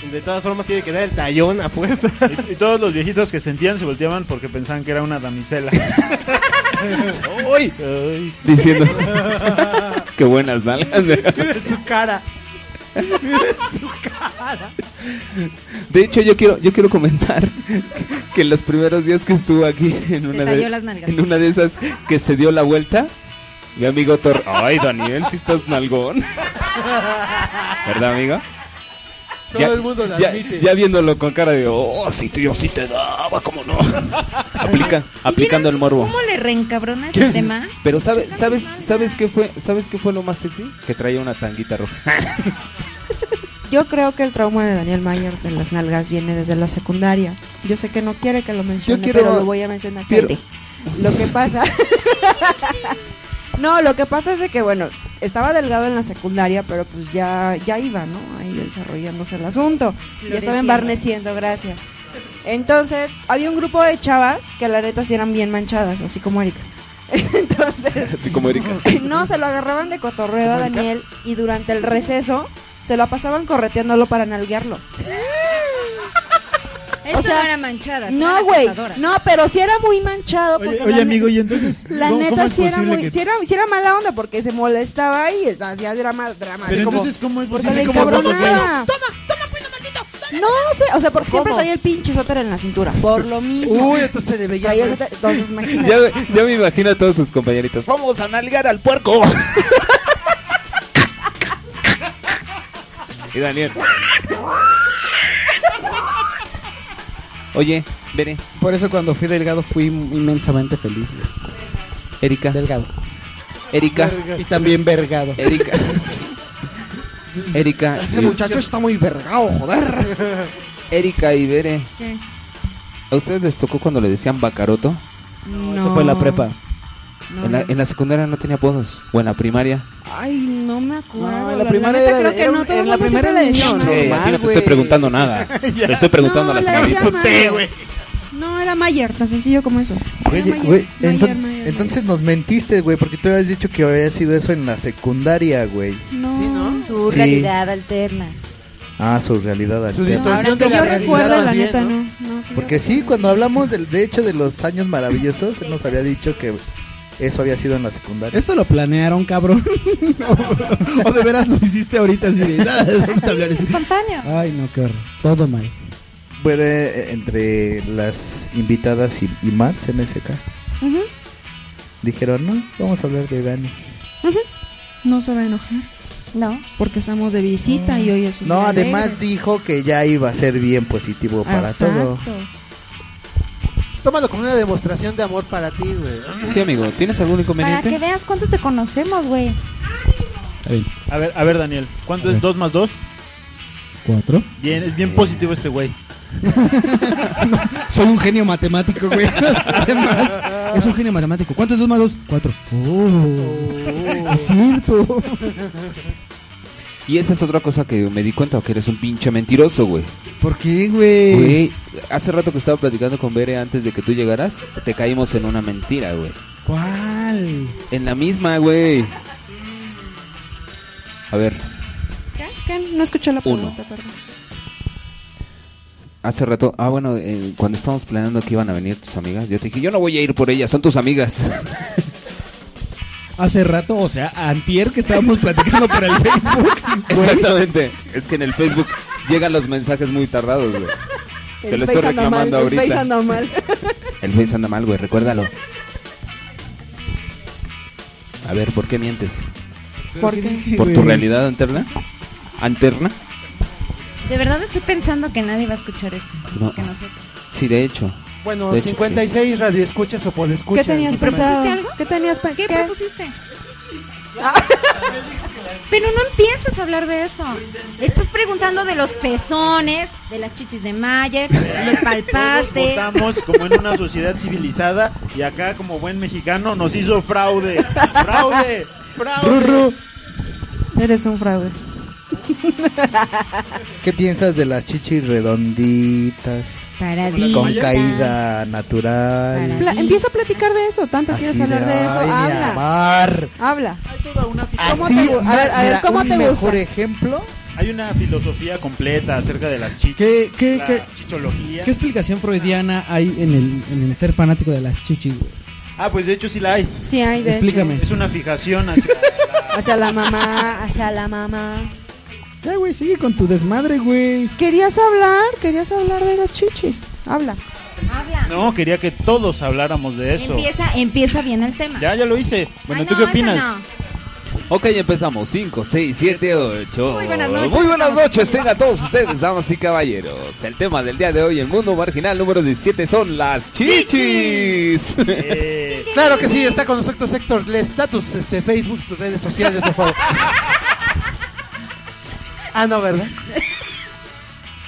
Speaker 7: De todas formas tiene que dar el tallón a fuerza.
Speaker 9: Y, y todos los viejitos que sentían se volteaban porque pensaban que era una damisela. ¡Ay! ¡Ay!
Speaker 2: Diciendo, qué buenas nalgas.
Speaker 12: Miren su cara. Miren su cara.
Speaker 2: De hecho, yo quiero, yo quiero comentar que los primeros días que estuvo aquí en una,
Speaker 11: cayó
Speaker 2: de,
Speaker 11: las nalgas.
Speaker 2: en una de esas que se dio la vuelta, mi amigo Thor, ay Daniel, si estás nalgón. ¿Verdad, amigo?
Speaker 21: Todo el mundo lo
Speaker 2: ya,
Speaker 21: admite.
Speaker 2: ya viéndolo con cara de, oh, sí, tú, yo sí te daba, ¿cómo no? Aplica, aplicando el morbo.
Speaker 3: ¿Cómo le reencabrona ese tema?
Speaker 2: Pero ¿sabes, sabes, sabes qué fue, sabes qué fue lo más sexy? Que traía una tanguita roja.
Speaker 8: Yo creo que el trauma de Daniel Mayer de las nalgas viene desde la secundaria. Yo sé que no quiere que lo mencione,
Speaker 14: Yo quiero-
Speaker 8: pero lo voy a mencionar.
Speaker 14: quiero-
Speaker 8: Cállate. Lo que pasa. no, lo que pasa es de que, bueno, estaba delgado en la secundaria, pero pues ya, ya iba, ¿no? Ahí desarrollándose el asunto. Ya estaba
Speaker 14: Floreciendo.
Speaker 8: embarneciendo, gracias. Entonces, había un grupo de chavas que la neta sí eran bien manchadas, así como Erika.
Speaker 2: Así como Erika.
Speaker 8: No, se lo agarraban de cotorreo a Daniel y durante el receso se lo pasaban correteándolo para nalguearlo.
Speaker 3: Eso
Speaker 8: O sea,
Speaker 3: no era manchada. eso
Speaker 8: No,
Speaker 3: era
Speaker 8: güey.
Speaker 3: acosadora.
Speaker 8: No, pero si era muy manchado.
Speaker 25: Oye,
Speaker 8: porque
Speaker 25: oye,
Speaker 8: la
Speaker 25: amigo,
Speaker 8: ne-
Speaker 25: y entonces.
Speaker 8: La
Speaker 25: ¿cómo- cómo
Speaker 8: neta
Speaker 25: es
Speaker 8: sí era,
Speaker 25: posible
Speaker 8: muy,
Speaker 25: que-
Speaker 8: sí, era, sí era mala onda porque se molestaba y o sea, hacía drama. drama
Speaker 25: Pero
Speaker 8: así como-
Speaker 25: entonces, ¿cómo es
Speaker 8: porque
Speaker 25: posible
Speaker 8: le
Speaker 25: que como
Speaker 8: encabronaba. No sé, o sea, porque siempre traía el pinche suéter en la cintura. Por lo mismo.
Speaker 12: Uy, entonces se le veía
Speaker 8: Traía el
Speaker 12: más.
Speaker 8: suéter, Entonces, imagínate.
Speaker 2: Ya, ya me imagino a todos sus compañeritos. Vamos a nalgar al puerco. Y Daniel. Oye, Bere.
Speaker 12: Por eso cuando fui delgado fui inmensamente feliz, güey.
Speaker 2: Erika.
Speaker 12: Delgado.
Speaker 2: Erika.
Speaker 12: Y también vergado.
Speaker 2: Erika. Erika.
Speaker 12: Este muchacho está muy vergado, joder.
Speaker 2: Erika y Bere.
Speaker 8: ¿Qué?
Speaker 2: ¿A ustedes les tocó cuando le decían Bacaroto?
Speaker 8: No. Eso fue en la prepa. No.
Speaker 2: En, la, en la secundaria no tenía apodos. O en la primaria.
Speaker 8: Ay, no me acuerdo.
Speaker 12: No, en la
Speaker 8: la,
Speaker 12: primaria era-
Speaker 8: neta creo que
Speaker 12: era-
Speaker 8: no. Todo
Speaker 12: en
Speaker 8: el
Speaker 12: la
Speaker 8: mundo siempre
Speaker 12: primaria
Speaker 8: le decía
Speaker 12: no,
Speaker 8: mal.
Speaker 2: Che, a ti no te estoy preguntando nada. Le estoy preguntando a la
Speaker 8: No, le
Speaker 2: señorita.
Speaker 8: decía Mayer. No, era Mayer, tan sencillo como eso. Era
Speaker 5: Oye,
Speaker 8: Mayer,
Speaker 5: güey,
Speaker 8: Mayer,
Speaker 5: enton-
Speaker 8: Mayer,
Speaker 5: entonces nos mentiste, güey, porque tú habías dicho que había sido eso en la secundaria, güey.
Speaker 8: No.
Speaker 3: Su
Speaker 5: Sí.
Speaker 3: realidad alterna.
Speaker 5: Ah, su realidad.
Speaker 25: Su
Speaker 5: alterna.
Speaker 25: distorsión Ahora que de la yo realidad recuerdo, más la bien, neta, ¿no?
Speaker 5: Porque sí, cuando hablamos del de hecho de los años maravillosos, se nos había dicho que eso había sido en la secundaria.
Speaker 6: Esto lo planearon, cabrón. o de veras lo hiciste ahorita Ah, así de nada, vamos a hablar de eso.
Speaker 3: Espontáneo.
Speaker 6: Ay, no, qué horror. Todo mal.
Speaker 5: Bueno, eh, entre las invitadas y, y Mars MSK
Speaker 8: Ujú,
Speaker 5: dijeron, no, vamos a hablar de Dani.
Speaker 8: ujú. No se va a enojar.
Speaker 3: No.
Speaker 8: Porque estamos de visita y hoy es un
Speaker 5: No,
Speaker 8: día
Speaker 5: además
Speaker 8: alegre.
Speaker 5: dijo que ya iba a ser bien positivo para todo.
Speaker 8: Exacto.
Speaker 25: Tómalo como una demostración de amor para ti, güey.
Speaker 2: Sí, amigo. ¿Tienes algún
Speaker 3: Para que
Speaker 2: inconveniente?
Speaker 3: veas cuánto te conocemos, güey.
Speaker 9: A ver, a ver, Daniel, ¿cuánto es 2 más 2?
Speaker 6: ¿Cuatro?
Speaker 9: Bien, es bien positivo este güey.
Speaker 6: Soy un genio matemático, güey. Además, es un genio matemático. ¿Cuánto es dos más dos? Cuatro. Oh, es cierto.
Speaker 2: Y esa es otra cosa que me di cuenta, que eres un pinche mentiroso, güey.
Speaker 6: ¿Por qué, güey?
Speaker 2: Güey, hace rato que estaba platicando con Bere antes de que tú llegaras, te caímos en una mentira, güey.
Speaker 6: ¿Cuál?
Speaker 2: En la misma, güey. A ver,
Speaker 8: ¿Qué? ¿Qué? No escuché la
Speaker 2: Uno.
Speaker 8: pregunta, perdón.
Speaker 2: hace rato, ah, bueno, eh, cuando estábamos planeando que iban a venir tus amigas, yo te dije, yo no voy a ir por ellas, son tus amigas.
Speaker 6: Hace rato, o sea, antier que estábamos platicando por el Facebook. güey.
Speaker 2: Exactamente. Es que en el Facebook llegan los mensajes muy tardados, güey. Te
Speaker 8: El
Speaker 2: lo estoy
Speaker 8: Face anda mal,
Speaker 2: reclamando
Speaker 8: El face
Speaker 2: ahorita.
Speaker 8: anda mal.
Speaker 2: El Face anda mal, güey, recuérdalo. A ver, ¿por qué mientes?
Speaker 8: ¿Por qué?
Speaker 2: ¿Por tu realidad alterna? ¿Anterna?
Speaker 3: De verdad estoy pensando que nadie va a escuchar esto.
Speaker 2: No.
Speaker 3: Más que nosotros.
Speaker 2: Sí, de hecho.
Speaker 25: Bueno,
Speaker 2: De hecho,
Speaker 25: 56 radio escuchas o por escuchas.
Speaker 8: ¿Qué tenías pensado? ¿Qué tenías pe-
Speaker 3: ¿Qué
Speaker 8: qué? Ah.
Speaker 3: propusiste? Pero no empiezas a hablar de eso. Estás preguntando de los pezones, de las chichis de Mayer, le palpaste.
Speaker 9: Votamos como en una sociedad civilizada y acá como buen mexicano nos hizo fraude. Fraude. Fraude.
Speaker 8: Eres un fraude.
Speaker 5: ¿Qué piensas de las chichis redonditas?
Speaker 3: Paraditas.
Speaker 5: Con caída natural.
Speaker 8: Pla- empieza a platicar de eso, tanto quieres hablar de, eso,
Speaker 5: "Ay, mi
Speaker 8: habla.
Speaker 5: amar".
Speaker 8: Habla. ¿Cómo
Speaker 5: Así,
Speaker 8: te gu- a ver, a ver,
Speaker 5: mira,
Speaker 8: ¿cómo
Speaker 5: un
Speaker 8: te
Speaker 5: mejor
Speaker 8: gusta?
Speaker 5: ejemplo?
Speaker 9: Hay una filosofía completa acerca de las chichas.
Speaker 6: ¿Qué, qué,
Speaker 9: la
Speaker 6: qué?
Speaker 9: chichología.
Speaker 6: ¿Qué explicación freudiana hay en el, en el ser fanático de las chichis, güey?
Speaker 9: Ah, pues de hecho sí la hay.
Speaker 8: Sí hay, de
Speaker 6: Explícame. hecho.
Speaker 9: Es una fijación hacia
Speaker 8: Hacia la mamá, hacia la mamá.
Speaker 6: Ya, güey, sigue con tu desmadre, güey.
Speaker 8: Querías hablar, querías hablar de las chichis. Habla.
Speaker 3: Habla.
Speaker 9: No, quería que todos habláramos de eso.
Speaker 3: Empieza, empieza bien el tema.
Speaker 9: Ya, ya lo hice. Bueno,
Speaker 3: Ay,
Speaker 9: ¿tú
Speaker 3: no,
Speaker 9: qué
Speaker 3: esa
Speaker 9: opinas?
Speaker 3: no.
Speaker 2: Ok, empezamos. 5, 6, 7, 8.
Speaker 3: Muy buenas noches.
Speaker 2: Muy buenas
Speaker 3: Estamos
Speaker 2: noches. Tengan todos ustedes, damas y caballeros. El tema del día de hoy, el mundo marginal número 17, son las chichis.
Speaker 3: Eh.
Speaker 4: Claro que sí, está con nosotros Héctor Lesta, tus este, Facebook, tus redes sociales, por favor. ah, no, ¿verdad?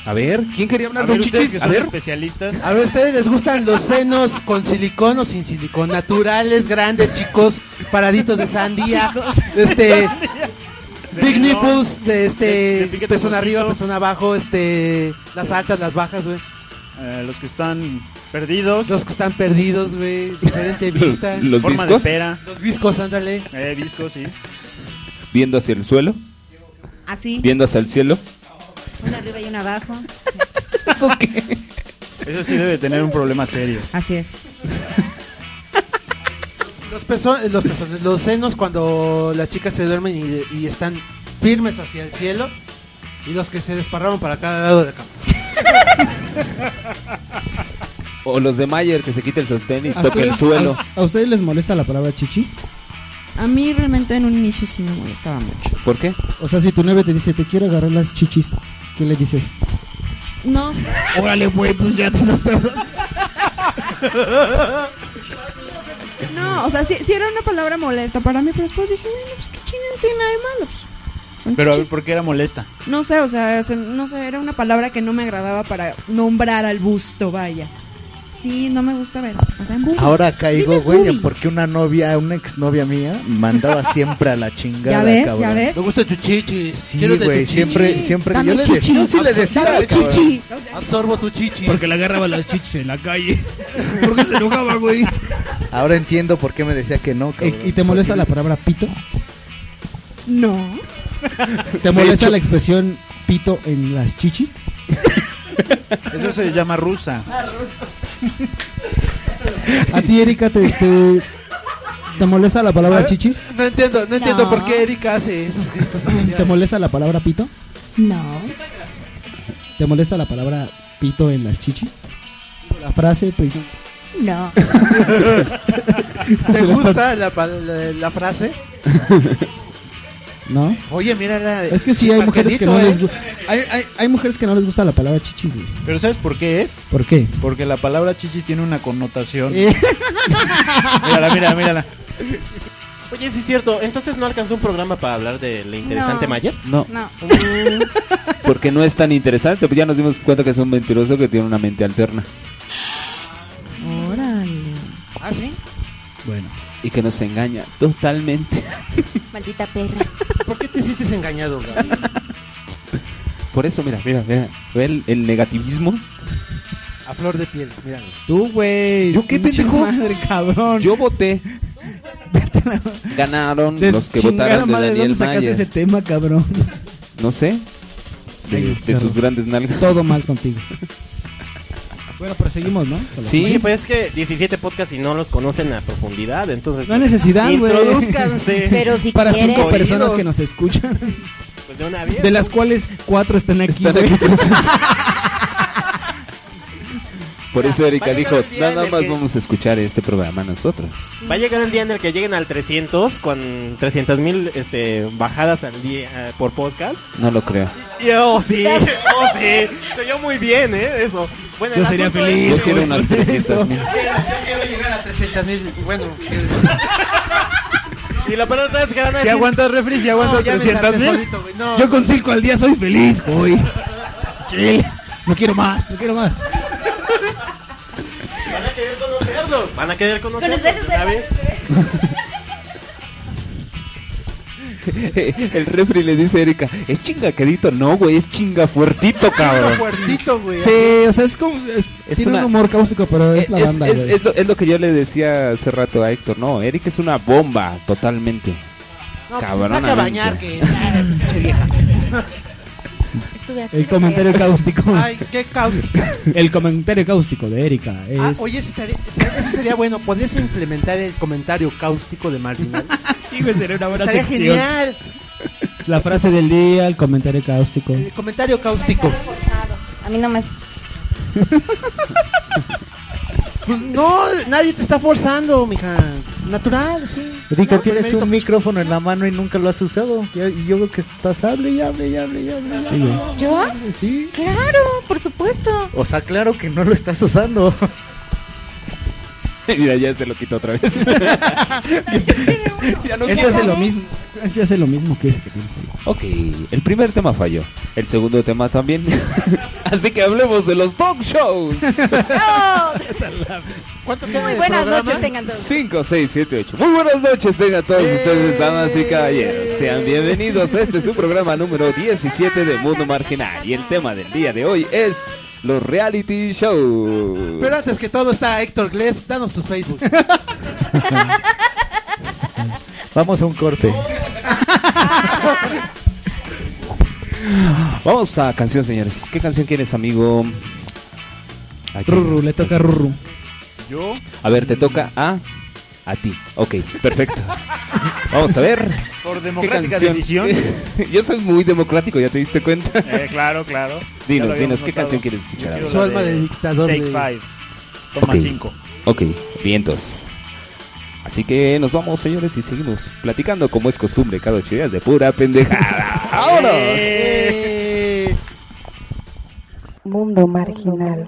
Speaker 2: A ver, ¿quién quería
Speaker 9: A
Speaker 2: hablar de
Speaker 9: ver,
Speaker 2: un
Speaker 9: ustedes
Speaker 2: chichis?
Speaker 9: que
Speaker 2: A
Speaker 9: son
Speaker 2: ver.
Speaker 9: especialistas.
Speaker 4: A ver, ¿ustedes les gustan los senos con silicón o sin silicón? Naturales, grandes, chicos, paraditos de sandía. Este, big nipples, de este, persona arriba, persona abajo, este, las altas, las bajas, güey.
Speaker 9: Eh, los que están perdidos.
Speaker 4: Los que están perdidos, güey. Diferente vista.
Speaker 2: ¿Los
Speaker 9: Forma
Speaker 2: viscos?
Speaker 9: de pera.
Speaker 4: Los viscos, ándale.
Speaker 9: Eh, viscos, sí.
Speaker 2: Viendo hacia el suelo,
Speaker 3: Así,
Speaker 2: viendo hacia el cielo.
Speaker 3: una arriba y una abajo.
Speaker 2: ¿Eso qué?
Speaker 9: Eso sí debe tener un problema serio.
Speaker 3: Así es.
Speaker 4: Los, pezo- los, pezones, los senos cuando las chicas se duermen y, y están firmes hacia el cielo y los que se desparraman para cada lado de la cama.
Speaker 2: O los de Mayer que se quita el sostén y
Speaker 4: ¿A
Speaker 2: toca el
Speaker 4: ustedes-
Speaker 2: suelo.
Speaker 6: ¿A ustedes les molesta la palabra chichis?
Speaker 10: A mí realmente en un inicio sí me molestaba mucho.
Speaker 2: ¿Por qué?
Speaker 6: O sea, si tu novia te dice, te quiero agarrar las chichis, ¿qué le dices?
Speaker 10: No.
Speaker 6: Órale, güey, pues ya te las
Speaker 10: No, o sea, sí, sí era una palabra molesta para mí, pero después dije, bueno, pues qué chingada no tiene nada de malo. pues.
Speaker 9: Pero a ver, ¿por qué era molesta?
Speaker 10: No sé, o sea, se- no sé, era una palabra que no me agradaba para nombrar al busto, vaya. Sí, no me gusta ver. O sea, en boobies.
Speaker 5: Ahora caigo,
Speaker 10: Diles
Speaker 5: güey,
Speaker 10: boobies.
Speaker 5: porque una novia, una exnovia mía, mandaba siempre a la chingada,
Speaker 10: Ya ves, ya
Speaker 5: cabrón.
Speaker 10: ves.
Speaker 4: Me gusta tu chichi.
Speaker 5: Sí, güey, siempre, siempre que yo le decía, yo sí le decía, cabrón.
Speaker 4: Absorbo tu chichi.
Speaker 6: Porque le agarraba las chichis en la calle. Porque se enojaba, güey.
Speaker 5: Ahora entiendo por qué me decía que no, cabrón.
Speaker 6: ¿Y te molesta la palabra pito?
Speaker 10: No.
Speaker 6: ¿Te
Speaker 5: De
Speaker 6: molesta
Speaker 5: hecho-
Speaker 6: la expresión pito en las chichis?
Speaker 9: Eso se llama rusa.
Speaker 8: Ah,
Speaker 6: ¿A ti, Erika, te, te, te molesta la palabra chichis?
Speaker 4: No entiendo, no entiendo
Speaker 6: No.
Speaker 4: por qué Erika hace esos gestos.
Speaker 6: ¿Te molesta la palabra pito?
Speaker 3: No.
Speaker 6: ¿Te molesta la palabra pito en las chichis? La frase pues, pito.
Speaker 3: No.
Speaker 4: ¿Te gusta la, pa- la- la frase?
Speaker 6: ¿No?
Speaker 4: Oye, mira la
Speaker 6: Es que sí, hay mujeres que no les
Speaker 4: Paquetito,
Speaker 6: gusta. Hay, hay, hay mujeres que no les gusta la palabra chichis, güey.
Speaker 9: Pero ¿sabes por qué es?
Speaker 6: ¿Por qué?
Speaker 9: Porque la palabra chichi tiene una connotación.
Speaker 2: Eh.
Speaker 9: mírala, mírala, mírala.
Speaker 7: Oye, sí es cierto. Entonces no alcanzó un programa para hablar de la interesante
Speaker 2: No.
Speaker 7: Mayer.
Speaker 2: No.
Speaker 10: No.
Speaker 2: Porque no es tan interesante, pues ya nos dimos cuenta que es un mentiroso que tiene una mente alterna.
Speaker 10: Órale.
Speaker 4: ¿Ah, sí?
Speaker 6: Bueno.
Speaker 2: Y que nos engaña totalmente.
Speaker 3: Maldita perra.
Speaker 4: ¿Por qué te sientes engañado, Gaby?
Speaker 2: Por eso, mira, mira, mira. Ve el, el negativismo.
Speaker 4: A flor de piel, mira.
Speaker 6: Tú, güey.
Speaker 2: ¿Yo qué,
Speaker 6: pinche
Speaker 2: pendejo?
Speaker 6: Madre, cabrón.
Speaker 2: Yo voté. Ganaron
Speaker 6: De
Speaker 2: los que
Speaker 6: chingada
Speaker 2: votaron de
Speaker 6: madre,
Speaker 2: Daniel
Speaker 6: ¿dónde sacaste
Speaker 2: Mayer.
Speaker 6: ese tema, cabrón?
Speaker 2: No sé. De, de tus grandes nalgas.
Speaker 6: Todo mal contigo. Bueno, proseguimos, ¿no? Con las
Speaker 7: Sí,
Speaker 6: chichis.
Speaker 7: pues es que 17 podcasts y no los conocen a profundidad, entonces... pues,
Speaker 6: No hay necesidad, güey.
Speaker 7: Introduzcanse.
Speaker 6: Para cinco personas que nos escuchan.
Speaker 7: Pues de una vez.
Speaker 6: De las cuales cuatro están aquí.
Speaker 7: Están
Speaker 6: güey.
Speaker 7: aquí
Speaker 2: pues. Por eso Erika dijo,
Speaker 7: llegar el día en
Speaker 2: nada
Speaker 7: el
Speaker 2: más
Speaker 7: que-
Speaker 2: vamos a escuchar este programa nosotros.
Speaker 7: Va a llegar el día en el que lleguen al 300 con 300 mil este, bajadas al día eh, por podcast.
Speaker 2: No lo creo.
Speaker 7: Y, oh, sí, oh, sí. Se oyó muy bien, ¿eh? Eso. Bueno, el
Speaker 2: Yo sería
Speaker 7: asunto
Speaker 2: feliz,
Speaker 7: es-
Speaker 2: yo quiero unas 300,000.
Speaker 7: quiero llegar a 300 mil. Bueno. Y la pelota es que van a
Speaker 9: Si
Speaker 7: decir...
Speaker 9: aguantas refri, si aguantas
Speaker 7: No, ya me
Speaker 9: 300
Speaker 7: salté
Speaker 9: mil.
Speaker 7: solito, güey. No,
Speaker 6: Yo con cinco al día soy feliz, güey. Chill. No quiero más, no quiero más.
Speaker 7: Van a querer conocerlos. Van a querer conocerlos.
Speaker 3: Conocerlos,
Speaker 7: de una vez.
Speaker 2: El refri le dice a Erika, es chingaquedito, no, güey, es chinga fuertito, cabrón.
Speaker 4: Fuertito, güey.
Speaker 6: Sí, o sea, es como. Es,
Speaker 2: Es
Speaker 6: tiene
Speaker 2: una-
Speaker 6: un humor cáustico, pero
Speaker 4: Eh,
Speaker 6: es, la
Speaker 2: Es-
Speaker 6: banda.
Speaker 2: es-
Speaker 6: güey.
Speaker 2: es lo, es lo que yo le decía hace rato a Héctor, no, Erika es una bomba, totalmente.
Speaker 4: No, pues
Speaker 2: Cabrón.
Speaker 4: saca a bañar que... Ay, pinche vieja.
Speaker 3: Estuve así.
Speaker 6: el comentario cáustico.
Speaker 4: Ay, qué cáustico.
Speaker 6: El comentario cáustico de Erika. Es...
Speaker 4: Ah, oye, eso, estaría- eso sería bueno. ¿Podrías implementar el comentario cáustico de Marginal?
Speaker 6: sí, güey, sería una buena
Speaker 4: Estaría
Speaker 6: sección.
Speaker 4: genial.
Speaker 6: La frase del día, el comentario cáustico.
Speaker 4: El comentario cáustico.
Speaker 3: A mí nomás.
Speaker 25: Pues no, nadie te está forzando, mija. Natural, sí.
Speaker 5: Rica,
Speaker 25: No,
Speaker 5: tienes
Speaker 25: primerito,
Speaker 5: un micrófono en la mano y nunca lo has usado. Ya- Y yo creo que estás hable y hable y hable y hable.
Speaker 12: Sí, güey.
Speaker 3: ¿Yo?
Speaker 5: Sí.
Speaker 3: Claro, por supuesto.
Speaker 5: O sea, claro que no lo estás usando.
Speaker 2: Mira, ya se lo quito otra vez. ya
Speaker 6: Este
Speaker 2: quiero.
Speaker 6: hace lo mismo. Este hace lo mismo que ese que tienes ahí.
Speaker 2: Ok, el primer tema falló. El segundo tema también. Así que hablemos de los talk shows.
Speaker 11: Muy buenas noches tengan todos.
Speaker 2: 5, 6, 7, 8. Muy buenas noches, tengan todos ustedes, damas y caballeros. Sean bienvenidos a este su programa número 17 de Mundo Marginal. Y el tema del día de hoy es los reality shows.
Speaker 4: Pero antes que todo está Héctor Gless, danos tus Facebook.
Speaker 5: Vamos a un corte.
Speaker 2: Vamos a canción, señores. ¿Qué canción quieres, amigo? Aquí.
Speaker 6: Rurru, le toca a Rurru.
Speaker 25: Yo.
Speaker 2: A ver, te toca a a ti. Ok, perfecto. Vamos a ver.
Speaker 25: Por
Speaker 2: ¿qué
Speaker 25: democrática
Speaker 2: canción-
Speaker 25: decisión.
Speaker 2: Yo soy muy democrático, ¿ya te diste cuenta?
Speaker 25: Eh, claro, claro. Ya lo
Speaker 2: Dinos,
Speaker 25: habíamos
Speaker 2: dinos, ¿qué
Speaker 25: notado.
Speaker 2: canción quieres
Speaker 25: Yo
Speaker 2: escuchar?
Speaker 25: quiero
Speaker 2: amigo?
Speaker 25: la Take Five. Toma
Speaker 2: Ok.
Speaker 25: cinco.
Speaker 2: Ok, vientos. Así que nos vamos, señores, y seguimos platicando como es costumbre cada ocho días de pura pendejada. ¡Vámonos!
Speaker 13: Mundo marginal.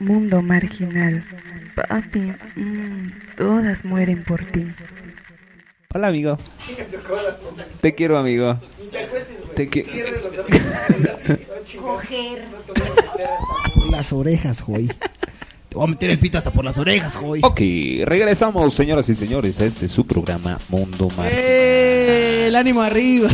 Speaker 13: Mundo marginal. Papi, mm, todas mueren por ti.
Speaker 2: Hola, amigo. Te quiero, amigo. Te qui-
Speaker 3: Coger.
Speaker 2: Las orejas, güey. Te voy a meter el pito hasta por las orejas, güey. Ok, regresamos, señoras y señores, a este su programa Mundo Mar.
Speaker 6: ¡Eh! El ánimo arriba.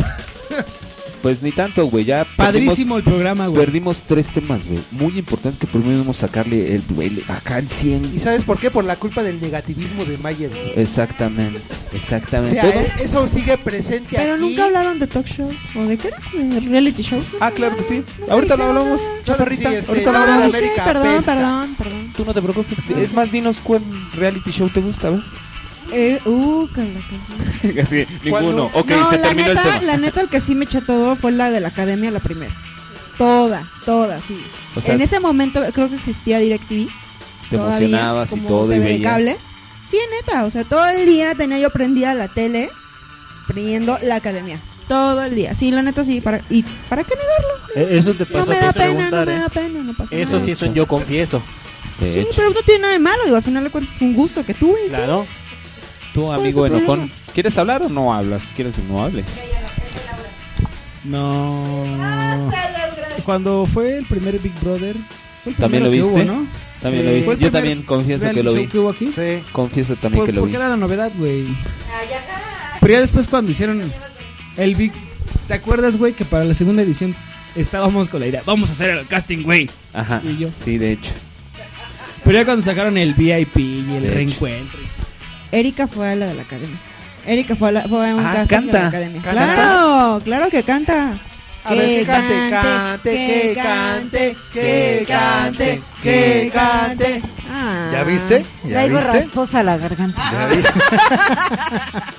Speaker 2: Pues ni tanto, güey, ya.
Speaker 6: Padrísimo el programa, güey.
Speaker 2: Perdimos tres temas, güey. Muy importantes que prometimos sacarle el, el- acá el 100.
Speaker 4: ¿Y sabes por qué? Por la culpa del negativismo de Mayer.
Speaker 2: Exactamente,
Speaker 4: O
Speaker 2: exactamente.
Speaker 4: sea,
Speaker 2: Todo-
Speaker 4: e- eso sigue presente
Speaker 8: Pero
Speaker 4: aquí.
Speaker 8: nunca hablaron de talk show o de qué era? ¿De reality show.
Speaker 2: Ah, claro que sí. Ahorita lo hablamos. Chaparrita,
Speaker 4: sí, este,
Speaker 2: ahorita lo
Speaker 4: ah,
Speaker 2: hablamos.
Speaker 4: sí, América
Speaker 8: perdón, perdón, perdón.
Speaker 2: Tú no te preocupes. Es más, dinos cuál reality show te gusta, ¿ves?
Speaker 8: Eh, uh, con la canción.
Speaker 2: Así, ninguno. Ok,
Speaker 8: no,
Speaker 2: se
Speaker 8: la
Speaker 2: terminó el
Speaker 8: neta,
Speaker 2: tema.
Speaker 8: la neta, el que sí me echó todo fue la de la academia, la primera. Toda, toda, sí.
Speaker 2: O sea-
Speaker 8: en ese momento creo que existía DirecTV.
Speaker 2: Te
Speaker 8: todavía,
Speaker 2: emocionabas y
Speaker 8: como
Speaker 2: todo y
Speaker 8: TV de
Speaker 2: veías.
Speaker 8: cable. Sí, neta, o sea, todo el día tenía yo prendida la tele, prendiendo la academia. Todo el día. Sí, la neta, sí. Para, ¿Y para qué negarlo?
Speaker 7: Eh, Eso te
Speaker 8: No
Speaker 7: pasa
Speaker 8: me
Speaker 7: por
Speaker 8: da pena, no
Speaker 7: preguntar,
Speaker 8: me
Speaker 7: ¿eh?
Speaker 8: da pena, no pasa
Speaker 7: Eso
Speaker 8: nada.
Speaker 7: sí es un yo confieso.
Speaker 8: Sí, pero no tiene nada de malo, digo, al final le cuentas un gusto que tuve.
Speaker 7: Claro.
Speaker 2: Tú, amigo Enojón, ¿quieres hablar o no hablas? ¿Quieres o no hables?
Speaker 6: No. Cuando fue el primer Big Brother. fue el
Speaker 2: ¿También lo
Speaker 6: primero que
Speaker 2: viste?
Speaker 6: hubo, ¿no?
Speaker 2: También lo
Speaker 6: Sí.
Speaker 2: viste.
Speaker 6: Fue el
Speaker 2: Yo
Speaker 6: primer
Speaker 2: también confieso que
Speaker 6: reality
Speaker 2: lo
Speaker 6: show
Speaker 2: vi.
Speaker 6: que hubo aquí.
Speaker 2: Confieso también
Speaker 6: Por-
Speaker 2: que lo
Speaker 6: porque
Speaker 2: vi.
Speaker 6: era la novedad, güey. Pero ya después cuando hicieron el Big... ¿Te acuerdas, güey, que para la segunda edición estábamos con la idea? Vamos a hacer el casting, güey.
Speaker 2: Ajá.
Speaker 6: Y yo.
Speaker 2: Sí, de hecho.
Speaker 6: Pero ya cuando sacaron el VIP y el
Speaker 2: De hecho.
Speaker 6: reencuentro.
Speaker 8: Erika fue a la de la academia. Erika fue a, la- fue a un
Speaker 6: Ah,
Speaker 8: casting de
Speaker 6: canta.
Speaker 8: la academia.
Speaker 6: ¿Canta?
Speaker 8: Claro, claro que canta.
Speaker 4: A ver, que cante, cante, que cante, que cante, que cante.
Speaker 8: Ah.
Speaker 5: ¿Ya viste? ¿Ya
Speaker 3: Traigo
Speaker 5: viste?
Speaker 3: rasposa a la garganta.
Speaker 5: Ya vi.
Speaker 4: Ah.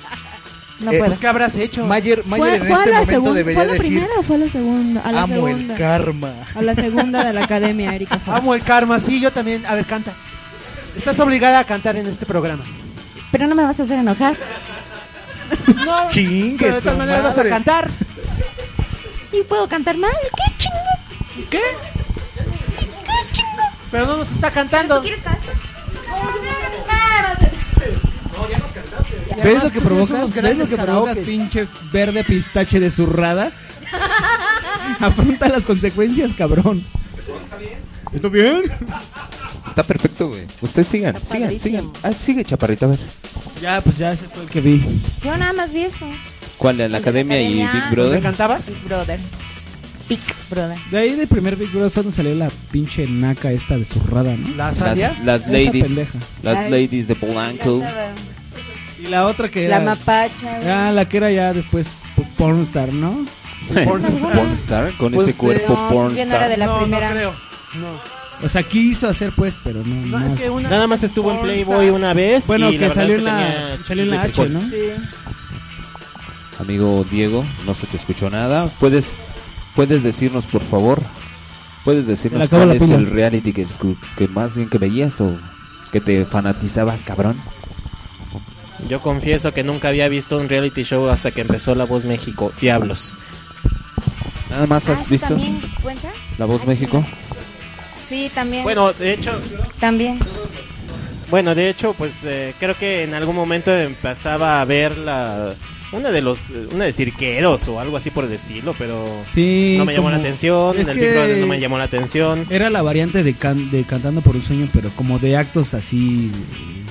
Speaker 3: No
Speaker 5: Eh,
Speaker 3: puedo.
Speaker 5: pues, ¿qué habrás hecho? Mayer, Mayer
Speaker 8: ¿Fue,
Speaker 5: en
Speaker 8: fue
Speaker 5: este
Speaker 8: a la,
Speaker 5: momento
Speaker 8: segunda
Speaker 5: debería
Speaker 8: ¿fue a la
Speaker 5: decir,
Speaker 8: primera o fue a la segunda? A la
Speaker 5: amo
Speaker 8: segunda.
Speaker 5: el karma.
Speaker 8: A la segunda de la academia, Erika fue.
Speaker 4: Amo el karma, sí, yo también. A ver, canta. Estás obligada a cantar en este programa.
Speaker 3: Pero no me vas a hacer enojar.
Speaker 4: No, pero de todas maneras vas a cantar.
Speaker 3: Y puedo cantar mal. ¿Qué chingo?
Speaker 4: ¿Qué? Pero no nos está cantando. ¿Quieres
Speaker 3: cantar?
Speaker 6: ¿Ves lo que provocas? ¿Ves lo
Speaker 4: grandes
Speaker 6: que
Speaker 4: karaokes.
Speaker 6: provocas, pinche verde pistache de zurrada? Afronta las consecuencias, cabrón.
Speaker 2: ¿Está bien? Está perfecto, güey. Ustedes sigan, sigan, sigan. Ah, sigue, chaparrita, a ver.
Speaker 6: Ya, pues ya ese fue el que vi.
Speaker 3: Yo nada más vi eso.
Speaker 2: ¿Cuál? ¿La, academia,
Speaker 3: academia.
Speaker 2: y Big Brother?
Speaker 3: ¿Dónde
Speaker 4: cantabas?
Speaker 3: Big Brother. Big Brother.
Speaker 6: De ahí del primer Big Brother fue donde salió la pinche naca esta de zurrada, ¿no?
Speaker 4: ¿La
Speaker 2: Las, las ladies. Las
Speaker 3: Ay.
Speaker 2: ladies de Polanco.
Speaker 6: Y la otra que
Speaker 3: La
Speaker 6: era-
Speaker 3: mapacha. güey.
Speaker 6: Ah, la que era ya después p- pornstar, ¿no?
Speaker 2: Pornstar. Pornstar, con ese cuerpo
Speaker 3: Pues no, Silvia no
Speaker 2: pornstar.
Speaker 3: era de la
Speaker 4: No,
Speaker 3: primera.
Speaker 4: no creo. No.
Speaker 6: O sea, quiso hacer pues, pero no.
Speaker 4: No, es que una-
Speaker 7: Nada más estuvo en
Speaker 4: Pornstar.
Speaker 7: Playboy una vez.
Speaker 6: Bueno,
Speaker 7: y la
Speaker 6: que
Speaker 7: verdad
Speaker 6: salió
Speaker 7: es
Speaker 6: en la-
Speaker 7: tenía
Speaker 6: salió en la
Speaker 7: chichis de
Speaker 6: H, ¿no?
Speaker 7: frijol.
Speaker 2: Amigo Diego, no se te escuchó nada. ¿Puedes, puedes decirnos, por favor? ¿Puedes
Speaker 6: Le
Speaker 2: decirnos
Speaker 6: acabo
Speaker 2: cuál
Speaker 6: la
Speaker 2: es
Speaker 6: pila.
Speaker 2: el reality que, escu- que más bien que veías o que te fanatizaba, cabrón?
Speaker 7: Yo confieso que nunca había visto un reality show hasta que empezó La Voz México. Diablos.
Speaker 2: Nada más
Speaker 3: Ah, ¿eso ¿También cuenta? Ah,
Speaker 2: La Voz México.
Speaker 3: Sí, también.
Speaker 7: Bueno, de hecho,
Speaker 3: También.
Speaker 7: bueno, de hecho, pues eh, creo que en algún momento empezaba a ver la, Una de los, eh, una de cirqueros o algo así por el estilo, pero
Speaker 6: Sí,
Speaker 7: no me llamó
Speaker 6: como-
Speaker 7: la atención.
Speaker 6: es
Speaker 7: el
Speaker 6: que-
Speaker 7: Big Brother no me llamó la atención.
Speaker 6: Era la variante de, can- de Cantando por un Sueño, pero como de actos así,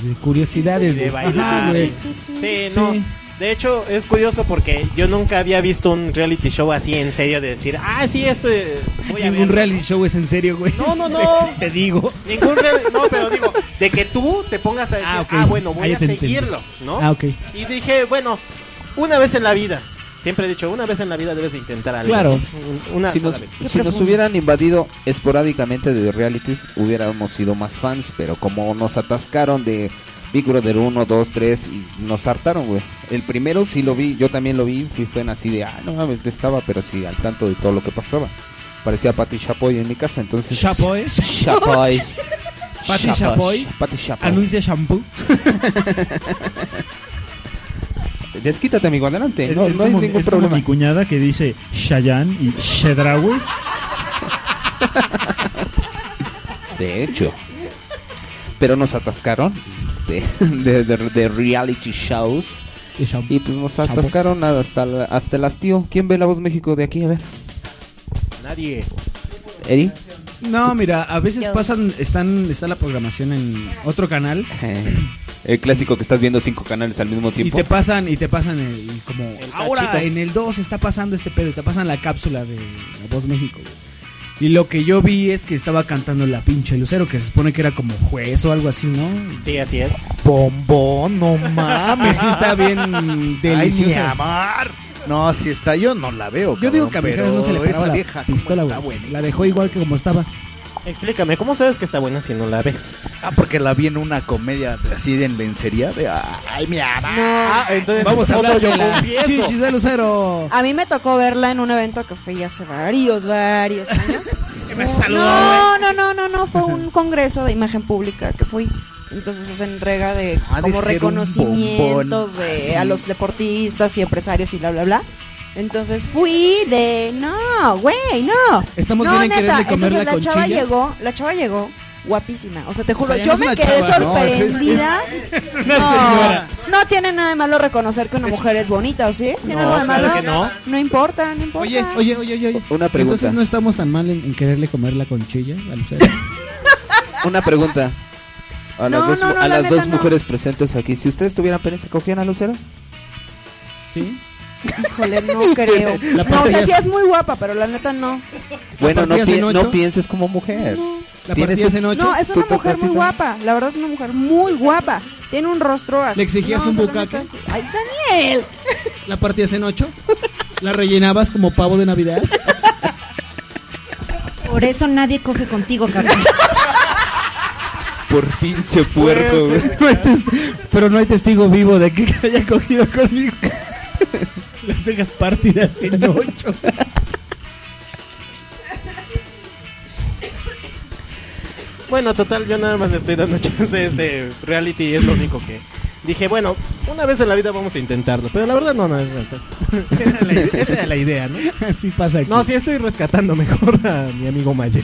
Speaker 6: de, de curiosidades.
Speaker 7: de
Speaker 6: güey.
Speaker 7: bailar.
Speaker 6: Ajá, güey.
Speaker 7: Sí, no. De hecho, es curioso porque yo nunca había visto un reality show así en serio de decir, ah, sí, este. Voy a
Speaker 6: Ningún reality show es en serio, güey.
Speaker 7: No, no, no.
Speaker 6: Te digo.
Speaker 7: Ningún reality. No, pero digo, de que tú te pongas a decir, ah,
Speaker 6: ok.
Speaker 7: bueno, voy
Speaker 6: Ah, ya
Speaker 7: a
Speaker 6: te entendí.
Speaker 7: seguirlo, ¿no?
Speaker 6: Ah, ok.
Speaker 7: Y dije, bueno, una vez en la vida. Siempre he dicho, una vez en la vida debes de intentar algo.
Speaker 2: Claro.
Speaker 7: Un- Una
Speaker 2: si
Speaker 7: sola
Speaker 2: nos,
Speaker 7: vez.
Speaker 2: si nos hubieran invadido esporádicamente de realities, hubiéramos sido más fans, pero como nos atascaron de Big Brother 1, 2, 3, y nos hartaron, güey. El primero sí lo vi, yo también lo vi, fui fan así de, ah, no mames, estaba, pero sí, al tanto de todo lo que pasaba. Parecía Patty Chapoy en mi casa, entonces...
Speaker 6: ¿Chapoy?
Speaker 2: Chapoy.
Speaker 6: Patty Chapoy.
Speaker 2: Patty Chapoy.
Speaker 6: Anuncia shampoo.
Speaker 2: Desquítate, amigo, adelante.
Speaker 25: Es-
Speaker 2: no
Speaker 25: Eh, es
Speaker 2: no hay
Speaker 25: como-
Speaker 2: ningún
Speaker 25: es como
Speaker 2: problema.
Speaker 25: mi cuñada que dice Shayan y Shedrawi.
Speaker 2: De hecho. Pero nos atascaron de, de- de- de reality shows. Y pues nos atascaron hasta, la- hasta el hastío. ¿Quién ve La Voz México de aquí? A ver.
Speaker 7: Nadie.
Speaker 2: ¿Eri?
Speaker 6: No, mira, a veces pasan, están, está la programación en otro canal
Speaker 2: El clásico que estás viendo cinco canales al mismo
Speaker 6: y
Speaker 2: tiempo.
Speaker 6: te pasan y te pasan el- y como ahora
Speaker 2: cachito.
Speaker 6: en el 2 está pasando este pedo, y te pasan la cápsula de La Voz México. güey. Y lo que yo vi es que estaba cantando la pinche Lucero, que se supone que era como juez o algo así, ¿no?
Speaker 7: Sí, así es.
Speaker 5: Bombón, no mames.
Speaker 6: Sí, está bien
Speaker 5: delicioso.
Speaker 6: deliciosa.
Speaker 5: No, si está yo no la veo.
Speaker 6: Yo digo que a
Speaker 5: Mijares
Speaker 6: Mijares pues, no se le paraba
Speaker 5: esa
Speaker 6: la
Speaker 5: vieja. ¿cómo
Speaker 6: pistola,
Speaker 5: está,
Speaker 6: güey.
Speaker 5: güey?
Speaker 6: La dejó igual que como estaba.
Speaker 7: Explícame, ¿cómo sabes que está buena si no la ves?
Speaker 5: Ah, porque la vi en una comedia así de en lencería. De, ay, mi ama.
Speaker 7: Ah, entonces
Speaker 5: Vamos a hablar de las
Speaker 6: chichis de Lucero.
Speaker 8: A mí me tocó verla en un evento que fue ya hace varios, varios años.
Speaker 6: me
Speaker 8: No, no, no, no, no, fue un congreso de imagen pública que fui. Entonces esa entrega de
Speaker 5: Ha de
Speaker 8: como
Speaker 5: ser un
Speaker 8: reconocimientos
Speaker 5: bombón.
Speaker 8: de,
Speaker 5: Sí.
Speaker 8: a los deportistas y empresarios y bla, bla, bla. Entonces fui de, no, güey, no.
Speaker 6: Estamos
Speaker 8: no,
Speaker 6: bien en quererle comer
Speaker 8: Entonces
Speaker 6: la
Speaker 8: la, chava
Speaker 6: conchilla.
Speaker 8: llegó, la chava llegó guapísima. O sea, te juro,
Speaker 6: O sea, ya
Speaker 8: yo
Speaker 6: no es
Speaker 8: me
Speaker 6: una
Speaker 8: quedé
Speaker 6: chava, ¿no? Es- es-
Speaker 8: sorprendida.
Speaker 6: una
Speaker 8: No,
Speaker 6: señora.
Speaker 8: no tiene nada de malo reconocer que una mujer es bonita, ¿o sí? ¿Tiene
Speaker 6: No,
Speaker 8: nada de
Speaker 6: claro
Speaker 8: malo?
Speaker 6: que no.
Speaker 8: importa, no importa.
Speaker 6: Oye, oye, oye, oye.
Speaker 2: Una pregunta.
Speaker 6: Entonces no estamos tan mal en, en quererle comer la conchilla a Lucero.
Speaker 2: Una pregunta. A las
Speaker 6: No,
Speaker 2: dos,
Speaker 6: no, no, la
Speaker 2: a las
Speaker 6: neta
Speaker 2: dos
Speaker 6: no.
Speaker 2: mujeres presentes aquí. Si ustedes tuvieran pene, ¿se cogían a Lucero?
Speaker 6: Sí.
Speaker 8: Híjole, no creo.
Speaker 2: La
Speaker 8: no, o
Speaker 2: partida
Speaker 8: sea, sí
Speaker 2: es-
Speaker 8: es muy guapa, pero la neta no.
Speaker 2: Bueno, no,
Speaker 6: partida es en
Speaker 2: pi-
Speaker 6: ocho.
Speaker 2: no pienses como mujer.
Speaker 6: La
Speaker 2: Tienes
Speaker 6: partida es
Speaker 2: un-
Speaker 6: en ocho.
Speaker 8: No, es una mujer muy guapa. La verdad, es una mujer muy guapa. Tiene un rostro así.
Speaker 6: ¿Le exigías
Speaker 8: no,
Speaker 6: un
Speaker 8: o sea, la
Speaker 6: bucaque?
Speaker 8: neta sí. ¡Ay, Daniel!
Speaker 6: La partías en ocho. La rellenabas como pavo de Navidad.
Speaker 3: Por eso nadie coge contigo, cabrón.
Speaker 2: Por pinche puerco, güey.
Speaker 6: No hay test- Pero no hay testigo vivo de que haya cogido conmigo. Las dejas partidas en ocho.
Speaker 7: Bueno, total, yo nada más le estoy dando chance a este reality, es lo único que dije, bueno, una vez en la vida vamos a intentarlo, pero la verdad no, no es esa era la idea- esa era la idea, ¿no?
Speaker 6: Así pasa aquí.
Speaker 7: No, sí estoy rescatando mejor a mi amigo Mayer.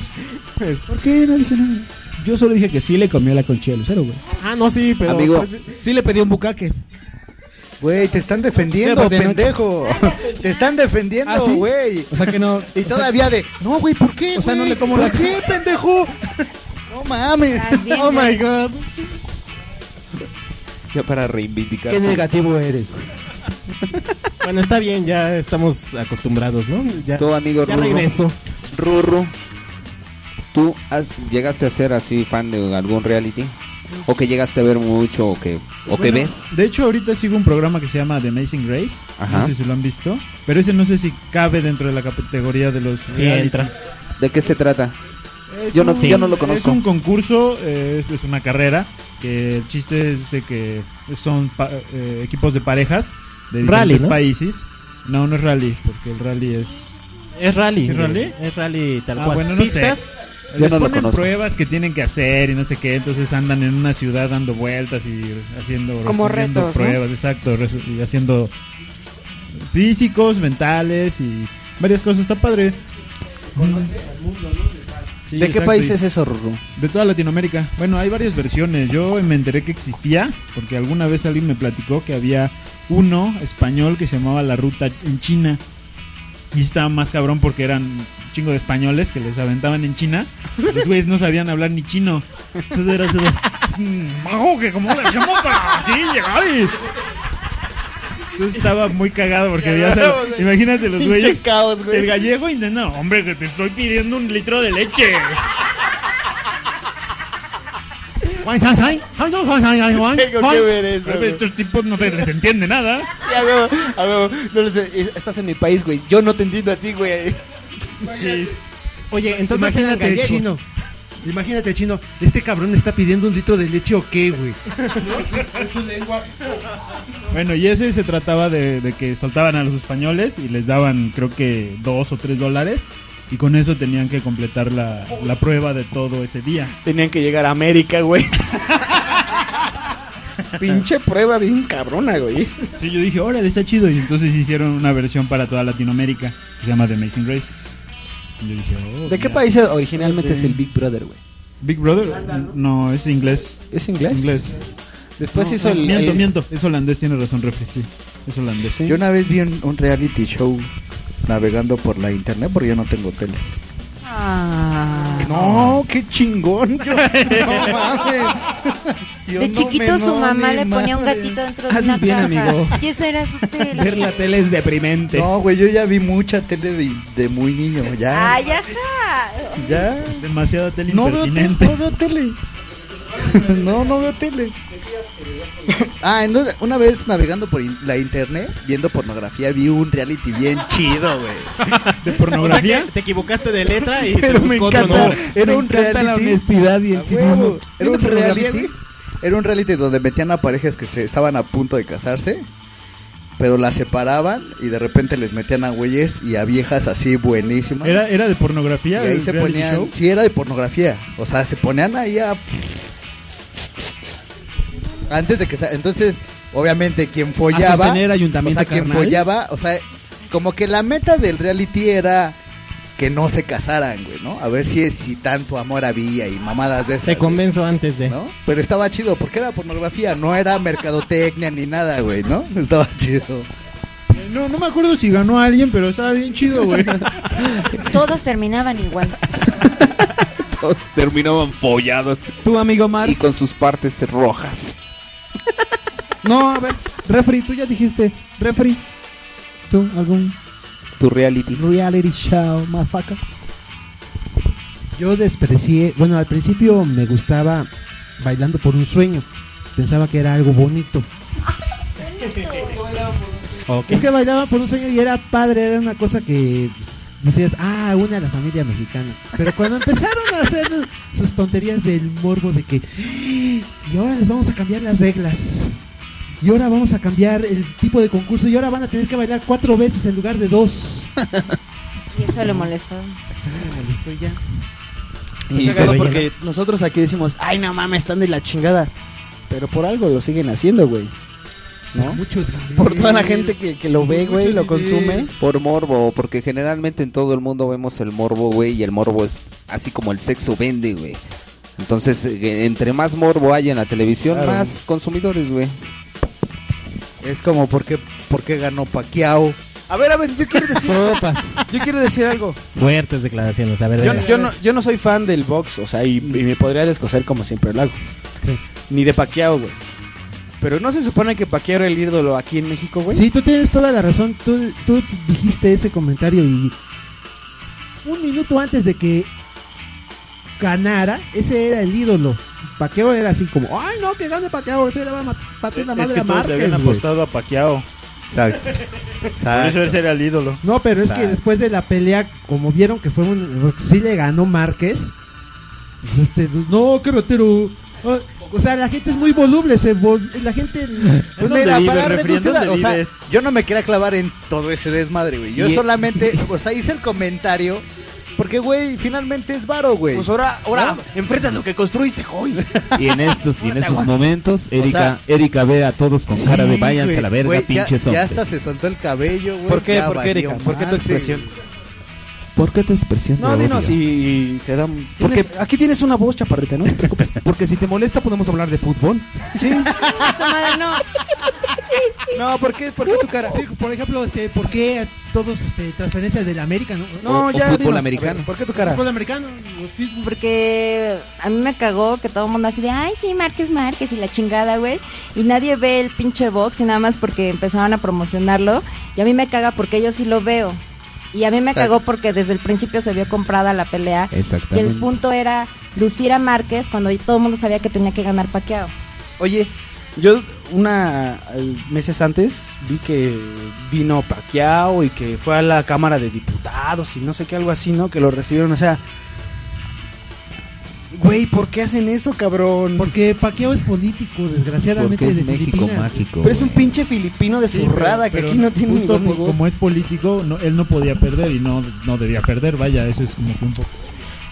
Speaker 7: Es-
Speaker 6: ¿Por qué no dije nada? Yo solo dije que sí le comió la conchilla a Lucero, güey.
Speaker 7: Ah, no, sí, pero
Speaker 6: Amigo.
Speaker 7: pues,
Speaker 6: Sí le pedí un bucaque.
Speaker 5: Güey, te están defendiendo,
Speaker 6: Siéntate, ¿no?
Speaker 5: pendejo. Te están defendiendo,
Speaker 6: ¿Ah, sí?
Speaker 5: güey.
Speaker 6: O sea que no.
Speaker 5: Y todavía de, no, güey, ¿por qué?
Speaker 6: O sea, no
Speaker 5: güey?
Speaker 6: le como
Speaker 5: ¿Por
Speaker 6: la-
Speaker 5: qué, pendejo? No mames.
Speaker 6: Estás bien,
Speaker 5: oh my
Speaker 6: güey.
Speaker 5: god.
Speaker 2: Ya para reivindicar.
Speaker 6: Qué negativo eres.
Speaker 7: bueno, está bien, ya estamos acostumbrados, ¿no? Ya,
Speaker 2: Todo amigo
Speaker 7: ya
Speaker 2: Rurro.
Speaker 7: regreso.
Speaker 2: Rurro. ¿Tú has- llegaste a ser así fan de algún reality? ¿O que llegaste a ver mucho? ¿O que, o que
Speaker 25: Bueno,
Speaker 2: ves?
Speaker 25: De hecho, ahorita sigo un programa que se llama The Amazing Race.
Speaker 2: Ajá.
Speaker 25: No sé si lo han visto. Pero ese no sé si cabe dentro de la categoría de los.
Speaker 2: Sí,
Speaker 25: realities.
Speaker 2: entra. ¿De qué se trata?
Speaker 25: Es
Speaker 2: Yo no,
Speaker 25: un-
Speaker 2: yo no lo
Speaker 25: Es
Speaker 2: conozco.
Speaker 25: un concurso, eh, es una carrera. Que el chiste es de que son pa- eh, equipos de parejas de
Speaker 7: Rally,
Speaker 25: diferentes
Speaker 7: ¿no?
Speaker 25: países. No, no es rally, porque el rally es.
Speaker 7: Es rally.
Speaker 25: ¿Es rally?
Speaker 7: Es rally tal
Speaker 25: Ah,
Speaker 7: cual.
Speaker 25: bueno, no
Speaker 7: Pistas.
Speaker 25: sé. Les ponen pruebas que tienen que hacer y no sé qué, entonces andan en una ciudad dando vueltas y haciendo
Speaker 8: Como
Speaker 25: respondiendo
Speaker 8: retos, ¿no?
Speaker 25: pruebas, exacto, resu- y haciendo físicos, mentales y varias cosas, está padre.
Speaker 8: Mm.
Speaker 25: Sí,
Speaker 12: ¿De qué
Speaker 25: exacto,
Speaker 12: país
Speaker 25: y-
Speaker 12: es eso, Rorro?
Speaker 25: De toda Latinoamérica. Bueno, hay varias versiones. Yo me enteré que existía porque alguna vez alguien me platicó que había
Speaker 9: uno español que se llamaba La Ruta en China. Y estaba más cabrón porque eran un chingo de españoles que les aventaban en China. Los güeyes no sabían hablar ni chino. Entonces era así de, "Mm, mago, que cómo le hacemos para aquí llegar y... Entonces estaba muy cagado porque había... imagínate los
Speaker 7: Pinche
Speaker 9: güeyes.
Speaker 7: caos, güey.
Speaker 9: El gallego intentando, hombre, que te estoy pidiendo un litro de leche. Ay, ay, ay, ay, no, ay, ay, ay, ay,
Speaker 7: Tengo
Speaker 9: ay.
Speaker 7: que ver eso, güey.
Speaker 9: Estos tipos no se les entiende nada.
Speaker 7: Ya, huevo, a huevo. No lo sé, es- estás en mi país, güey. Yo no te entiendo a ti, güey.
Speaker 9: Sí.
Speaker 7: Oye, entonces eran
Speaker 26: Imagínate el
Speaker 7: gallegos.
Speaker 26: chino. Imagínate el chino. Este cabrón está pidiendo un litro de leche o qué, güey.
Speaker 12: Es su lengua.
Speaker 9: Bueno, y ese se trataba de, de que soltaban a los españoles y les daban, creo que, dos o tres dólares. Y con eso tenían que completar la, la prueba de todo ese día.
Speaker 7: Tenían que llegar a América, güey. Pinche prueba bien cabrona, güey.
Speaker 9: Sí, yo dije, órale, está chido. Y entonces hicieron una versión para toda Latinoamérica. que se llama The Amazing Race. Y yo dije, oh,
Speaker 6: ¿De qué
Speaker 9: mira.
Speaker 6: país originalmente es el Big Brother, güey?
Speaker 9: Big Brother? No, es inglés.
Speaker 6: ¿Es inglés?
Speaker 9: Inglés.
Speaker 6: Después
Speaker 9: No,
Speaker 6: hizo
Speaker 9: no,
Speaker 6: el-
Speaker 9: Miento,
Speaker 6: el-
Speaker 9: miento. Es holandés, tiene razón, Refri. Sí, es holandés.
Speaker 5: Yo una vez vi un, un reality show navegando por la internet porque yo no tengo tele.
Speaker 10: Ah.
Speaker 5: No, qué chingón. Yo- no mames. Yo
Speaker 3: de
Speaker 5: no
Speaker 3: chiquito
Speaker 5: me-
Speaker 3: su
Speaker 5: no,
Speaker 3: mamá
Speaker 5: mi
Speaker 3: le ponía un
Speaker 5: madre.
Speaker 3: gatito dentro
Speaker 6: Ah,
Speaker 3: de
Speaker 5: Haces
Speaker 3: una
Speaker 5: bien,
Speaker 3: caja.
Speaker 5: amigo.
Speaker 3: Y esa era su tela.
Speaker 5: Ver la
Speaker 7: tele es deprimente.
Speaker 5: No, güey, yo ya vi mucha tele de, de muy niño. Ya.
Speaker 3: Ay, ajá.
Speaker 5: ya.
Speaker 9: Demasiada tele
Speaker 5: no veo, tele,
Speaker 9: impertinente.
Speaker 5: no veo tele. no, no veo tele. Ah, en una- una vez navegando por in- la internet, viendo pornografía, vi un reality bien chido, güey.
Speaker 9: ¿De
Speaker 7: O sea que te equivocaste de letra y te
Speaker 5: Pero me
Speaker 7: buscó otro
Speaker 5: encanta,
Speaker 7: nombre.
Speaker 5: era un reality.
Speaker 7: A
Speaker 5: A
Speaker 7: huevo.
Speaker 5: huevo. Era un
Speaker 7: ¿Era
Speaker 5: reality. Era un reality donde metían a parejas que se estaban a punto de casarse, pero las separaban y de repente les metían a güeyes y a viejas así buenísimas.
Speaker 9: ¿Era, ¿Era de
Speaker 5: y
Speaker 9: pornografía?
Speaker 5: ahí
Speaker 9: el
Speaker 5: se
Speaker 9: reality
Speaker 5: ponían,
Speaker 9: show?
Speaker 5: sí era de pornografía, o sea, se ponían ahí a antes de que sa- entonces obviamente quien follaba,
Speaker 12: sostener ayuntamiento
Speaker 5: o sea, quien
Speaker 12: carnal.
Speaker 5: follaba, o sea, como que la meta del reality era que no se casaran, güey, ¿no? A ver si si tanto amor había y mamadas de esas.
Speaker 7: Te convenzo antes de.
Speaker 5: ¿no? Pero estaba chido porque era pornografía, no era mercadotecnia ni nada, güey, ¿no? Estaba chido.
Speaker 9: No, no me acuerdo si ganó alguien, pero estaba bien chido, güey.
Speaker 3: Todos terminaban igual.
Speaker 2: Todos terminaban follados.
Speaker 6: Tu amigo Mars.
Speaker 2: Y con sus partes rojas.
Speaker 6: No, a ver, refri, tú ya dijiste, refri, tú algún
Speaker 2: Tu reality.
Speaker 6: reality show, motherfucker.
Speaker 4: Yo desprecié, bueno, al principio me gustaba bailando por un sueño. Pensaba que era algo bonito. Es que bailaba por un sueño y era padre, era una cosa que pues, decías, ah, una de la familia mexicana. Pero cuando empezaron a hacer sus tonterías del morbo de que, y ahora les vamos a cambiar las reglas. Y ahora vamos a cambiar el tipo de concurso y ahora van a tener que bailar cuatro veces en lugar de dos.
Speaker 3: Y eso le molestó.
Speaker 6: Y
Speaker 7: Está cagado
Speaker 6: porque nosotros aquí decimos, ay, no mames, están de la chingada. Pero por algo lo siguen haciendo, güey. ¿No? por toda la gente que, que lo ve, güey, lo consume.
Speaker 2: Por morbo, porque generalmente en todo el mundo vemos el morbo, güey, y el morbo es así como el sexo vende, güey. Entonces, eh, entre más morbo hay en la televisión,
Speaker 5: Claro.
Speaker 2: más consumidores, güey.
Speaker 5: Es como porque porque ganó Paquiao.
Speaker 6: A ver, a ver, yo quiero decir. Yo quiero decir algo.
Speaker 7: Fuertes declaraciones, a ver.
Speaker 6: Yo,
Speaker 7: dale.
Speaker 6: yo no, yo no soy fan del box, o sea, y, y me podría descoser como siempre lo hago. Ni de Paquiao, güey. Pero no se supone que Paquiao era el ídolo aquí en México, güey.
Speaker 4: Sí, tú tienes toda la razón. Tú, tú dijiste ese comentario y un minuto antes de que ganara, ese era el ídolo. Paqueo era así como, ay no, que gane Paqueo, ese le va a matar una
Speaker 9: Es
Speaker 4: madre
Speaker 9: que
Speaker 4: a
Speaker 9: todos le habían
Speaker 4: Márquez, güey".
Speaker 9: apostado a Paquiao.
Speaker 5: Exacto.
Speaker 9: Por eso ese era el ídolo.
Speaker 4: No, pero es que después de la pelea, como vieron que fue un, sí le ganó Márquez, pues este, no, carretero. ah, O sea, la gente es muy voluble, se vol- la gente...
Speaker 5: Pues mira, para reducir la- o sea, yo no me quería clavar en todo ese desmadre, güey. Yo
Speaker 4: Y-
Speaker 5: solamente, o sea, hice el comentario porque, güey, finalmente es varo, güey.
Speaker 6: Pues ahora- ahora,
Speaker 5: enfrenta lo que construiste, hoy.
Speaker 2: Y en estos, y en estos momentos,
Speaker 5: sea-
Speaker 2: Erika, Erika ve a todos con cara de váyanse a la verga,
Speaker 5: Güey, ya-
Speaker 2: pinches
Speaker 5: ya,
Speaker 2: hombres.
Speaker 5: hasta se soltó el cabello, güey.
Speaker 6: ¿Por qué?
Speaker 5: Ya
Speaker 6: ¿Por qué,
Speaker 5: valió
Speaker 6: Erika? ¿Por qué tu
Speaker 5: madre,
Speaker 6: expresión?
Speaker 5: güey.
Speaker 2: ¿Por qué te expresión
Speaker 6: No, dinos y te dan.
Speaker 2: Porque-
Speaker 6: Tienes- aquí tienes una voz chaparrita, ¿no?
Speaker 2: Porque si te molesta podemos hablar de fútbol.
Speaker 6: Sí.
Speaker 3: no.
Speaker 6: No, ¿por qué, por qué tu cara?
Speaker 4: Sí, por ejemplo, este, ¿por qué a todos este, transferencias del América? No,
Speaker 6: No, O- o ya fútbol dinos, a americano. ver,
Speaker 4: ¿Por
Speaker 6: qué tu cara?
Speaker 4: Fútbol americano.
Speaker 3: Porque a mí me cagó que todo el mundo así de, ay, sí, Márquez, Márquez y la chingada, güey. Y nadie ve el pinche box y nada más porque empezaron a promocionarlo. Y a mí me caga porque yo sí lo veo. Y a mí me
Speaker 2: Exacto.
Speaker 3: cagó porque desde el principio se vio comprada la pelea.
Speaker 13: Eh,
Speaker 3: Y
Speaker 2: Exactamente.
Speaker 3: el punto era lucir a Márquez cuando todo el mundo sabía que tenía que ganar paqueado.
Speaker 6: Oye, yo una eh, meses antes vi que vino Paquiao y que fue a la Cámara de Diputados y no sé qué algo así, ¿no? Que lo recibieron, o sea, güey, ¿por qué hacen eso, cabrón?
Speaker 4: Porque Paqueo es político, desgraciadamente.
Speaker 6: Porque es
Speaker 4: de
Speaker 6: México
Speaker 4: Filipinas.
Speaker 6: mágico, Pero es un güey. pinche filipino de zurrada que aquí no tiene ni
Speaker 9: justo
Speaker 6: voz ni
Speaker 9: por-
Speaker 6: voz.
Speaker 9: Como es político, no- él no podía perder y no, no debía perder. Vaya, eso es como que un poco.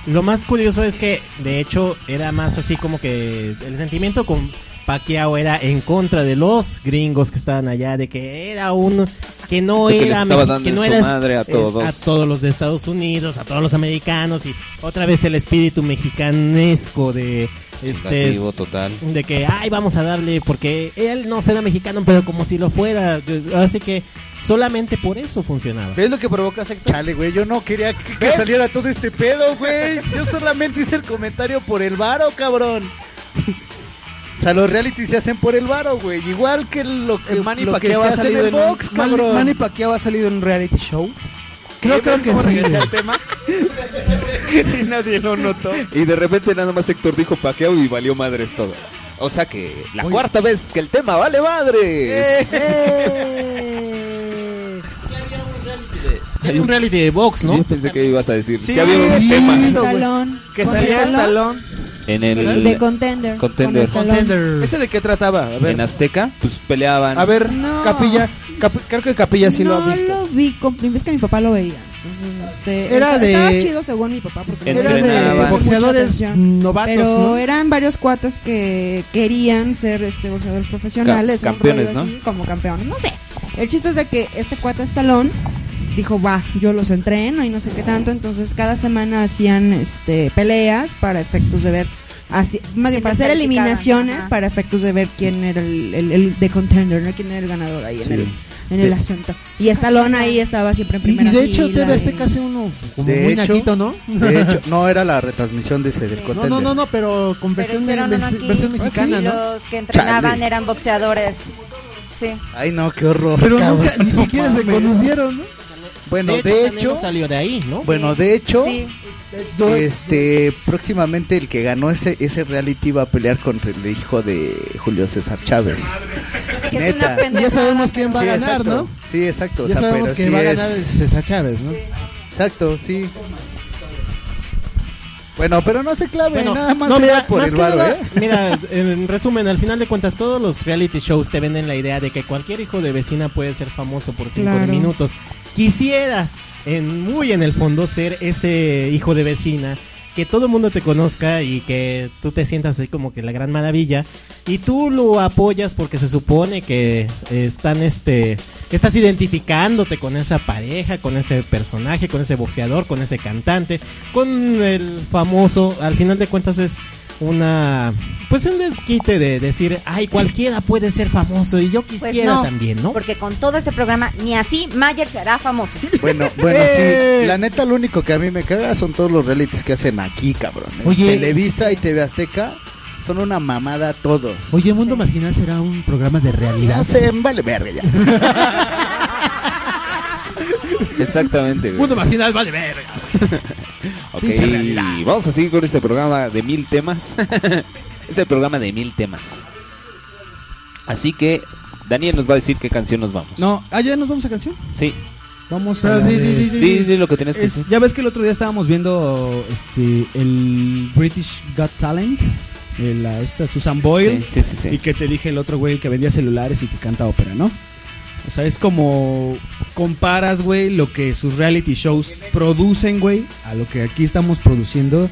Speaker 7: Lo más curioso es que, de hecho, era más así como que el sentimiento con Pacquiao era en contra de los gringos que estaban allá, de que era un que no
Speaker 2: De que les
Speaker 7: era
Speaker 2: estaba
Speaker 7: mexi-
Speaker 2: dando
Speaker 7: que no
Speaker 2: en su
Speaker 7: era,
Speaker 2: madre a
Speaker 7: eh,
Speaker 2: todos.
Speaker 7: a todos los de Estados Unidos, a todos los americanos y otra vez el espíritu mexicanesco de este
Speaker 2: Negativo total.
Speaker 7: de que ay vamos a darle porque él no será mexicano pero como si lo fuera, así que solamente por eso funcionaba.
Speaker 6: ¿Ves lo que provoca secta?
Speaker 5: Chale, güey, yo no quería que, que saliera todo este pedo, güey. Yo solamente hice el comentario por el varo, cabrón. O sea, los reality se hacen por el varo, güey. Igual que lo que,
Speaker 6: El Manny
Speaker 5: lo que se
Speaker 6: Pacquiao ha
Speaker 5: hace en
Speaker 6: salido
Speaker 5: el
Speaker 6: en
Speaker 5: box,
Speaker 6: un- Manny-
Speaker 5: cabrón.
Speaker 6: Manny Pacquiao ha salido en un reality show.
Speaker 5: Creo-
Speaker 6: ¿Eh?
Speaker 5: creo
Speaker 6: ¿Ves
Speaker 5: que
Speaker 6: cómo
Speaker 5: sí.
Speaker 6: regresé al tema?
Speaker 2: y nadie lo notó. Y de repente nada más Héctor dijo paqueo y valió madres todo. O sea que la cuarta vez que el tema vale madres.
Speaker 13: Eh.
Speaker 7: Sí, había un reality de box, ¿no?
Speaker 2: Yo pensé que ibas a decir.
Speaker 7: Sí,
Speaker 2: Sí, había un
Speaker 7: sí,
Speaker 2: tema.
Speaker 8: Estalón.
Speaker 6: Que
Speaker 8: Con
Speaker 6: salía
Speaker 8: Estalón.
Speaker 6: Estalón.
Speaker 2: En el
Speaker 8: De Contender.
Speaker 2: Contender.
Speaker 8: Con Estalón.
Speaker 6: ¿Ese de qué trataba? A ver,
Speaker 2: en Azteca, pues peleaban.
Speaker 6: a ver
Speaker 8: No.
Speaker 6: Capilla. Cap- creo que Capilla sí lo ha
Speaker 8: no
Speaker 6: visto.
Speaker 8: lo vi, compl- es que mi papá lo veía. Entonces, este,
Speaker 6: Era
Speaker 8: esta-
Speaker 6: de-
Speaker 8: Estaba chido según mi papá. Porque no
Speaker 6: Era
Speaker 8: le
Speaker 6: de
Speaker 8: ponía
Speaker 6: boxeadores
Speaker 8: mucha atención.
Speaker 6: novatos,
Speaker 8: Pero
Speaker 6: ¿no?
Speaker 8: eran varios cuates que querían ser este, boxeadores profesionales.
Speaker 2: Ca-
Speaker 8: un
Speaker 2: campeones,
Speaker 8: rollo
Speaker 2: ¿no?
Speaker 8: así, como campeones, no sé. El chiste es de que este cuate Estalón dijo, va, yo los entreno y no sé qué tanto. Entonces, cada semana hacían este, peleas para efectos de ver... Así, más bien,
Speaker 3: Sí,
Speaker 8: para
Speaker 3: los
Speaker 8: hacer
Speaker 3: calificaban,
Speaker 8: eliminaciones
Speaker 3: ajá.
Speaker 8: Ah. para efectos de ver quién era el, el, el de contender, ¿no? quién era el ganador ahí en
Speaker 4: Sí.
Speaker 8: el en el
Speaker 4: De-
Speaker 8: asunto. Y Estalón ahí estaba siempre en
Speaker 4: Y,
Speaker 8: primera
Speaker 4: y de hecho,
Speaker 8: fila,
Speaker 4: TV
Speaker 8: y-
Speaker 4: Azteca hace uno como
Speaker 5: De
Speaker 4: muy
Speaker 5: hecho,
Speaker 4: naquito, ¿no?
Speaker 5: De hecho, no era la retransmisión de ese del
Speaker 4: No,
Speaker 5: contender.
Speaker 4: no, no, no, pero con
Speaker 3: Pero
Speaker 4: versión,
Speaker 3: hicieron
Speaker 4: me-
Speaker 3: uno aquí.
Speaker 4: versión mexicana,
Speaker 3: y
Speaker 4: ¿no?
Speaker 3: los que entrenaban
Speaker 5: Chale.
Speaker 3: eran boxeadores. Sí.
Speaker 5: Ay, no, qué horror.
Speaker 4: Pero
Speaker 5: cabrón.
Speaker 4: nunca, ni siquiera se conocieron, ¿no?
Speaker 5: Bueno,
Speaker 4: De
Speaker 5: de
Speaker 4: hecho,
Speaker 5: hecho,
Speaker 4: también no
Speaker 7: salió de ahí, ¿no?
Speaker 5: Bueno,
Speaker 4: Oh, Sí.
Speaker 5: de hecho,
Speaker 4: Sí.
Speaker 5: este, próximamente el que ganó ese ese reality va a pelear contra el hijo de Julio César Chávez.
Speaker 4: Que es una pendejada, Ya sabemos quién va a ganar,
Speaker 5: exacto.
Speaker 4: ¿no?
Speaker 5: Sí, exacto. o
Speaker 4: Ya
Speaker 5: sea,
Speaker 4: sabemos
Speaker 5: pero
Speaker 4: que
Speaker 5: sí
Speaker 4: va a
Speaker 5: es-
Speaker 4: ganar el César Chávez, ¿no?
Speaker 5: Exacto, sí. Bueno, pero no se clave,
Speaker 7: Bueno,
Speaker 5: nada más
Speaker 7: no,
Speaker 5: era
Speaker 7: mira,
Speaker 5: por
Speaker 7: más
Speaker 5: el
Speaker 7: que
Speaker 5: varo,
Speaker 7: nada,
Speaker 5: ¿eh?
Speaker 7: Mira, en resumen, al final de cuentas, todos los reality shows te venden la idea de que cualquier hijo de vecina puede ser famoso por cinco
Speaker 8: Claro.
Speaker 7: minutos. Quisieras, en muy en el fondo, ser ese hijo de vecina. Que todo el mundo te conozca y que tú te sientas así como que la gran maravilla. Y tú lo apoyas porque se supone que están este. Estás identificándote con esa pareja, con ese personaje, con ese boxeador, con ese cantante, con el famoso. Al final de cuentas es una. Pues un desquite de decir, ay, cualquiera puede ser famoso y yo
Speaker 3: Pues
Speaker 7: quisiera
Speaker 3: no,
Speaker 7: también, ¿no?
Speaker 3: Porque con todo este programa, ni así Mayer se hará famoso.
Speaker 5: Bueno, bueno,
Speaker 3: ¡Eh!
Speaker 5: sí. La neta, lo único que a mí me caga son todos los realities que hacen aquí, cabrón. ¿eh?
Speaker 4: Oye.
Speaker 5: Televisa y TV Azteca son una mamada todos.
Speaker 4: Oye, Mundo Marginal será un programa de realidad.
Speaker 5: No sé, vale verga ya.
Speaker 2: Exactamente. güey.
Speaker 4: Mundo Marginal vale verga.
Speaker 2: Ok,
Speaker 4: Pinche realidad.
Speaker 2: vamos a seguir con este programa de mil temas. es el programa de mil temas. Así que Daniel nos va a decir qué canción nos vamos.
Speaker 6: No, ah, ya nos vamos a canción.
Speaker 2: Sí.
Speaker 6: Vamos
Speaker 2: Pero
Speaker 6: a. la
Speaker 2: di,
Speaker 6: de-
Speaker 2: di, di, di. Di, di lo que tenías que
Speaker 6: Es-
Speaker 2: decir.
Speaker 6: Ya ves que el otro día estábamos viendo este el British Got Talent. eh, La, esta Susan Boyle.
Speaker 2: Sí, sí, sí, sí.
Speaker 6: Y que te dije el otro güey el que vendía celulares y que canta ópera, ¿no? O sea, es como comparas, güey, lo que sus reality shows producen, güey, a lo que aquí estamos produciendo.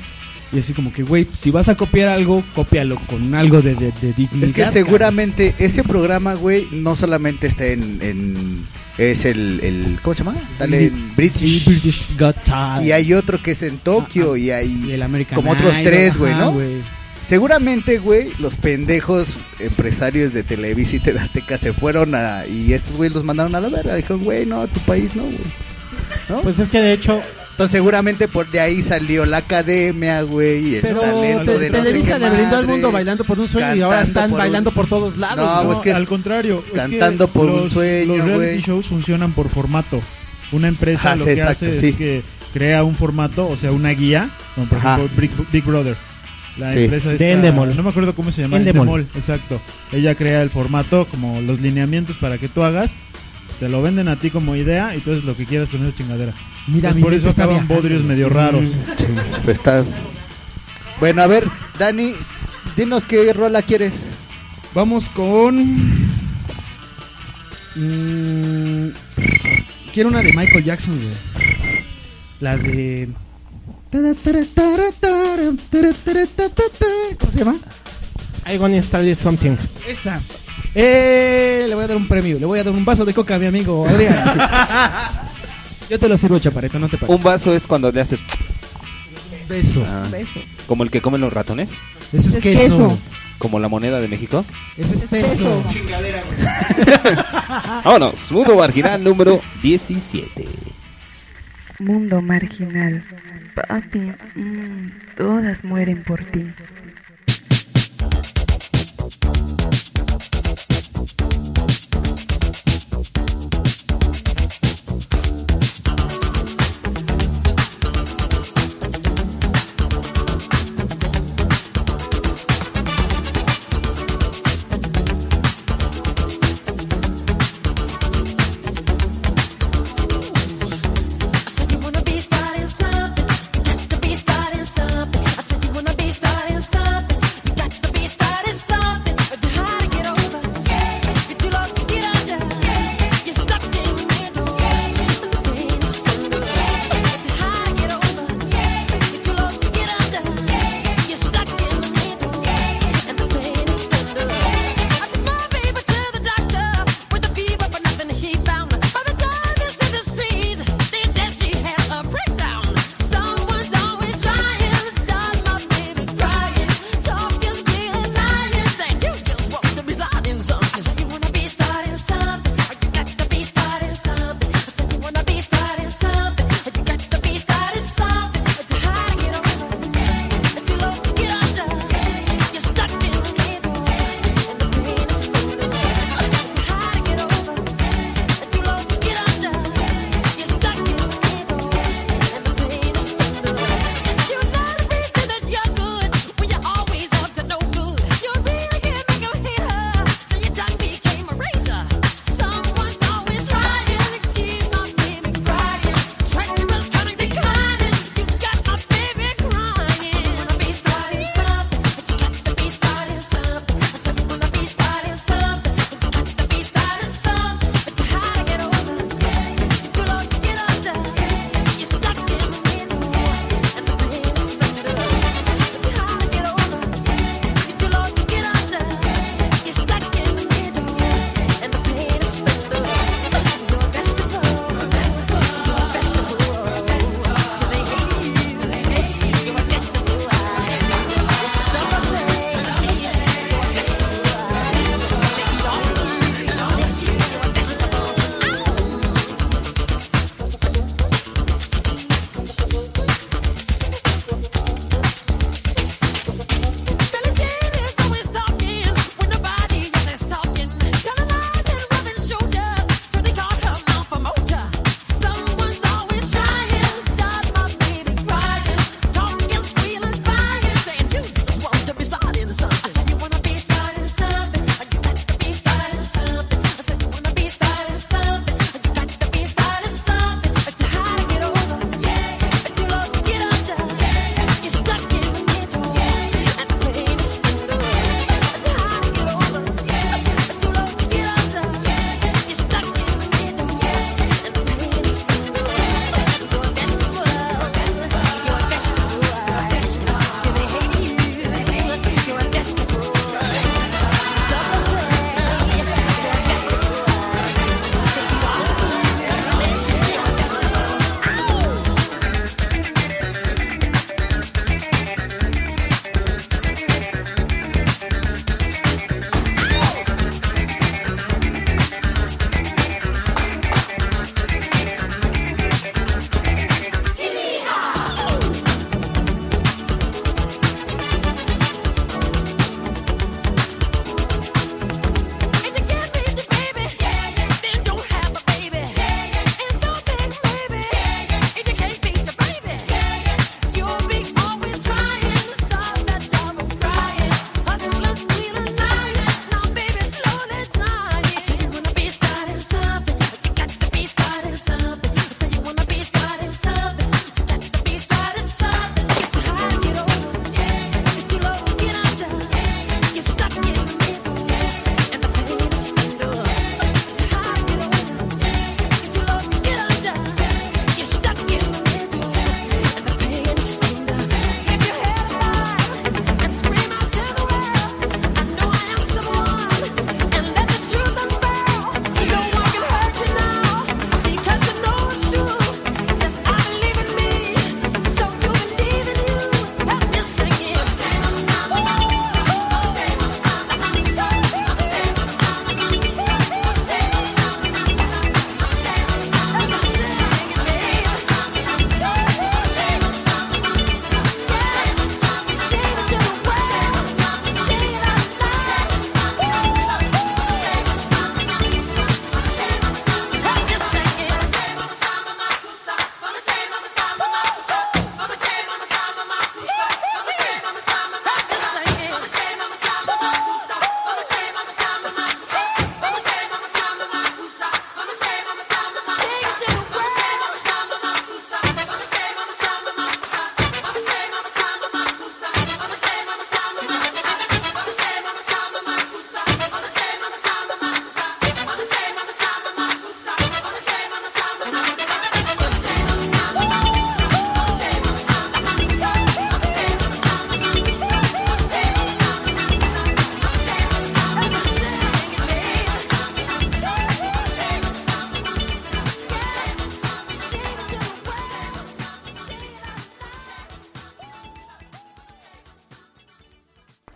Speaker 6: Y así como que, güey, si vas a copiar algo, cópialo con algo de, de- de dignidad.
Speaker 5: Es que seguramente ese programa, güey, no solamente está en... en- es el, el- ¿Cómo se llama? Dale,
Speaker 6: Brit-
Speaker 5: British.
Speaker 6: British Got Talent.
Speaker 5: Y hay otro que es en Tokio y hay como
Speaker 6: Idol,
Speaker 5: otros tres, güey,
Speaker 6: ajá,
Speaker 5: ¿no?
Speaker 6: güey.
Speaker 5: Seguramente, güey, los pendejos empresarios de Televisa y TV Azteca se fueron a... Y estos güey los mandaron a la verga. Dijeron, güey, no, tu país no, güey.
Speaker 7: Pues es que de hecho...
Speaker 5: Entonces seguramente por de ahí salió la academia, güey. y el
Speaker 4: Pero
Speaker 5: talento
Speaker 4: te-
Speaker 5: de no sé
Speaker 4: Televisa
Speaker 5: qué
Speaker 4: le brindó al
Speaker 5: madre.
Speaker 4: mundo bailando por un sueño y ahora
Speaker 5: Cantando
Speaker 4: están
Speaker 5: por un-
Speaker 4: bailando por todos lados.
Speaker 5: No,
Speaker 4: No,
Speaker 5: es que es-
Speaker 9: al contrario. es que
Speaker 5: cantando por un
Speaker 9: los,
Speaker 5: sueño,
Speaker 9: Los reality
Speaker 5: güey.
Speaker 9: shows funcionan por formato. Una empresa
Speaker 5: Ajá,
Speaker 9: lo
Speaker 5: sí,
Speaker 9: que
Speaker 5: exacto,
Speaker 9: hace
Speaker 5: sí.
Speaker 9: es que crea un formato, o sea, una guía, como por
Speaker 5: Ajá.
Speaker 9: ejemplo Big, Big Brother. La
Speaker 5: Sí.
Speaker 9: empresa
Speaker 5: De
Speaker 9: esta-
Speaker 5: Endemol.
Speaker 9: No me acuerdo cómo se llama.
Speaker 5: Endemol.
Speaker 9: Endemol, exacto. Ella crea el formato, como los lineamientos para que tú hagas. Te lo venden a ti como idea y tú haces lo que quieras con esa chingadera.
Speaker 5: Mira,
Speaker 9: Pues
Speaker 5: mi
Speaker 9: por
Speaker 5: mente
Speaker 9: eso
Speaker 5: está
Speaker 9: acaban
Speaker 5: viajando.
Speaker 9: bodrios medio raros.
Speaker 5: Sí, pues está. Bueno, a ver, Dani, dinos qué rola quieres.
Speaker 6: Vamos con. Mm, quiero una de Michael Jackson, güey. La de.
Speaker 4: ¿Cómo se llama?
Speaker 7: I gonna start with something.
Speaker 6: Esa. Eh, le voy a dar un premio. Le voy a dar un vaso de coca a mi amigo Adrián. Yo te lo sirvo, chaparrito, no te pares.
Speaker 2: Un vaso es cuando le haces
Speaker 6: Pues. beso.
Speaker 2: Ah. como el que comen los ratones.
Speaker 6: Ese es Es queso. queso.
Speaker 2: Como la moneda de México.
Speaker 6: Ese es peso.
Speaker 2: Vámonos, mundo marginal número 17.
Speaker 10: Mundo marginal. Papi, mm, todas mueren por ti.
Speaker 14: I said you wanna be starting something. You got to be starting something. I said you wanna be starting something.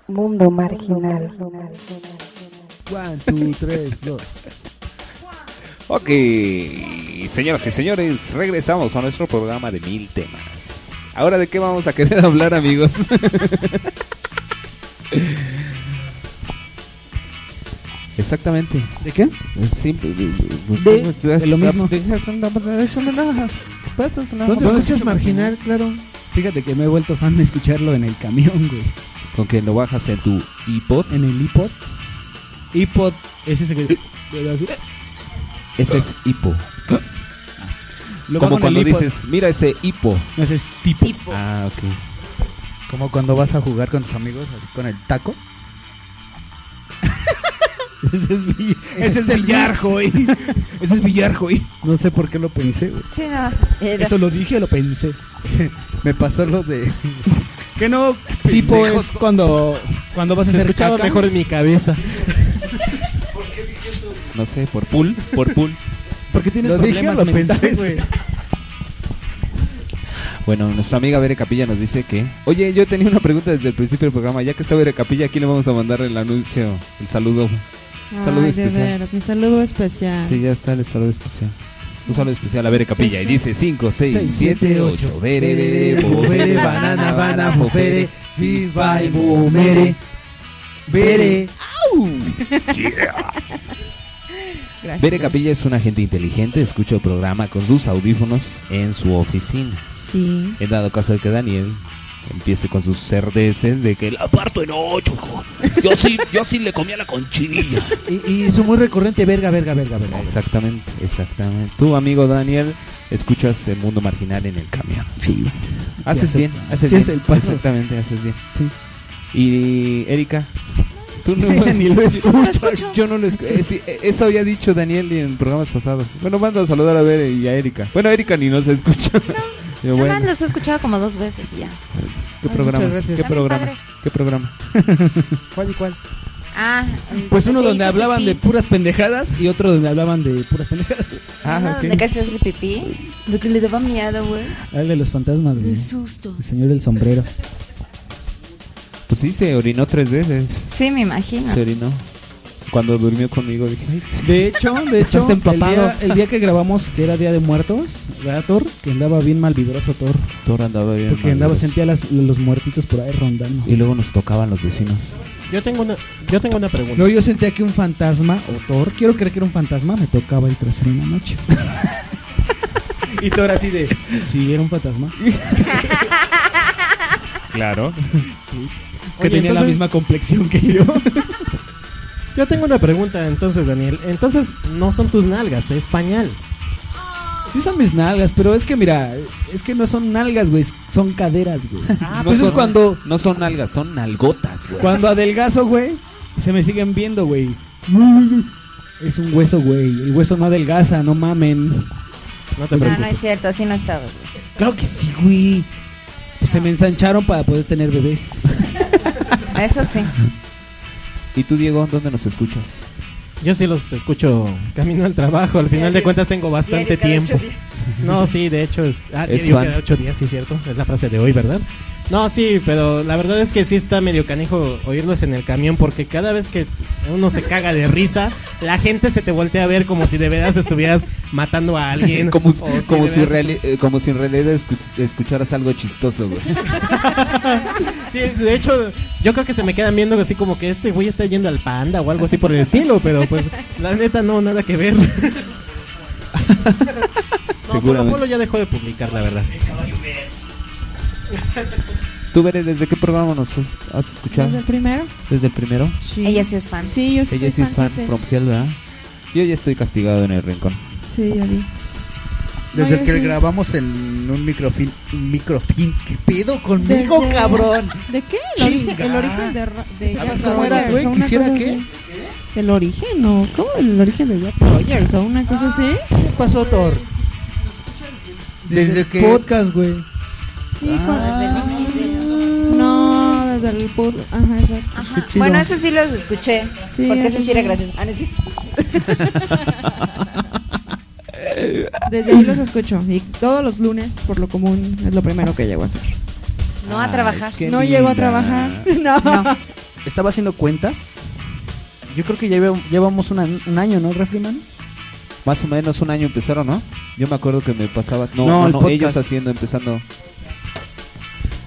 Speaker 13: Mundo marginal.
Speaker 27: One, two, tres, dos.
Speaker 2: Ok, señoras y señores, regresamos a nuestro programa de mil temas. Ahora, ¿de qué vamos a querer hablar, amigos? Exactamente.
Speaker 12: ¿De qué?
Speaker 2: Es simple.
Speaker 12: De- de lo mismo.
Speaker 27: ¿Dónde escuchas
Speaker 12: marginal?
Speaker 27: Claro.
Speaker 6: Fíjate que me he vuelto fan de escucharlo en el camión, güey.
Speaker 2: Con que lo bajas en tu iPod.
Speaker 6: En el iPod. iPod es ese que.
Speaker 2: Ese es hipo.
Speaker 6: Lo bajo en
Speaker 2: Como
Speaker 6: el
Speaker 2: cuando
Speaker 6: iPod.
Speaker 2: dices, mira ese hipo.
Speaker 6: No, ese es tipo.
Speaker 2: Ah, ok.
Speaker 5: Como cuando vas a jugar con tus amigos, así con el taco.
Speaker 6: ese es, vi- ese es
Speaker 5: el
Speaker 6: billar, joy. Ese es billar, joy.
Speaker 5: No sé por qué lo pensé, güey.
Speaker 11: Sí, eh, no. era-
Speaker 6: Eso lo dije o lo pensé.
Speaker 5: Me pasó lo de.
Speaker 6: Que no, tipo
Speaker 5: Pendejos.
Speaker 6: es cuando, cuando vas a
Speaker 7: Se
Speaker 6: hacer
Speaker 7: escuchaba
Speaker 6: caca.
Speaker 7: mejor en mi cabeza.
Speaker 2: No sé, por pool. Por pool.
Speaker 6: Porque tienes
Speaker 2: Lo dije
Speaker 6: problemas
Speaker 2: o lo
Speaker 6: mentales,
Speaker 2: pensé,
Speaker 6: güey.
Speaker 2: Bueno, nuestra amiga Bere Capilla nos dice que. Oye, yo tenía una pregunta desde el principio del programa. Ya que está Bere Capilla, aquí le vamos a mandar el anuncio, el saludo. Saludo
Speaker 8: Ay, de
Speaker 2: especial.
Speaker 8: veras, mi saludo especial.
Speaker 2: Sí, ya está el saludo especial. Un saludo especial a Bere Capilla. Y dice 5, 6,
Speaker 8: Seis,
Speaker 2: 7,
Speaker 8: siete,
Speaker 2: 8.
Speaker 8: ocho.
Speaker 2: Bere, bere,
Speaker 27: Bere,
Speaker 2: bobere,
Speaker 27: banana,
Speaker 2: banana,
Speaker 27: banana,
Speaker 2: banana,
Speaker 27: bofere,
Speaker 2: bobere.
Speaker 27: viva y bumere, bere.
Speaker 8: ¡Au!
Speaker 2: Bere Capilla es una gente inteligente. Escucha el programa con sus audífonos en su oficina.
Speaker 8: Sí.
Speaker 2: He dado caso de que Daniel empiece con sus cerdeces de que la parto en ocho, hijo. Yo sí, yo sí le comía la conchilla.
Speaker 27: Y, y eso muy recurrente, verga, verga, verga, verga.
Speaker 2: Exactamente, exactamente. Tú, amigo Daniel, escuchas el mundo marginal en el camión. Sí. Haces
Speaker 6: Sí,
Speaker 2: bien,
Speaker 6: acepta.
Speaker 2: haces
Speaker 6: Sí,
Speaker 2: bien.
Speaker 6: es el paso.
Speaker 2: Exactamente, haces bien. Y Erika, tú no
Speaker 6: Ni lo escucho. No lo escucho.
Speaker 2: Yo no lo escucho. Eh, sí, eh, eso había dicho Daniel en programas pasados. Bueno, manda a saludar a Bere y a Erika. Bueno, Erika ni nos escucha. Yo,
Speaker 11: Nada
Speaker 2: bueno,
Speaker 11: más los he escuchado como dos veces y ya. Ay,
Speaker 2: ¿qué programa?
Speaker 11: muchas gracias.
Speaker 2: ¿Qué
Speaker 11: También
Speaker 2: programa?
Speaker 11: padres.
Speaker 2: ¿Qué programa?
Speaker 6: ¿Cuál y cuál?
Speaker 11: Ah,
Speaker 6: Pues uno
Speaker 11: se
Speaker 6: donde
Speaker 11: hizo
Speaker 6: hablaban
Speaker 11: pipí.
Speaker 6: de puras pendejadas y otro donde hablaban de puras pendejadas. Ah,
Speaker 11: Uno donde casi hace pipí. Lo que le daba miedo, güey.
Speaker 6: Dale Ah, los fantasmas, güey.
Speaker 11: De susto.
Speaker 6: El señor del sombrero.
Speaker 2: Pues sí, se orinó tres veces.
Speaker 11: Sí, me imagino.
Speaker 2: Se orinó. Cuando durmió conmigo dije, "Ay,
Speaker 6: De hecho, de hecho,
Speaker 2: Estás empapado.
Speaker 6: El, día, el día que grabamos, que era Día de Muertos, ¿verdad, Thor? Que andaba bien malvibroso Thor.
Speaker 2: Thor andaba bien.
Speaker 6: Porque
Speaker 2: mal,
Speaker 6: andaba,
Speaker 2: Dios".
Speaker 6: sentía las- los muertitos por ahí rondando.
Speaker 2: Y luego nos tocaban los vecinos.
Speaker 7: Yo tengo una, yo tengo una pregunta.
Speaker 6: No, yo sentía que un fantasma, o Thor, quiero creer que era un fantasma, me tocaba el trasero en la noche.
Speaker 7: y Thor así de...
Speaker 6: Sí, era un fantasma.
Speaker 2: Claro.
Speaker 7: Sí.
Speaker 6: Que tenía la misma complexión que yo.
Speaker 7: Yo tengo una pregunta entonces, Daniel. Entonces, no son tus nalgas, es pañal.
Speaker 6: Sí son mis nalgas, pero es que mira, es que no son nalgas, güey, son caderas, güey.
Speaker 7: Ah,
Speaker 2: No
Speaker 7: pues
Speaker 6: Entonces
Speaker 2: son-
Speaker 6: cuando
Speaker 2: No son nalgas, son nalgotas, güey.
Speaker 6: Cuando adelgazo, güey, se me siguen viendo, güey. Es un hueso, güey. El hueso no adelgaza, no mamen.
Speaker 7: No
Speaker 6: te
Speaker 11: Ah, No, no es cierto, así no estabas. güey.
Speaker 6: Claro que sí, güey. Pues se me ensancharon para poder tener bebés.
Speaker 11: Eso sí.
Speaker 2: ¿Y tú, Diego, dónde nos escuchas?
Speaker 7: Yo sí los escucho camino al trabajo. Al final de cuentas tengo bastante
Speaker 6: diario cada
Speaker 7: tiempo.
Speaker 6: ocho días.
Speaker 7: No, sí, de hecho es. Ah,
Speaker 2: Es
Speaker 7: diario
Speaker 2: fan.
Speaker 7: cada ocho días, sí, cierto. Es la frase de hoy, ¿verdad? No, sí, pero la verdad es que sí está medio canijo oírlos en el camión porque cada vez que uno se caga de risa, la gente se te voltea a ver como si de veras estuvieras matando a alguien.
Speaker 2: como, si-
Speaker 7: o
Speaker 2: como
Speaker 7: de
Speaker 2: si
Speaker 7: veras
Speaker 2: reali- eh, como si en realidad escu- escucharas algo chistoso, güey.
Speaker 7: Sí, de hecho, yo creo que se me quedan viendo así como que este güey está yendo al panda o algo así por el estilo, pero pues la neta no, nada que ver.
Speaker 2: Seguramente.
Speaker 7: Polo Polo ya dejó de publicar, la verdad.
Speaker 2: ¿Tú, Bere, desde qué programa nos has, has escuchado?
Speaker 8: ¿Desde el primero?
Speaker 2: ¿Desde el primero?
Speaker 8: Sí.
Speaker 11: Ella sí es fan.
Speaker 8: Sí, yo sí
Speaker 2: Ella sí
Speaker 8: soy
Speaker 2: es fan,
Speaker 8: sí, sí.
Speaker 2: from Hell, ¿verdad? Yo ya estoy castigado en el rincón.
Speaker 8: Sí, ya vi.
Speaker 5: Desde
Speaker 8: No, yo
Speaker 5: que
Speaker 8: sí.
Speaker 5: grabamos en un microfilm. Un microfilm. ¿Qué pedo conmigo,
Speaker 8: Desde-
Speaker 5: cabrón?
Speaker 8: ¿De qué? El origen,
Speaker 5: Chinga.
Speaker 8: el origen de, Ra- de
Speaker 5: ¿Sabes
Speaker 8: Jack
Speaker 5: cómo era,
Speaker 8: Rogers,
Speaker 5: güey?
Speaker 8: o una
Speaker 5: ¿Quisiera
Speaker 8: cosa
Speaker 5: qué?
Speaker 8: así. El origen, ¿no? ¿Cómo el origen de Jack Rogers o una cosa así? ¿Qué pasó, Thor?
Speaker 5: Desde, que.
Speaker 6: Podcast, güey.
Speaker 8: Sí, cuando- No, desde el pod... Ajá, exacto.
Speaker 6: chido.
Speaker 11: Bueno, eso sí los escuché.
Speaker 8: Sí,
Speaker 11: porque
Speaker 8: eso
Speaker 11: eso sí era
Speaker 8: sí.
Speaker 11: gracioso. Ah, ¿no es cierto?
Speaker 8: Desde ahí los escucho. Y todos los lunes, por lo común, es lo primero que llego a hacer.
Speaker 11: No a trabajar.
Speaker 8: no llego a trabajar. No.
Speaker 6: estaba haciendo cuentas. Yo creo que lleva- llevamos una- un año, ¿no, Refriman?
Speaker 2: Más o menos un año empezaron, ¿no? Yo me acuerdo que me pasaba. No,
Speaker 6: No,
Speaker 2: no,
Speaker 6: el
Speaker 2: no,
Speaker 6: podcast.
Speaker 2: ellos haciendo, empezando.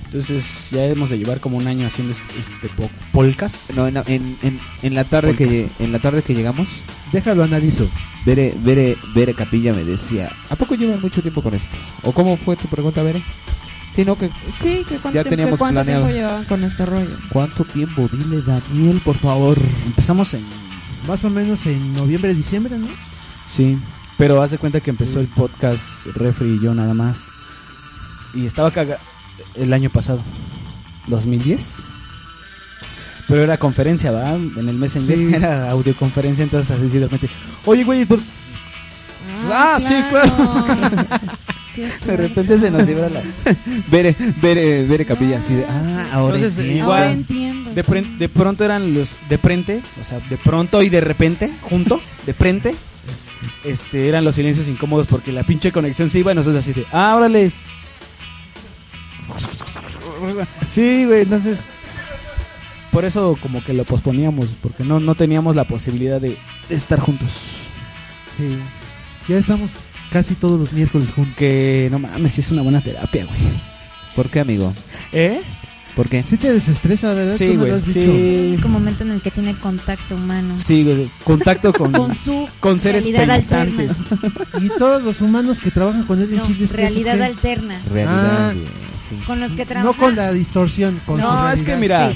Speaker 6: Entonces ya hemos de llevar como un año haciendo este, este po- polcas.
Speaker 2: No, en, en, en, en la tarde que
Speaker 6: Podcast.
Speaker 2: en la tarde que llegamos.
Speaker 4: Déjalo analizo.
Speaker 2: Bere, Bere, Bere Capilla me decía, ¿a poco llevan mucho tiempo con esto? ¿O cómo fue tu pregunta, Bere? Sí, no, que
Speaker 8: Sí, que cuánto
Speaker 2: ya
Speaker 8: tiempo-
Speaker 2: teníamos
Speaker 8: cuánto
Speaker 2: planeado.
Speaker 8: tiempo llevaban con este rollo.
Speaker 2: ¿Cuánto tiempo? Dile, Daniel, por favor.
Speaker 6: Empezamos en...
Speaker 4: Más o menos en noviembre, diciembre, ¿no?
Speaker 6: Sí, pero haz de cuenta que empezó el podcast Refri y yo nada más. Y estaba caga el año pasado, 2010. Pero era conferencia, ¿va? En el Messenger
Speaker 4: Sí.
Speaker 6: era audioconferencia, entonces así de repente, oye, güey, ¿por- Ah, sí, claro. de repente se nos iba la...
Speaker 2: Bere, Bere, Bere Capilla, así de, ah, ahora
Speaker 6: Entonces,
Speaker 2: entiendo".
Speaker 6: igual, de, pren- de pronto eran los de frente, o sea, de pronto y de repente, junto, de frente, este, eran los silencios incómodos porque la pinche conexión se iba y nosotros así de, ah, órale. Sí, güey, entonces, por eso como que lo posponíamos, porque no, no teníamos la posibilidad de, de estar juntos.
Speaker 4: Sí. Ya estamos casi todos los miércoles juntos.
Speaker 6: Que no mames, sí es una buena terapia, güey.
Speaker 2: ¿Por qué, amigo?
Speaker 6: ¿Eh?
Speaker 2: ¿Por qué?
Speaker 4: Sí te desestresa, ¿verdad?
Speaker 6: Sí,
Speaker 4: Tú me lo
Speaker 6: güey,
Speaker 4: has
Speaker 6: sí.
Speaker 4: dicho.
Speaker 3: El único momento en el que tiene contacto humano.
Speaker 6: Sí, güey, contacto con,
Speaker 3: Con su
Speaker 6: con seres
Speaker 3: realidad alterna.
Speaker 6: pensantes.
Speaker 4: Y todos los humanos que trabajan con él en
Speaker 3: No,
Speaker 4: Chile es que
Speaker 3: realidad
Speaker 4: esos que-
Speaker 3: alterna.
Speaker 4: Ah,
Speaker 3: Con los que
Speaker 4: no
Speaker 3: trabajan.
Speaker 4: con la distorsión, con su
Speaker 6: No, es
Speaker 4: realidad.
Speaker 6: que mira,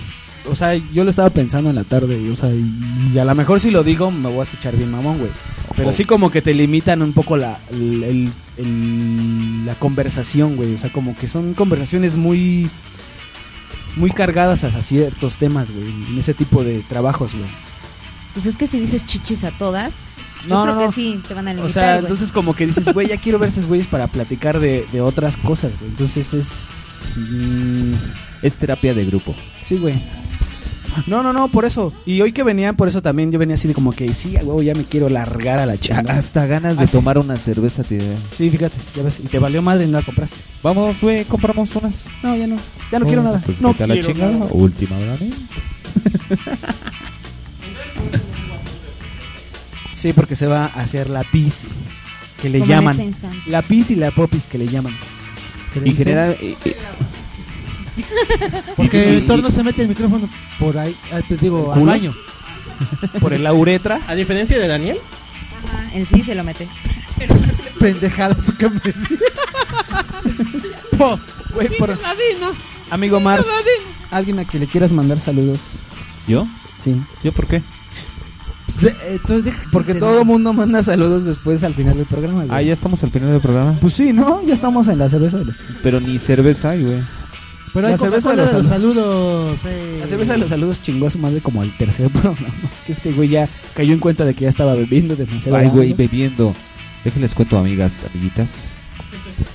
Speaker 6: o sea, yo lo estaba pensando en la tarde, y, o sea, y, y a lo mejor si lo digo me voy a escuchar bien mamón, güey.
Speaker 4: Oh.
Speaker 6: Pero sí como que te limitan un poco la, el- el- el- la conversación, güey. O sea, como que son conversaciones muy, muy cargadas a ciertos temas, güey. En ese tipo de trabajos, güey.
Speaker 3: Pues es que si dices chichis a todas, yo
Speaker 6: No,
Speaker 3: creo
Speaker 6: no,
Speaker 3: que
Speaker 6: no.
Speaker 3: sí, te van a limitar.
Speaker 6: O sea,
Speaker 3: güey.
Speaker 6: entonces como que dices, güey, ya quiero ver estos güeyes para platicar de, de otras cosas, güey. Entonces es...
Speaker 2: Es terapia de grupo.
Speaker 6: Sí, güey. No, no, no, por eso. Y hoy que venía, por eso también yo venía así de como que, sí, a huevo, ya me quiero largar a la chingada.
Speaker 2: Hasta ganas de
Speaker 6: Así.
Speaker 2: tomar una cerveza te da.
Speaker 6: Sí, fíjate, ya ves. Y te valió madre y no la compraste.
Speaker 2: Vamos, güey, compramos unas.
Speaker 6: No, ya no. Ya no quiero nada.
Speaker 2: Pues
Speaker 6: no
Speaker 2: vete a la
Speaker 6: quiero
Speaker 2: chingada,
Speaker 6: nada.
Speaker 2: última hora, ¿eh?
Speaker 6: Sí, porque se va a hacer la pis que le
Speaker 3: Como en
Speaker 6: llaman.
Speaker 3: este instante.
Speaker 6: la pis y la popis que le llaman.
Speaker 2: Y general... eh, y- y-
Speaker 4: Porque
Speaker 6: Y-
Speaker 4: el torno se mete el micrófono por ahí, ah, te digo, al
Speaker 6: culo?
Speaker 4: baño.
Speaker 6: Por el uretra.
Speaker 7: A diferencia de Daniel,
Speaker 3: Ah, él sí se lo mete.
Speaker 4: Pendejada su cambio.
Speaker 2: Oh,
Speaker 6: Po, güey, por- Amigo Mars, alguien a quien le quieras mandar saludos.
Speaker 2: ¿Yo?
Speaker 6: Sí.
Speaker 2: ¿Yo por qué?
Speaker 4: Pues, eh,
Speaker 6: Porque todo el mundo manda saludos después al final del programa. güey.
Speaker 2: Ah, ya estamos al final del programa.
Speaker 6: Pues sí, ¿no? Ya estamos en la cerveza. de-
Speaker 2: Pero ni cerveza hay, güey.
Speaker 4: Pero
Speaker 6: La
Speaker 4: hay cerveza
Speaker 6: cerveza de
Speaker 4: de
Speaker 6: los
Speaker 4: los, saludos. eh.
Speaker 6: La cerveza de los saludos chingó a su madre como al tercer programa. Que este güey ya cayó en cuenta de que ya estaba bebiendo demasiado.
Speaker 2: Ay, güey,
Speaker 6: algo.
Speaker 2: bebiendo. Déjenles cuento, amigas, amiguitas.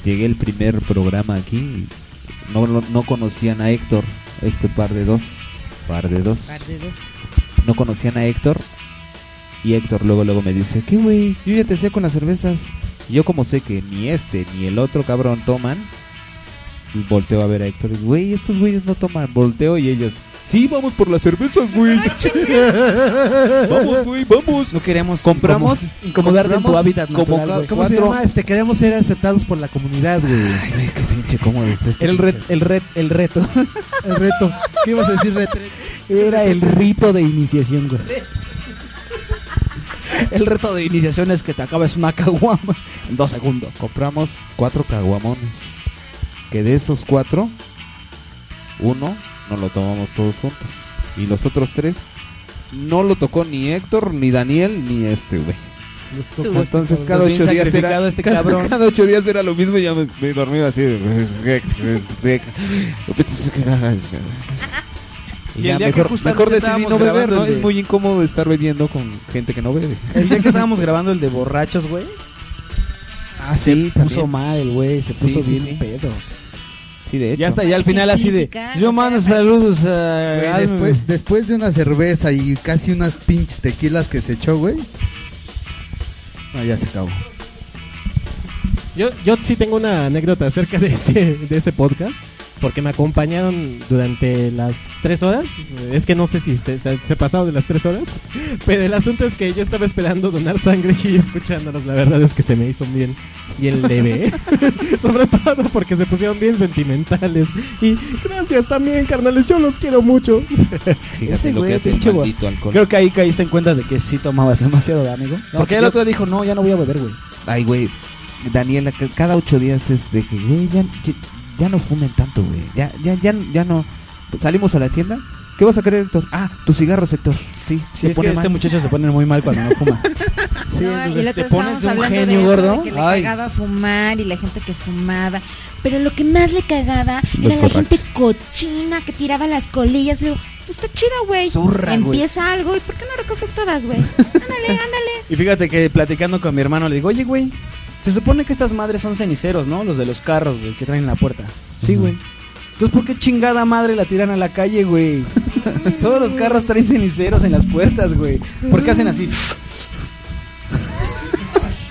Speaker 2: Llegué el primer programa aquí. y No, no, no conocían a Héctor, este par de dos. Par de dos. No conocían a Héctor. Y Héctor luego, luego me dice, ¿qué, güey? Yo ya te sé con las cervezas. Y yo como sé que ni este ni el otro cabrón toman, volteo a ver a Héctor y güey, estos güeyes no toman. Volteo y ellos, sí, vamos por las cervezas, güey. vamos, güey, vamos.
Speaker 6: No queremos
Speaker 2: compramos
Speaker 6: incomod- incomodarte en tu hábitat
Speaker 2: como
Speaker 6: natural,
Speaker 2: ca-
Speaker 6: güey.
Speaker 4: ¿Cómo se
Speaker 6: Cuatro-
Speaker 4: llama? Este, queremos ser aceptados por la comunidad, güey.
Speaker 2: Qué pinche cómodo está este
Speaker 6: Era el,
Speaker 2: pinche
Speaker 6: re- el, re- el reto.
Speaker 4: El reto. ¿Qué ibas a decir, reto?
Speaker 6: este? Era el rito de iniciación, güey. El reto de iniciación es que te acabes una caguama en dos segundos.
Speaker 2: Compramos cuatro caguamones. Que de esos cuatro, uno nos lo tomamos todos juntos. Y los otros tres, no lo tocó ni Héctor, ni Daniel, ni este, güey. Entonces cada
Speaker 6: Bien
Speaker 2: ocho días
Speaker 6: sacrificado
Speaker 2: era
Speaker 6: este
Speaker 2: cada,
Speaker 6: cabrón.
Speaker 2: cada ocho días era lo mismo y ya me, me dormía así. Y
Speaker 6: Y el
Speaker 2: ya
Speaker 6: día que
Speaker 2: mejor,
Speaker 6: justamente
Speaker 2: mejor decidí
Speaker 6: estábamos
Speaker 2: no beber,
Speaker 6: grabando
Speaker 2: ¿no?
Speaker 6: el de-
Speaker 2: Es muy incómodo estar bebiendo con gente que no bebe.
Speaker 6: El día que estábamos grabando el de borrachos, güey.
Speaker 2: Ah, sí,
Speaker 6: Se puso mal el güey, se
Speaker 2: Sí,
Speaker 6: puso
Speaker 2: sí,
Speaker 6: bien
Speaker 2: sí.
Speaker 6: pedo.
Speaker 2: Sí, de hecho.
Speaker 6: Ya hasta ya al final así de...
Speaker 3: criticar,
Speaker 6: Yo
Speaker 3: o sea,
Speaker 6: mando saludos a...
Speaker 5: Güey,
Speaker 6: Ay,
Speaker 5: después, después de una cerveza y casi unas pinches tequilas que se echó, güey. No, ya se acabó.
Speaker 7: yo, yo sí tengo una anécdota acerca de ese, de ese podcast. porque me acompañaron durante las tres horas. Es que no sé si usted se, se ha pasado de las tres horas, pero el asunto es que yo estaba esperando donar sangre y escuchándolos. La verdad es que se me hizo bien, bien leve, sobre todo porque se pusieron bien sentimentales. Y gracias también, carnales, yo los quiero mucho.
Speaker 2: Fíjate lo que hace el
Speaker 6: pinche
Speaker 2: maldito
Speaker 6: guapo.
Speaker 2: alcohol.
Speaker 6: Creo que ahí caíste en cuenta de que sí tomabas demasiado, amigo. Porque el
Speaker 2: yo-
Speaker 6: otro dijo, no, ya no voy a beber, güey.
Speaker 2: Ay, güey. Daniela, ca- cada ocho días es de que, güey, ya, ya- ya no fumen tanto, güey. Ya, ya, ya, ya no. Salimos a la tienda. ¿Qué vas a querer, Héctor? Ah, tus cigarros, Héctor. Sí,
Speaker 6: Sí, es que este muchacho se pone muy mal cuando no fuma.
Speaker 3: No, y el otro
Speaker 6: te
Speaker 3: día
Speaker 6: pones
Speaker 3: estábamos
Speaker 6: de un
Speaker 3: hablando
Speaker 6: genio
Speaker 3: de eso,
Speaker 6: gordo.
Speaker 3: de que le
Speaker 6: Ay.
Speaker 3: cagaba fumar y la gente que fumaba. Pero lo que más le cagaba
Speaker 2: Los
Speaker 3: era la gente cochina que tiraba las colillas. Le digo, pues está chida, güey.
Speaker 6: Zurra, güey.
Speaker 3: Empieza algo. ¿Y por qué no recoges todas, güey?
Speaker 6: Y fíjate que platicando con mi hermano le digo, oye, güey, se supone que estas madres son ceniceros, ¿no? Los de los carros, güey, que traen en la puerta. Sí, güey. Entonces, ¿por qué chingada madre la tiran a la calle, güey? Todos los carros traen ceniceros en las puertas, güey. ¿Por qué hacen así?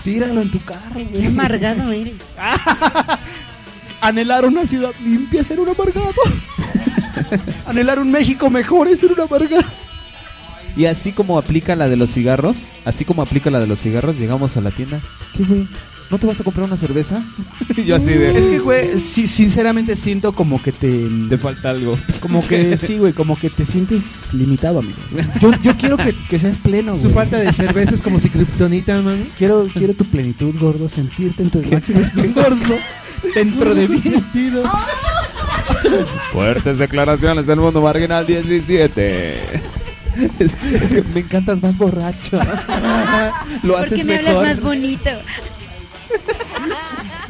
Speaker 6: Tíralo en tu carro, güey.
Speaker 3: Qué amargado eres.
Speaker 6: Anhelar una ciudad limpia es ser un amargado. Anhelar un México mejor es ser un amargado.
Speaker 2: Y así como aplica la de los cigarros, así como aplica la de los cigarros, llegamos a la tienda. ¿Qué, güey? ¿No te vas a comprar una cerveza? Y yo así de...
Speaker 6: Es que, güey, sí, sinceramente siento como que te. Te
Speaker 2: falta algo.
Speaker 6: Como que sí, güey, como que te sientes limitado, amigo. Yo, yo quiero que, que seas pleno, güey.
Speaker 4: Su falta de cerveza es como si Kryptonita, mano.
Speaker 6: Quiero, quiero tu plenitud, gordo, sentirte en tu máximo esplendor, gordo, dentro de mí.
Speaker 2: Fuertes declaraciones del mundo marginal 17. Es, es que me encantas más borracho. Lo
Speaker 3: ¿Por qué
Speaker 2: haces
Speaker 3: me
Speaker 2: mejor.
Speaker 3: hablas más bonito?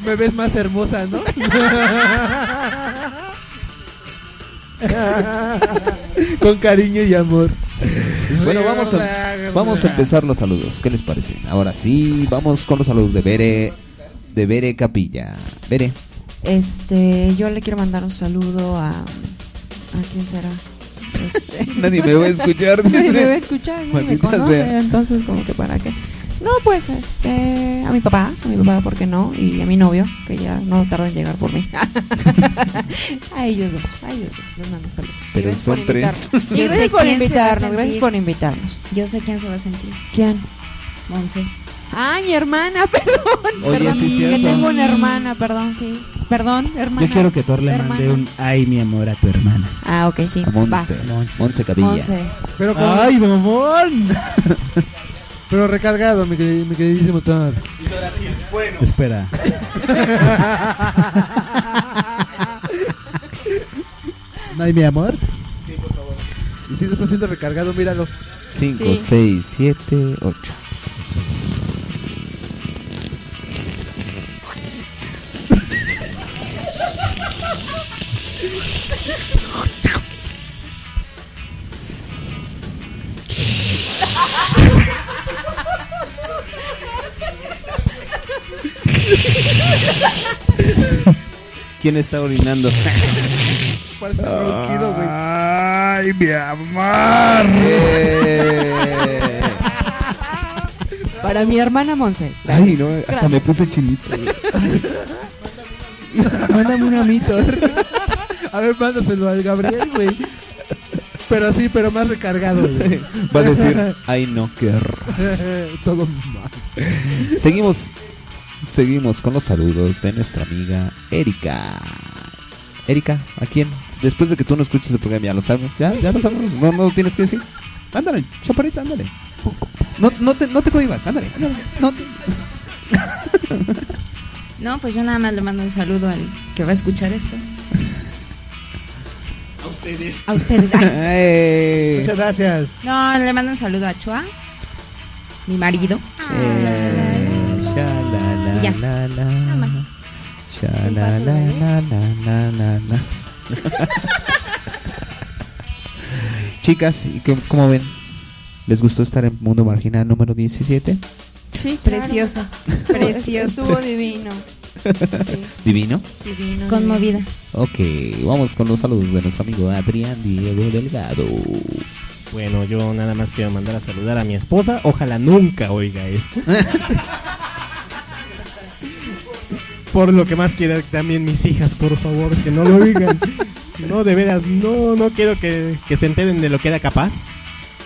Speaker 4: Me ves más hermosa, ¿no?
Speaker 2: ¿eh?
Speaker 6: Con cariño y amor.
Speaker 2: Bueno, vamos a, vamos a empezar los saludos. ¿Qué les parece? Ahora sí, vamos con los saludos de Bere, de Bere Capilla. Bere.
Speaker 8: Este, yo le quiero mandar un saludo a. ¿A quién será? Este-
Speaker 2: Nadie me va a escuchar,
Speaker 8: nadie
Speaker 2: dice.
Speaker 8: me va a escuchar, nadie me
Speaker 2: Maldita
Speaker 8: conoce.
Speaker 2: sea.
Speaker 8: Entonces, como que para qué. No, pues, este, a mi papá, a mi papá, ¿por qué no? Y a mi novio, que ya no tarda en llegar por mí. a ellos dos, a ellos dos, les mando saludos.
Speaker 2: Pero
Speaker 8: Gracias
Speaker 2: son
Speaker 8: por
Speaker 2: tres.
Speaker 8: invitarnos. Y
Speaker 3: Yo sé
Speaker 8: gracias por
Speaker 3: quién se va a
Speaker 8: invitarnos, gracias
Speaker 3: sentir.
Speaker 8: por invitarnos.
Speaker 3: Yo sé quién se va a sentir.
Speaker 8: ¿Quién?
Speaker 3: Monse.
Speaker 8: Ah, mi hermana, perdón.
Speaker 6: Oye,
Speaker 8: perdón,
Speaker 6: sí,
Speaker 8: que
Speaker 6: cierto.
Speaker 8: tengo una hermana, perdón, sí. Perdón, hermana.
Speaker 6: Yo quiero que Thor le mande un ay, mi amor, a tu hermana.
Speaker 8: Ah, ok, sí.
Speaker 2: Monse. Monse Capilla.
Speaker 8: Monse.
Speaker 4: Pero con-
Speaker 6: Ay, mamón.
Speaker 4: Pero recargado, mi, queri- mi queridísimo Thor. Espera. ¿No hay mi amor? Sí, por favor. Y si no está siendo recargado, míralo.
Speaker 2: 5,
Speaker 4: Sí.
Speaker 2: 6, 7, 8. ¿Quién está orinando? Ah.
Speaker 28: Parece ronquido, güey.
Speaker 2: Ay, mi amor.
Speaker 23: Eh,
Speaker 5: Eh,
Speaker 8: Para mi hermana Monse.
Speaker 2: Ay, no, hasta
Speaker 8: Gracias.
Speaker 2: me puse chinito.
Speaker 4: Mándame un amito. A ver, mándaselo al Gabriel, güey. Pero sí, pero más recargado, güey.
Speaker 2: Va a decir, ay no, qué horror.
Speaker 4: Todo mal.
Speaker 2: Seguimos, seguimos con los saludos de nuestra amiga Erika. Erika, ¿a quién? Después de que tú no escuches el programa, ya lo sabemos. Ya, ya lo sabemos. No, no tienes que decir. Ándale, chaparrita, ándale. No, no te, no te cohibas, ándale. ándale. No te-
Speaker 3: No, pues yo nada más le mando un saludo al que va a escuchar esto.
Speaker 12: A ustedes.
Speaker 3: A ustedes. Ay.
Speaker 4: Muchas gracias.
Speaker 3: No, le mando un saludo a Chua, mi marido.
Speaker 23: eh,
Speaker 3: Y ya. Nada más.
Speaker 2: Sha, la, la, la, la, la, la, la. Chicas, ¿y qué- ¿cómo ven? ¿Les gustó estar en Mundo Marginal número 17?
Speaker 8: Sí,
Speaker 3: Precioso. Precioso.
Speaker 8: Estuvo divino.
Speaker 2: Divino.
Speaker 8: Divino.
Speaker 3: Conmovida.
Speaker 2: Ok, vamos con los saludos de nuestro amigo Adrián Diego Delgado.
Speaker 7: Bueno, yo nada más quiero mandar a saludar a mi esposa. Ojalá nunca oiga esto. Por lo que más quiera también mis hijas, por favor, que no lo oigan. No, de veras, no, no quiero que, que se enteren de lo que era capaz.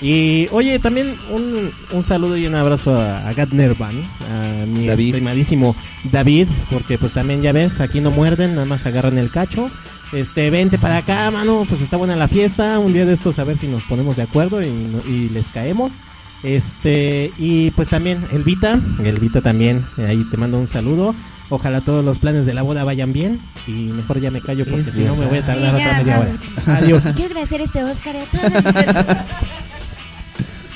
Speaker 7: Y oye, también un, un saludo y un abrazo a, a Gad Nervan, a mi
Speaker 2: David.
Speaker 7: estimadísimo David, porque pues también ya ves, aquí no muerden, nada más agarran el cacho. Este, vente para acá, mano, pues está buena la fiesta, un día de estos a ver si nos ponemos de acuerdo y, no- y les caemos. Este, y pues también Elvita, Elvita también, ahí te mando un saludo. Ojalá todos los planes de la boda vayan bien y mejor ya me callo porque
Speaker 22: Es
Speaker 7: si no me voy a
Speaker 22: verdad. Sí,
Speaker 7: tardar otra
Speaker 22: ya,
Speaker 7: media
Speaker 22: entonces-
Speaker 7: hora. Adiós.
Speaker 22: Quiero agradecer este Oscar y a todas las asistentes.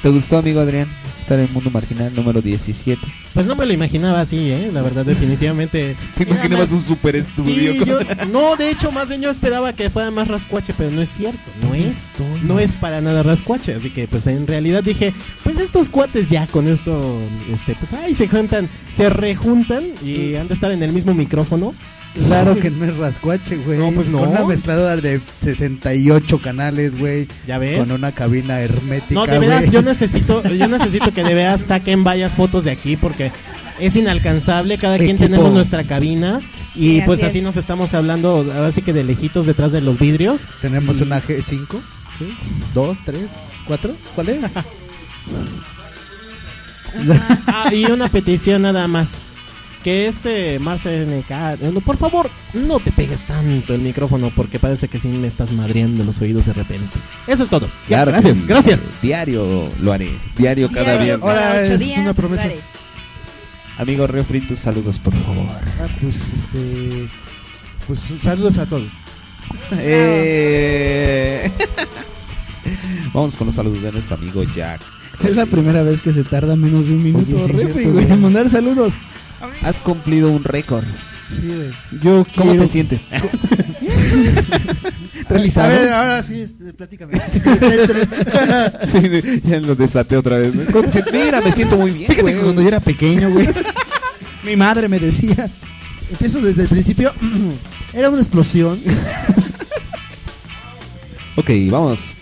Speaker 2: ¿Te gustó, amigo Adrián, estar en el mundo marginal número 17?
Speaker 7: Pues no me lo imaginaba así, ¿eh? La verdad, definitivamente.
Speaker 2: ¿Te
Speaker 7: Era
Speaker 2: imaginabas
Speaker 7: más-
Speaker 2: un super estudio?
Speaker 7: Sí, yo- no, de hecho, más bien yo esperaba que fuera más rascuache, pero no es cierto. No es, no es para nada rascuache. Así que, pues en realidad dije, pues estos cuates ya con esto, este, pues ahí se juntan, se rejuntan y han de estar en el mismo micrófono.
Speaker 5: Mm. Claro que no es rascuache, güey.
Speaker 7: No, pues no.
Speaker 5: Con una mezcladora de 68 canales, güey.
Speaker 7: Ya ves.
Speaker 5: Con una cabina hermética,
Speaker 7: No, de veras,
Speaker 5: güey.
Speaker 7: yo necesito, yo necesito que de veras saquen varias fotos de aquí porque es inalcanzable. Cada quien
Speaker 5: Equipo.
Speaker 7: tenemos nuestra cabina y
Speaker 5: Sí,
Speaker 7: pues
Speaker 5: así
Speaker 7: así
Speaker 5: es.
Speaker 7: nos estamos hablando, ahora sí que de lejitos detrás de los vidrios.
Speaker 5: Tenemos
Speaker 7: Y-
Speaker 5: una G5, ¿sí? ¿Dos, tres, cuatro? ¿Cuál es?
Speaker 7: Ah, y una petición nada más. Que este Marce NK, eh, no, por favor, no te pegues tanto el micrófono porque parece que sí me estás madreando los oídos de repente. Eso es todo. Ya,
Speaker 2: Claro que
Speaker 7: gracias,
Speaker 2: sí.
Speaker 7: gracias.
Speaker 2: Diario lo haré. Diario cada
Speaker 7: Diario,
Speaker 2: viernes.
Speaker 7: cada Ahora ocho es
Speaker 5: días, una promesa. lo haré.
Speaker 2: Amigo Refri, tus saludos, por favor.
Speaker 27: Ah, pues este. Pues saludos a todos.
Speaker 2: Eh, Vamos con los saludos de nuestro amigo Jack.
Speaker 6: Es la primera vez que se tarda menos de un minuto.
Speaker 2: Oye, sí,
Speaker 6: refri,
Speaker 2: cierto,
Speaker 6: güey,
Speaker 2: güey.
Speaker 6: en mandar saludos.
Speaker 2: Has cumplido un récord.
Speaker 27: Sí, güey.
Speaker 6: Yo
Speaker 2: ¿Cómo
Speaker 6: quiero-
Speaker 2: te sientes?
Speaker 27: A ver, ahora sí, este, platícame.
Speaker 2: Sí, ya lo desaté otra vez. ¿no? ¿Cómo te sientes? Mira, me siento muy bien.
Speaker 27: Fíjate
Speaker 2: güey.
Speaker 27: que cuando yo era pequeño, güey. mi madre me decía. Empiezo desde el principio. era una explosión.
Speaker 2: Ok, vamos.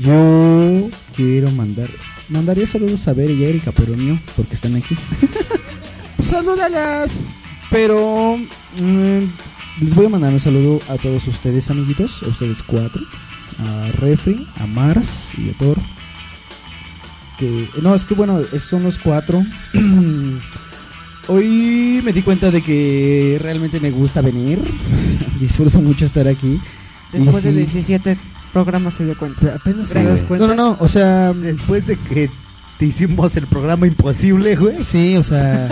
Speaker 6: Yo quiero mandar. Mandaría saludos a Ver y a Erika, pero mío, porque están aquí.
Speaker 4: Pues,
Speaker 27: Salúdalas.
Speaker 6: Pero mm, les voy a mandar un saludo a todos ustedes, amiguitos, a ustedes cuatro, a Refri, a Mars y a Thor. Que, no, es que bueno, es- son los cuatro. Hoy me di cuenta de que realmente me gusta venir. Disfruto mucho estar aquí.
Speaker 8: Después de
Speaker 6: Y sí,
Speaker 8: 17 programas se dio cuenta.
Speaker 27: Apenas
Speaker 6: te das cuenta. No, no, no, o sea.
Speaker 5: Después de que te hicimos el programa imposible, güey.
Speaker 6: Sí, o sea.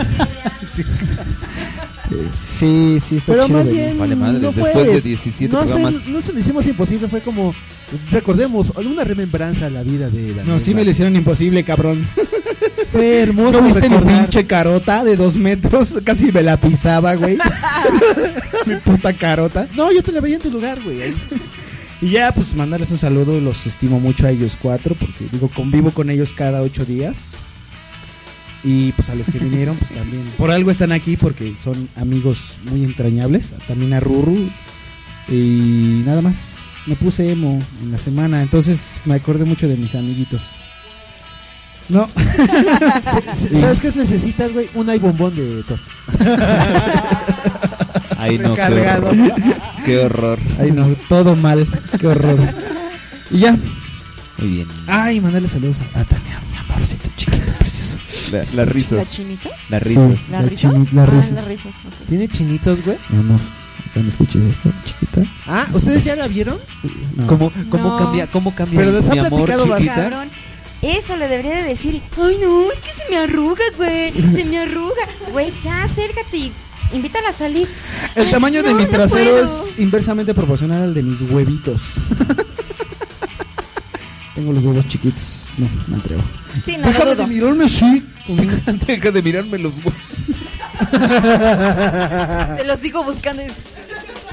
Speaker 6: sí, sí, está
Speaker 27: Pero
Speaker 6: chido
Speaker 27: más
Speaker 6: venir.
Speaker 27: bien.
Speaker 2: Vale madres,
Speaker 27: no fue-
Speaker 2: después de 17
Speaker 27: no
Speaker 2: programas.
Speaker 27: Se, no se lo hicimos imposible, fue como. Recordemos, alguna remembranza a la vida de Daniel.
Speaker 6: No, sí me lo hicieron imposible, cabrón.
Speaker 27: Fue hermoso
Speaker 6: ¿No viste mi
Speaker 27: recordar.
Speaker 6: pinche carota de dos metros? Casi me la pisaba, güey. mi puta carota.
Speaker 27: No, yo te la veía en tu lugar, güey.
Speaker 6: Y ya, pues mandarles un saludo. Los estimo mucho a ellos cuatro, porque digo, convivo con ellos cada ocho días. Y pues a los que vinieron, pues también. Por algo están aquí, porque son amigos muy entrañables. También a Ruru. Y nada más. Me puse emo en la semana, entonces me acordé mucho de mis amiguitos. No.
Speaker 27: ¿Sabes qué necesitas, güey? Un ay bombón de Thor.
Speaker 2: Ay, no, qué
Speaker 27: Recargado.
Speaker 2: horror. Qué horror.
Speaker 6: Ay, no, todo mal. Qué horror. Y ya.
Speaker 2: Muy bien.
Speaker 6: Ay, mandarle saludos a Tania, mi amorcito chiquito, precioso.
Speaker 2: La- las risas.
Speaker 6: ¿La chinita?
Speaker 2: Las risas.
Speaker 6: Sí, ¿Las la risas? chini- las Ah, risas. las
Speaker 8: risas,
Speaker 27: ¿Tiene chinitos, güey?
Speaker 6: Mi amor, cuando escuches esto, chiquita.
Speaker 27: Ah, ¿ustedes ya la vieron?
Speaker 6: No.
Speaker 2: ¿Cómo, cómo
Speaker 27: No.
Speaker 2: cambia? ¿Cómo cambia?
Speaker 27: Pero les ha
Speaker 2: mi amor,
Speaker 27: platicado
Speaker 2: chiquita?
Speaker 22: Cabrón. Eso le debería de decir. Ay, no, es que se me arruga, güey. Se me arruga. Güey, ya acércate y invítala a salir.
Speaker 6: El tamaño de
Speaker 22: No,
Speaker 6: mi
Speaker 22: no
Speaker 6: trasero
Speaker 22: puedo.
Speaker 6: es inversamente proporcional al de mis huevitos. Tengo los huevos chiquitos. No, me atrevo.
Speaker 22: Sí, no
Speaker 27: Déjame
Speaker 22: lo
Speaker 27: de
Speaker 22: dudo.
Speaker 27: mirarme así.
Speaker 2: Deja de mirarme los huevos.
Speaker 22: Se los sigo buscando.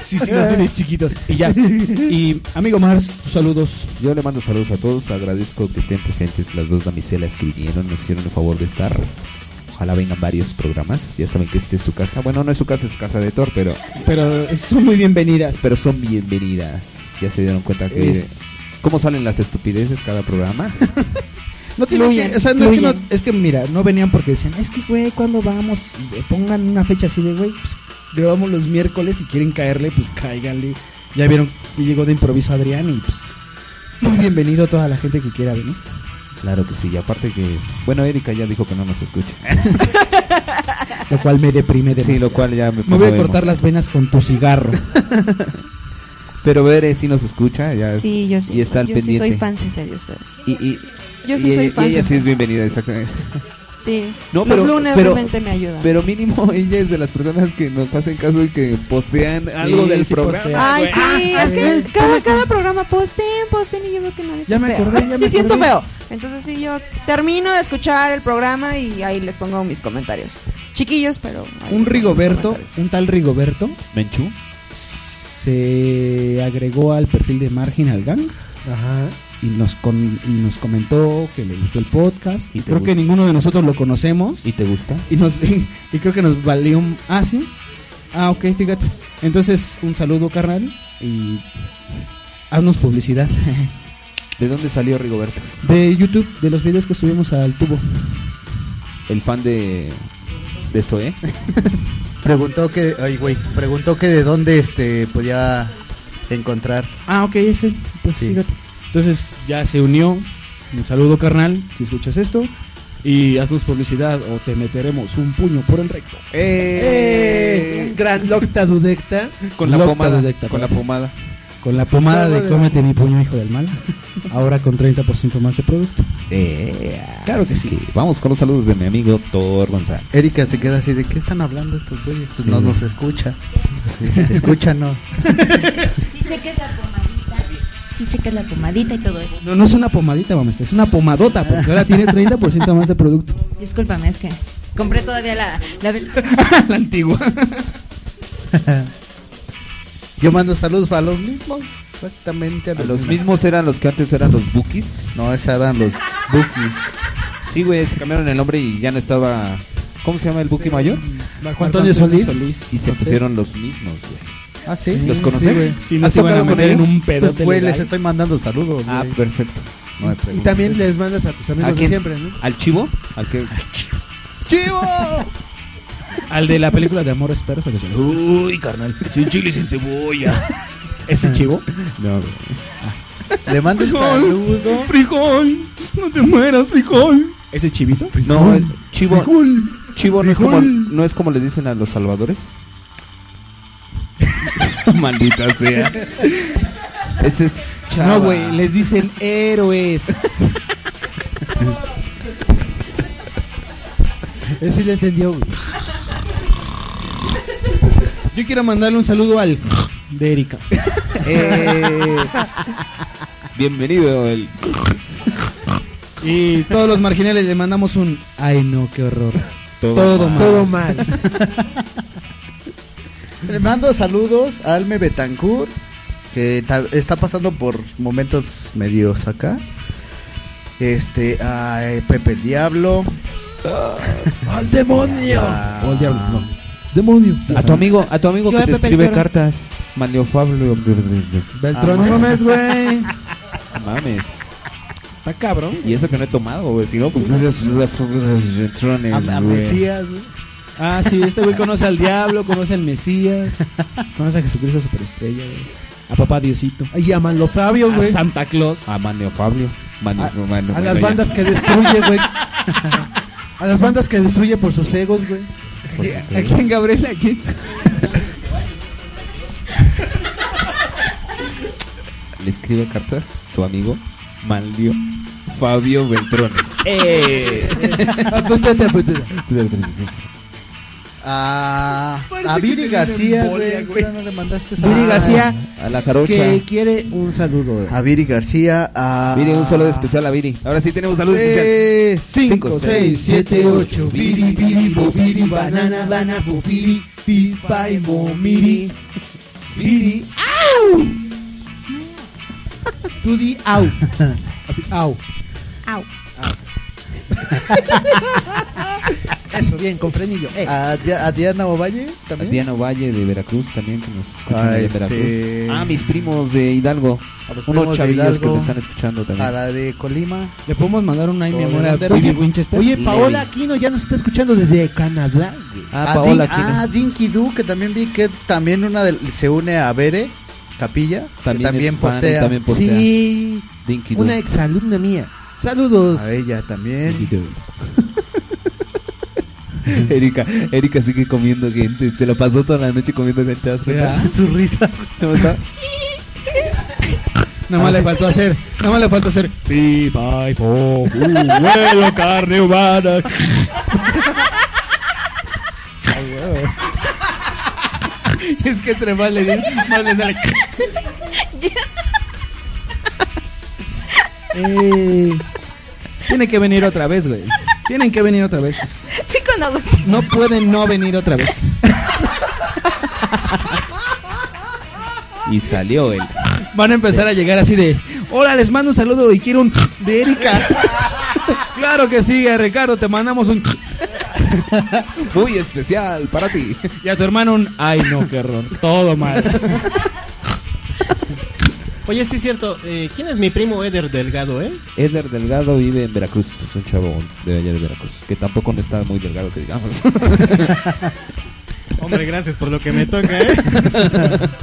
Speaker 6: Sí, sí,
Speaker 2: Eh.
Speaker 6: los tienes chiquitos. Y ya. Y amigo Mars, tus saludos.
Speaker 2: Yo le mando saludos a todos. Agradezco que estén presentes las dos damiselas que vinieron. Nos hicieron el favor de estar. Ojalá vengan varios programas. Ya saben que este es su casa. Bueno, no es su casa, es casa de Thor, pero.
Speaker 6: Pero son muy bienvenidas.
Speaker 2: Pero son bienvenidas. Ya se dieron cuenta que.
Speaker 6: Es-
Speaker 2: ¿Cómo salen las estupideces cada programa?
Speaker 6: No tiene
Speaker 4: Fluyen,
Speaker 6: que- o sea, no es que, no-
Speaker 4: fluyen.
Speaker 6: es que, mira, no venían porque decían, es que, güey, ¿cuándo vamos? Y, eh, Pongan una fecha así de, güey, pues, grabamos los miércoles, si quieren caerle, pues cáiganle. Ya vieron que llegó de improviso Adrián y, pues, muy bienvenido a toda la gente que quiera venir.
Speaker 2: Claro que sí, y aparte que... Bueno, Erika ya dijo que no nos escucha.
Speaker 6: Lo cual me deprime demasiado.
Speaker 2: Sí, lo cual ya me
Speaker 6: Me voy a
Speaker 2: puso emo.
Speaker 6: cortar las venas con tu cigarro.
Speaker 2: Pero Bere sí nos escucha. Ya es-
Speaker 8: Sí, yo sí.
Speaker 2: Y está al
Speaker 8: yo sí
Speaker 2: pendiente.
Speaker 8: soy fan sincera de ustedes.
Speaker 2: Y, y-
Speaker 8: Yo
Speaker 2: y
Speaker 8: sí soy
Speaker 2: ella-
Speaker 8: fan
Speaker 2: y ella sí
Speaker 8: sincera.
Speaker 2: es bienvenida, exactamente.
Speaker 8: Sí.
Speaker 2: No,
Speaker 8: Los
Speaker 2: pero-
Speaker 8: lunes
Speaker 2: pero-
Speaker 8: realmente me ayudan.
Speaker 2: Pero mínimo ella es de las personas que nos hacen caso y que postean algo
Speaker 6: Sí,
Speaker 2: del
Speaker 6: sí
Speaker 2: programa.
Speaker 6: postea. Ah,
Speaker 8: Ay,
Speaker 2: güey.
Speaker 8: sí, es que cada, cada programa posten, posten y yo veo que nadie
Speaker 6: Ya me
Speaker 8: postea.
Speaker 6: acordé, ya me
Speaker 8: Y siento
Speaker 6: acordé.
Speaker 8: feo. Entonces sí, yo termino de escuchar el programa y ahí les pongo mis comentarios. Chiquillos, pero... ahí
Speaker 6: Un
Speaker 8: les pongo mis
Speaker 6: Rigoberto,
Speaker 8: comentarios.
Speaker 6: un tal Rigoberto,
Speaker 2: ¿Menchú?
Speaker 6: se agregó al perfil de Marginal Gang
Speaker 4: Ajá.
Speaker 6: y nos, con- y nos comentó que le gustó el podcast. Y
Speaker 2: te
Speaker 6: creo que
Speaker 2: gusta.
Speaker 6: ninguno de nosotros lo conocemos.
Speaker 2: ¿Y te gusta?
Speaker 6: Y, nos, y creo que nos valió un... Ah, sí. Ah, ok, fíjate. Entonces, un saludo, carnal. Y haznos publicidad.
Speaker 2: ¿De dónde salió Rigoberto?
Speaker 6: De YouTube, de los videos que subimos al tubo.
Speaker 2: ¿El fan de, de Zoé?
Speaker 5: Preguntó que, ay güey, preguntó que de dónde este podía encontrar.
Speaker 6: Ah, ok, ese. Pues fíjate. Entonces ya se unió. Un saludo, carnal, si escuchas esto. Y haznos publicidad o te meteremos un puño por el recto.
Speaker 4: Eh, un gran Locta Dudecta.
Speaker 6: Con la
Speaker 4: Locta
Speaker 6: pomada.
Speaker 4: Dudecta,
Speaker 2: con la
Speaker 6: parece.
Speaker 2: pomada.
Speaker 6: Con la pomada
Speaker 4: Claro,
Speaker 6: de
Speaker 4: de la-
Speaker 6: cómete mi puño, hijo del mal. Ahora con 30% más de producto. Eh,
Speaker 2: claro que sí. vamos con los saludos de mi amigo Thor González.
Speaker 5: Erika se queda así de qué están hablando estos güeyes, pues
Speaker 2: Sí.
Speaker 5: no nos escucha.
Speaker 2: Sí.
Speaker 5: Escúchanos.
Speaker 3: Sí sé que es la pomadita. Sí sé que es la pomadita y todo eso.
Speaker 6: No, no es una pomadita, mamá, es una pomadota, porque ahora tiene 30% más de producto.
Speaker 3: Discúlpame, es que compré todavía la... La,
Speaker 6: la antigua.
Speaker 5: Yo mando saludos para los mismos, exactamente a
Speaker 2: ¿A los mismos eran los que antes eran los Bookies?
Speaker 5: No, esos eran los Bookies.
Speaker 2: Sí, güey, se cambiaron el nombre y ya no estaba... ¿Cómo se llama el Buki mayor?
Speaker 6: Marco Antonio Solís.
Speaker 2: Y se
Speaker 6: Ok.
Speaker 2: pusieron los mismos, güey.
Speaker 5: Ah, sí.
Speaker 2: ¿Los conoces?
Speaker 6: Sí, nos iban a meter en un pedote
Speaker 5: Pues, Güey,
Speaker 6: legal.
Speaker 5: les estoy mandando saludos.
Speaker 2: Ah,
Speaker 5: güey.
Speaker 2: perfecto.
Speaker 5: No me
Speaker 4: Y
Speaker 5: preguntes.
Speaker 4: también les mandas a tus
Speaker 2: ¿A
Speaker 4: amigos de
Speaker 2: quién?
Speaker 4: siempre, ¿no?
Speaker 2: ¿Al chivo? ¿Al qué?
Speaker 4: ¡Chivo!
Speaker 6: Al de la película de Amor Esperso. que se le- Uy, carnal, sin chile y sin cebolla. ¿Ese chivo? Ah.
Speaker 2: No,
Speaker 5: Le mando un saludo.
Speaker 6: ¡Frijol! ¡No te mueras, frijol! ¿Ese chivito?
Speaker 2: No, el chivo. Chivo no es, como, no es como le dicen a los salvadores. Maldita sea. Ese es chava.
Speaker 6: No, güey, les dicen e- héroes.
Speaker 4: Él sí le entendió, güey.
Speaker 6: Yo quiero mandarle un saludo al de Erika.
Speaker 2: Eh, bienvenido el.
Speaker 6: Y todos los marginales le mandamos un. Ay, no, qué horror. Todo, mal.
Speaker 4: Todo mal.
Speaker 5: Le mando saludos a Alme Betancourt, que ta- está pasando por momentos medios acá. Este, a eh, Pepe el Diablo.
Speaker 2: Ah,
Speaker 4: ¡Al demonio!
Speaker 5: Ah.
Speaker 6: O al diablo, no.
Speaker 4: Demonio.
Speaker 2: A tu amigo, a tu amigo
Speaker 4: Yo
Speaker 2: que
Speaker 4: a
Speaker 2: te
Speaker 4: Pepe
Speaker 2: escribe
Speaker 4: el Toro.
Speaker 2: cartas. Manlio Pablo.
Speaker 4: Beltrán. No mames, güey.
Speaker 2: ah, Mames.
Speaker 6: Está cabrón.
Speaker 2: Y eso que no he tomado, güey. Si no, pues no Ah, eres retrones,
Speaker 6: A- a
Speaker 2: güey.
Speaker 6: Mesías, güey. Ah, sí, este güey conoce al diablo, conoce al Mesías, conoce a Jesucristo Superestrella, güey. A papá Diosito.
Speaker 4: Y a Manlo Fabio,
Speaker 6: A
Speaker 4: güey.
Speaker 6: Santa Claus.
Speaker 2: A Manlio Fabio. Manlio, Manlio-
Speaker 4: A las
Speaker 2: Manlio-
Speaker 4: bandas que destruye, güey. A las bandas que destruye por sus egos, güey.
Speaker 2: Por sus egos.
Speaker 6: quién, Gabriela? ¿A quién?
Speaker 2: Le escribe cartas su amigo Manlio Fabio Beltrones.
Speaker 6: ¡Eh!
Speaker 4: Apúntate, apúntate.
Speaker 5: A,
Speaker 4: Parece
Speaker 5: a
Speaker 4: que
Speaker 5: Viri
Speaker 4: te
Speaker 5: García,
Speaker 4: dieron embolia,
Speaker 5: güey.
Speaker 4: güey.
Speaker 5: ¿por qué no le mandaste
Speaker 4: Viri
Speaker 5: saludos?
Speaker 4: García,
Speaker 2: A la jarocha.
Speaker 4: que quiere un saludo. güey.
Speaker 5: A Viri García, a.
Speaker 2: Viri, un saludo especial a Viri. Ahora sí tenemos saludos especial.
Speaker 4: 5, 6, 7, 8. Biri, biri, bobiri, banana, banana, bobiri, pipa y momiri. Biri, ¡au! Tú di au. Así, au.
Speaker 3: Au.
Speaker 4: Eso, bien, con frenillo. eh.
Speaker 5: A, Dia- a Diana Ovalle
Speaker 2: A
Speaker 5: también.
Speaker 2: Diana Valle de Veracruz también, que nos escuchan
Speaker 5: Ah,
Speaker 2: ahí en
Speaker 5: este-
Speaker 2: Veracruz. Ah, mis primos de Hidalgo.
Speaker 5: A los primos de
Speaker 2: Unos chavillos que
Speaker 5: Hidalgo.
Speaker 2: me están escuchando
Speaker 5: A
Speaker 2: también.
Speaker 5: la de Colima.
Speaker 6: ¿Le podemos mandar una ahí, mi
Speaker 5: Todo
Speaker 6: amor, a
Speaker 5: delantero.
Speaker 6: Vivi Winchester?
Speaker 4: Oye, Paola Aquino ya nos está escuchando desde Canadá. güey.
Speaker 5: Ah, Din- ah, Dinky Doo, que también vi que también una del- se une a Bere Capilla.
Speaker 2: También
Speaker 5: También, también,
Speaker 2: es fan y
Speaker 5: postea.
Speaker 2: también postea.
Speaker 4: Sí,
Speaker 2: Dinky
Speaker 4: una
Speaker 2: Doo.
Speaker 4: exalumna mía. Saludos.
Speaker 5: A ella también.
Speaker 2: Erika, Erika sigue comiendo gente. Se la pasó toda la noche comiendo gente. ¿te das cuenta?
Speaker 6: Mira.
Speaker 2: Su risa. ¿Cómo está?
Speaker 6: Nada más le faltó hacer, nada más le faltó hacer. Pi, pai, fo, fu, huevo, carne humana. Y es que entre más le di, más le sale. Eh, tiene que venir otra vez, güey. Tienen que venir otra vez.
Speaker 22: Sí, con Agustín.
Speaker 6: No pueden no venir otra vez.
Speaker 2: Y salió él.
Speaker 6: Van a empezar a llegar así de, hola, les mando un saludo y quiero un de Erika. claro que sí, eh, Ricardo, te mandamos un
Speaker 2: Muy especial para ti.
Speaker 6: y a tu hermano un, ay no, qué error, todo mal.
Speaker 7: Oye, sí es cierto. eh, ¿Quién es mi primo Eder Delgado, eh?
Speaker 2: Eder Delgado vive en Veracruz. Es un chavo de allá de Veracruz. Que tampoco no está muy delgado, que digamos.
Speaker 7: Hombre, gracias por lo que me toca, eh.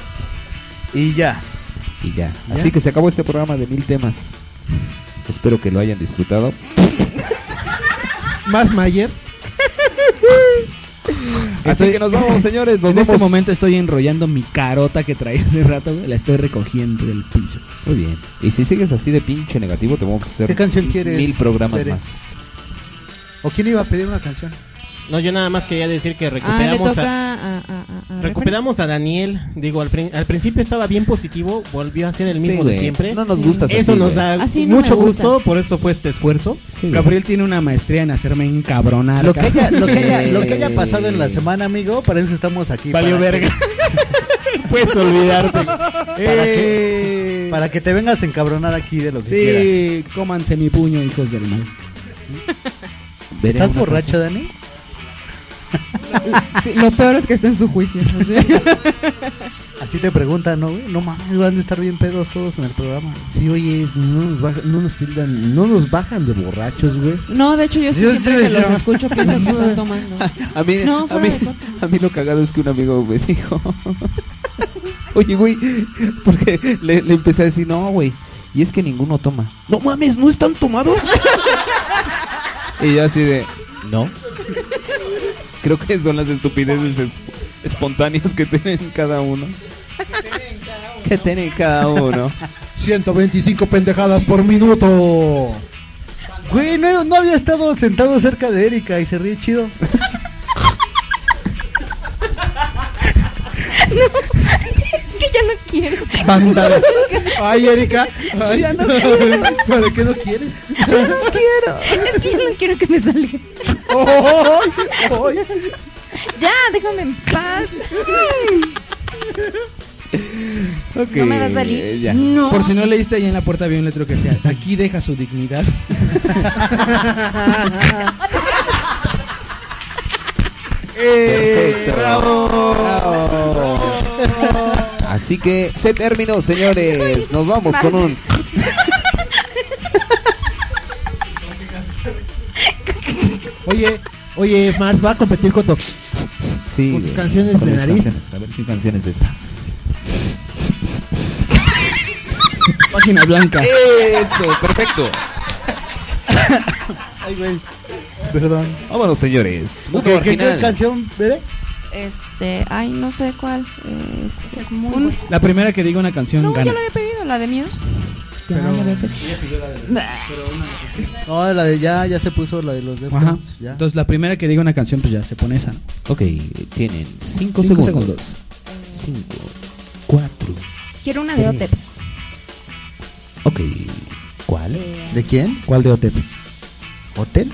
Speaker 5: Y ya.
Speaker 2: Y ya.
Speaker 7: ¿Ya?
Speaker 2: Así que se acabó este programa de mil temas. Espero que lo hayan disfrutado.
Speaker 4: Más Mayer.
Speaker 2: Así que nos vamos, señores. Nos
Speaker 6: en
Speaker 2: vemos.
Speaker 6: este momento estoy enrollando mi carota que traía hace rato, güey, la estoy recogiendo del piso.
Speaker 2: Muy bien. Y si sigues así de pinche negativo, te vamos a hacer
Speaker 5: ¿Qué canción quieres?
Speaker 2: mil programas
Speaker 5: Tere?
Speaker 2: más.
Speaker 5: ¿O quién iba a pedir una canción? Ah,
Speaker 7: No, yo nada más quería decir que
Speaker 13: Ah,
Speaker 7: recuperamos a, recuperamos a Daniel. Digo, al, prin- al principio estaba bien positivo, volvió a ser el mismo de
Speaker 6: güey.
Speaker 7: siempre.
Speaker 6: No nos gustas
Speaker 7: Eso
Speaker 6: así,
Speaker 7: nos
Speaker 6: güey.
Speaker 7: da
Speaker 6: Así no
Speaker 7: mucho
Speaker 6: me gustas.
Speaker 7: gusto, por eso fue este esfuerzo.
Speaker 6: Gabriel tiene una maestría en hacerme encabronar.
Speaker 7: Lo que
Speaker 6: cabrón.
Speaker 7: haya-
Speaker 5: Lo que, haya, lo que
Speaker 7: Eh.
Speaker 5: haya pasado en la semana, amigo, para eso estamos aquí.
Speaker 6: Valió
Speaker 5: para
Speaker 6: verga.
Speaker 5: que-
Speaker 6: Puedes olvidarte.
Speaker 5: Para, que, para que te vengas a encabronar aquí de lo que quieras.
Speaker 6: Eh. Sí, cómanse mi puño, hijos del mal.
Speaker 5: ¿Estás borracho, Dani?
Speaker 8: Sí, lo peor es que está en su juicio. o sea.
Speaker 5: Así te preguntan, ¿no? güey? No mames, van a estar bien pedos todos en el programa.
Speaker 27: Sí, oye, no nos, baja- no nos tildan, no nos bajan de borrachos, güey.
Speaker 8: No, de hecho yo sí,
Speaker 27: Yo
Speaker 8: siempre
Speaker 27: sí
Speaker 8: que
Speaker 27: les
Speaker 8: los
Speaker 27: llamo.
Speaker 8: escucho pienso que están tomando.
Speaker 2: A mí,
Speaker 8: No,
Speaker 2: a,
Speaker 8: fuera
Speaker 2: mí,
Speaker 8: de
Speaker 2: a mí lo cagado es que un amigo me dijo. Oye, güey, porque le, le empecé a decir, no, güey. Y es que ninguno toma. No mames, ¿no están tomados? Y yo así de, no. Creo que son las estupideces es- espontáneas que tienen cada uno. Ah, Que tienen cada uno.
Speaker 4: 125 pendejadas por minuto.
Speaker 5: Güey, no, no había estado sentado cerca de Erika y se ríe chido.
Speaker 22: es que ya no quiero.
Speaker 4: Banda. Ay, Erika. Ay.
Speaker 22: Ya no quiero.
Speaker 4: ¿Para qué no quieres?
Speaker 22: Ya no quiero. Es que ya no quiero que me salga.
Speaker 6: Oh.
Speaker 4: ¡Ay!
Speaker 22: Ya, déjame en paz.
Speaker 2: Ok,
Speaker 22: No me va a salir.
Speaker 2: ya.
Speaker 22: No.
Speaker 6: Por si no leíste, ahí en la puerta había un letrero que decía, aquí deja su dignidad.
Speaker 2: Perfecto. Bravo. Así que se terminó, señores. Nos vamos con un.
Speaker 4: Oye, oye, Mars va a competir con tu-
Speaker 2: Sí,
Speaker 4: con tus
Speaker 2: güey,
Speaker 4: canciones
Speaker 2: con
Speaker 4: de
Speaker 2: mis
Speaker 4: nariz.
Speaker 2: canciones. A ver qué canción es esta.
Speaker 6: Página blanca.
Speaker 2: Eso, perfecto.
Speaker 5: Ay, güey. Perdón.
Speaker 2: Vámonos, señores. Mundo
Speaker 5: ¿Qué, qué- qué
Speaker 2: marginal.
Speaker 5: canción, Bere?
Speaker 8: Este, ay, no sé cuál. Este, es muy
Speaker 6: La primera que diga una canción
Speaker 8: No,
Speaker 6: gana.
Speaker 8: yo la había pedido, la de Muse.
Speaker 5: No, la de ya, ya se puso la de los
Speaker 6: Ajá.
Speaker 5: Deftones. Ya.
Speaker 6: Entonces, la primera que diga una canción, pues ya se pone esa.
Speaker 2: Ok, tienen 5
Speaker 6: Cinco
Speaker 2: segundos. 5, 4.
Speaker 22: Quiero una de Oteps.
Speaker 2: Ok, ¿cuál?
Speaker 5: ¿De quién?
Speaker 6: ¿Cuál de Otep?
Speaker 5: ¿Hotel?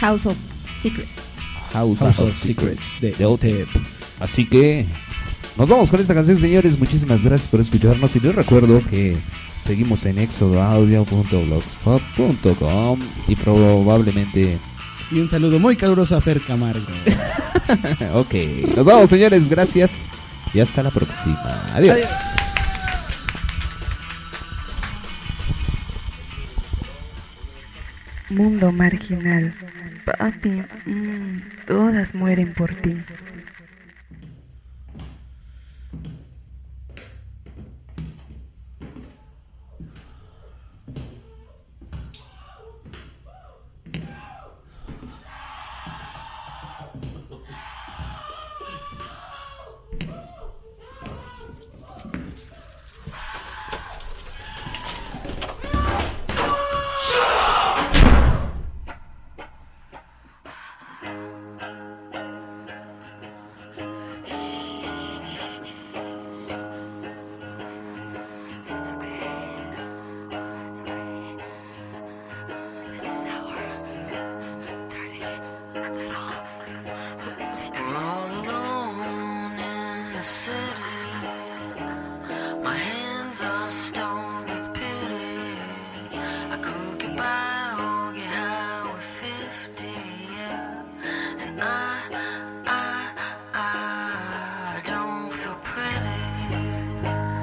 Speaker 22: House of Secrets.
Speaker 2: House,
Speaker 6: House
Speaker 2: of,
Speaker 6: of
Speaker 2: Secrets de, OTEP. Así que nos vamos con esta canción, señores. Muchísimas gracias por escucharnos. Y les recuerdo que seguimos en exodoaudio.blogspot.com y probablemente
Speaker 6: Y un saludo muy caluroso a Fer Camargo.
Speaker 2: ok, nos vamos señores, gracias y hasta la próxima. Adiós.
Speaker 10: Mundo marginal. Papi, mm, todas mueren por ti.
Speaker 13: All alone in the city, my hands are stoned with pity. I could get by or get high with fifty, yeah. And I, I, I don't feel pretty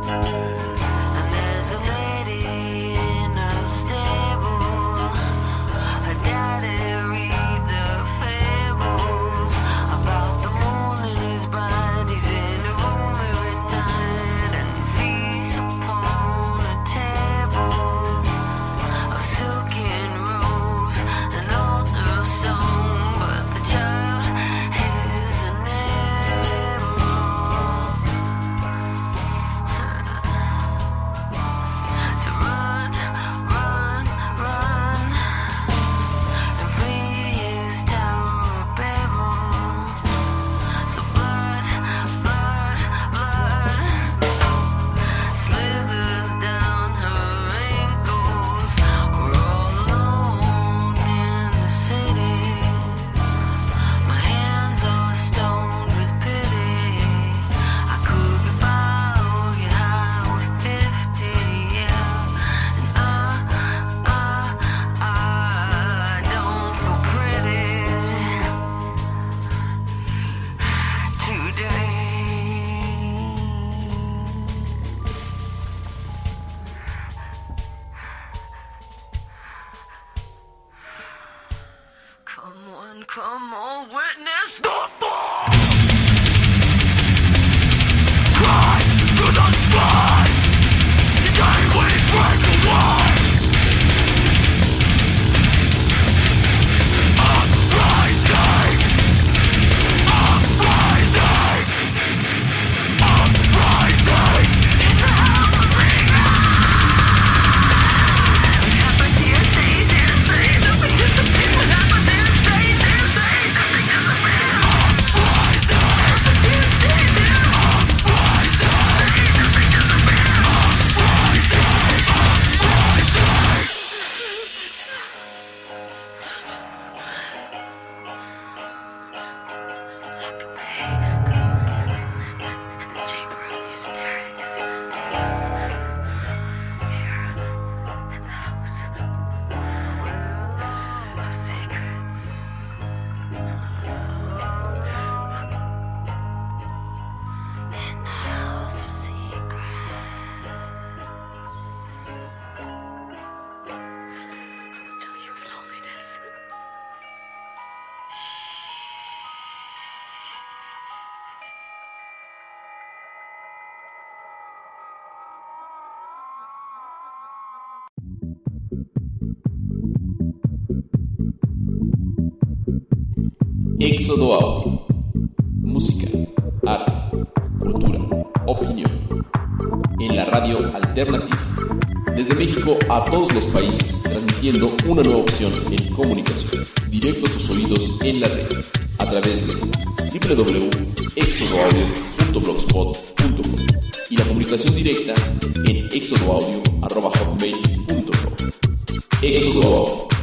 Speaker 13: And there's a lady in her stable. Her daddy reads her fables about the moon and his bride. He's in a room every night and feasts upon a table of silk and rose, an altar of stone. But the child is an animal. To run, run, run, and flee his tower of Babel. So blood, blood, blood slithers down her ankles. We're all alone in the city. My hands are stoned with pity. I could get by or get high with fifty, yeah. And I, I, I don't feel pretty today. Come on, come on, witness the fall. Cry to the sky. Today we break away. Uprising. Uprising. Uprising. It's the house of freedom. What happened to your days insane? Nothing disappeared. What happened to your days insane? Nothing disappeared. Uprising. What happened to your days insane?
Speaker 29: Éxodo Audio. Música, arte, cultura, opinión. En la radio alternativa. Desde México a todos los países, transmitiendo una nueva opción en comunicación. Directo a tus oídos en la red. A través de www.exodoaudio.blogspot.com y la comunicación directa en exodoaudio.com. Éxodo Audio.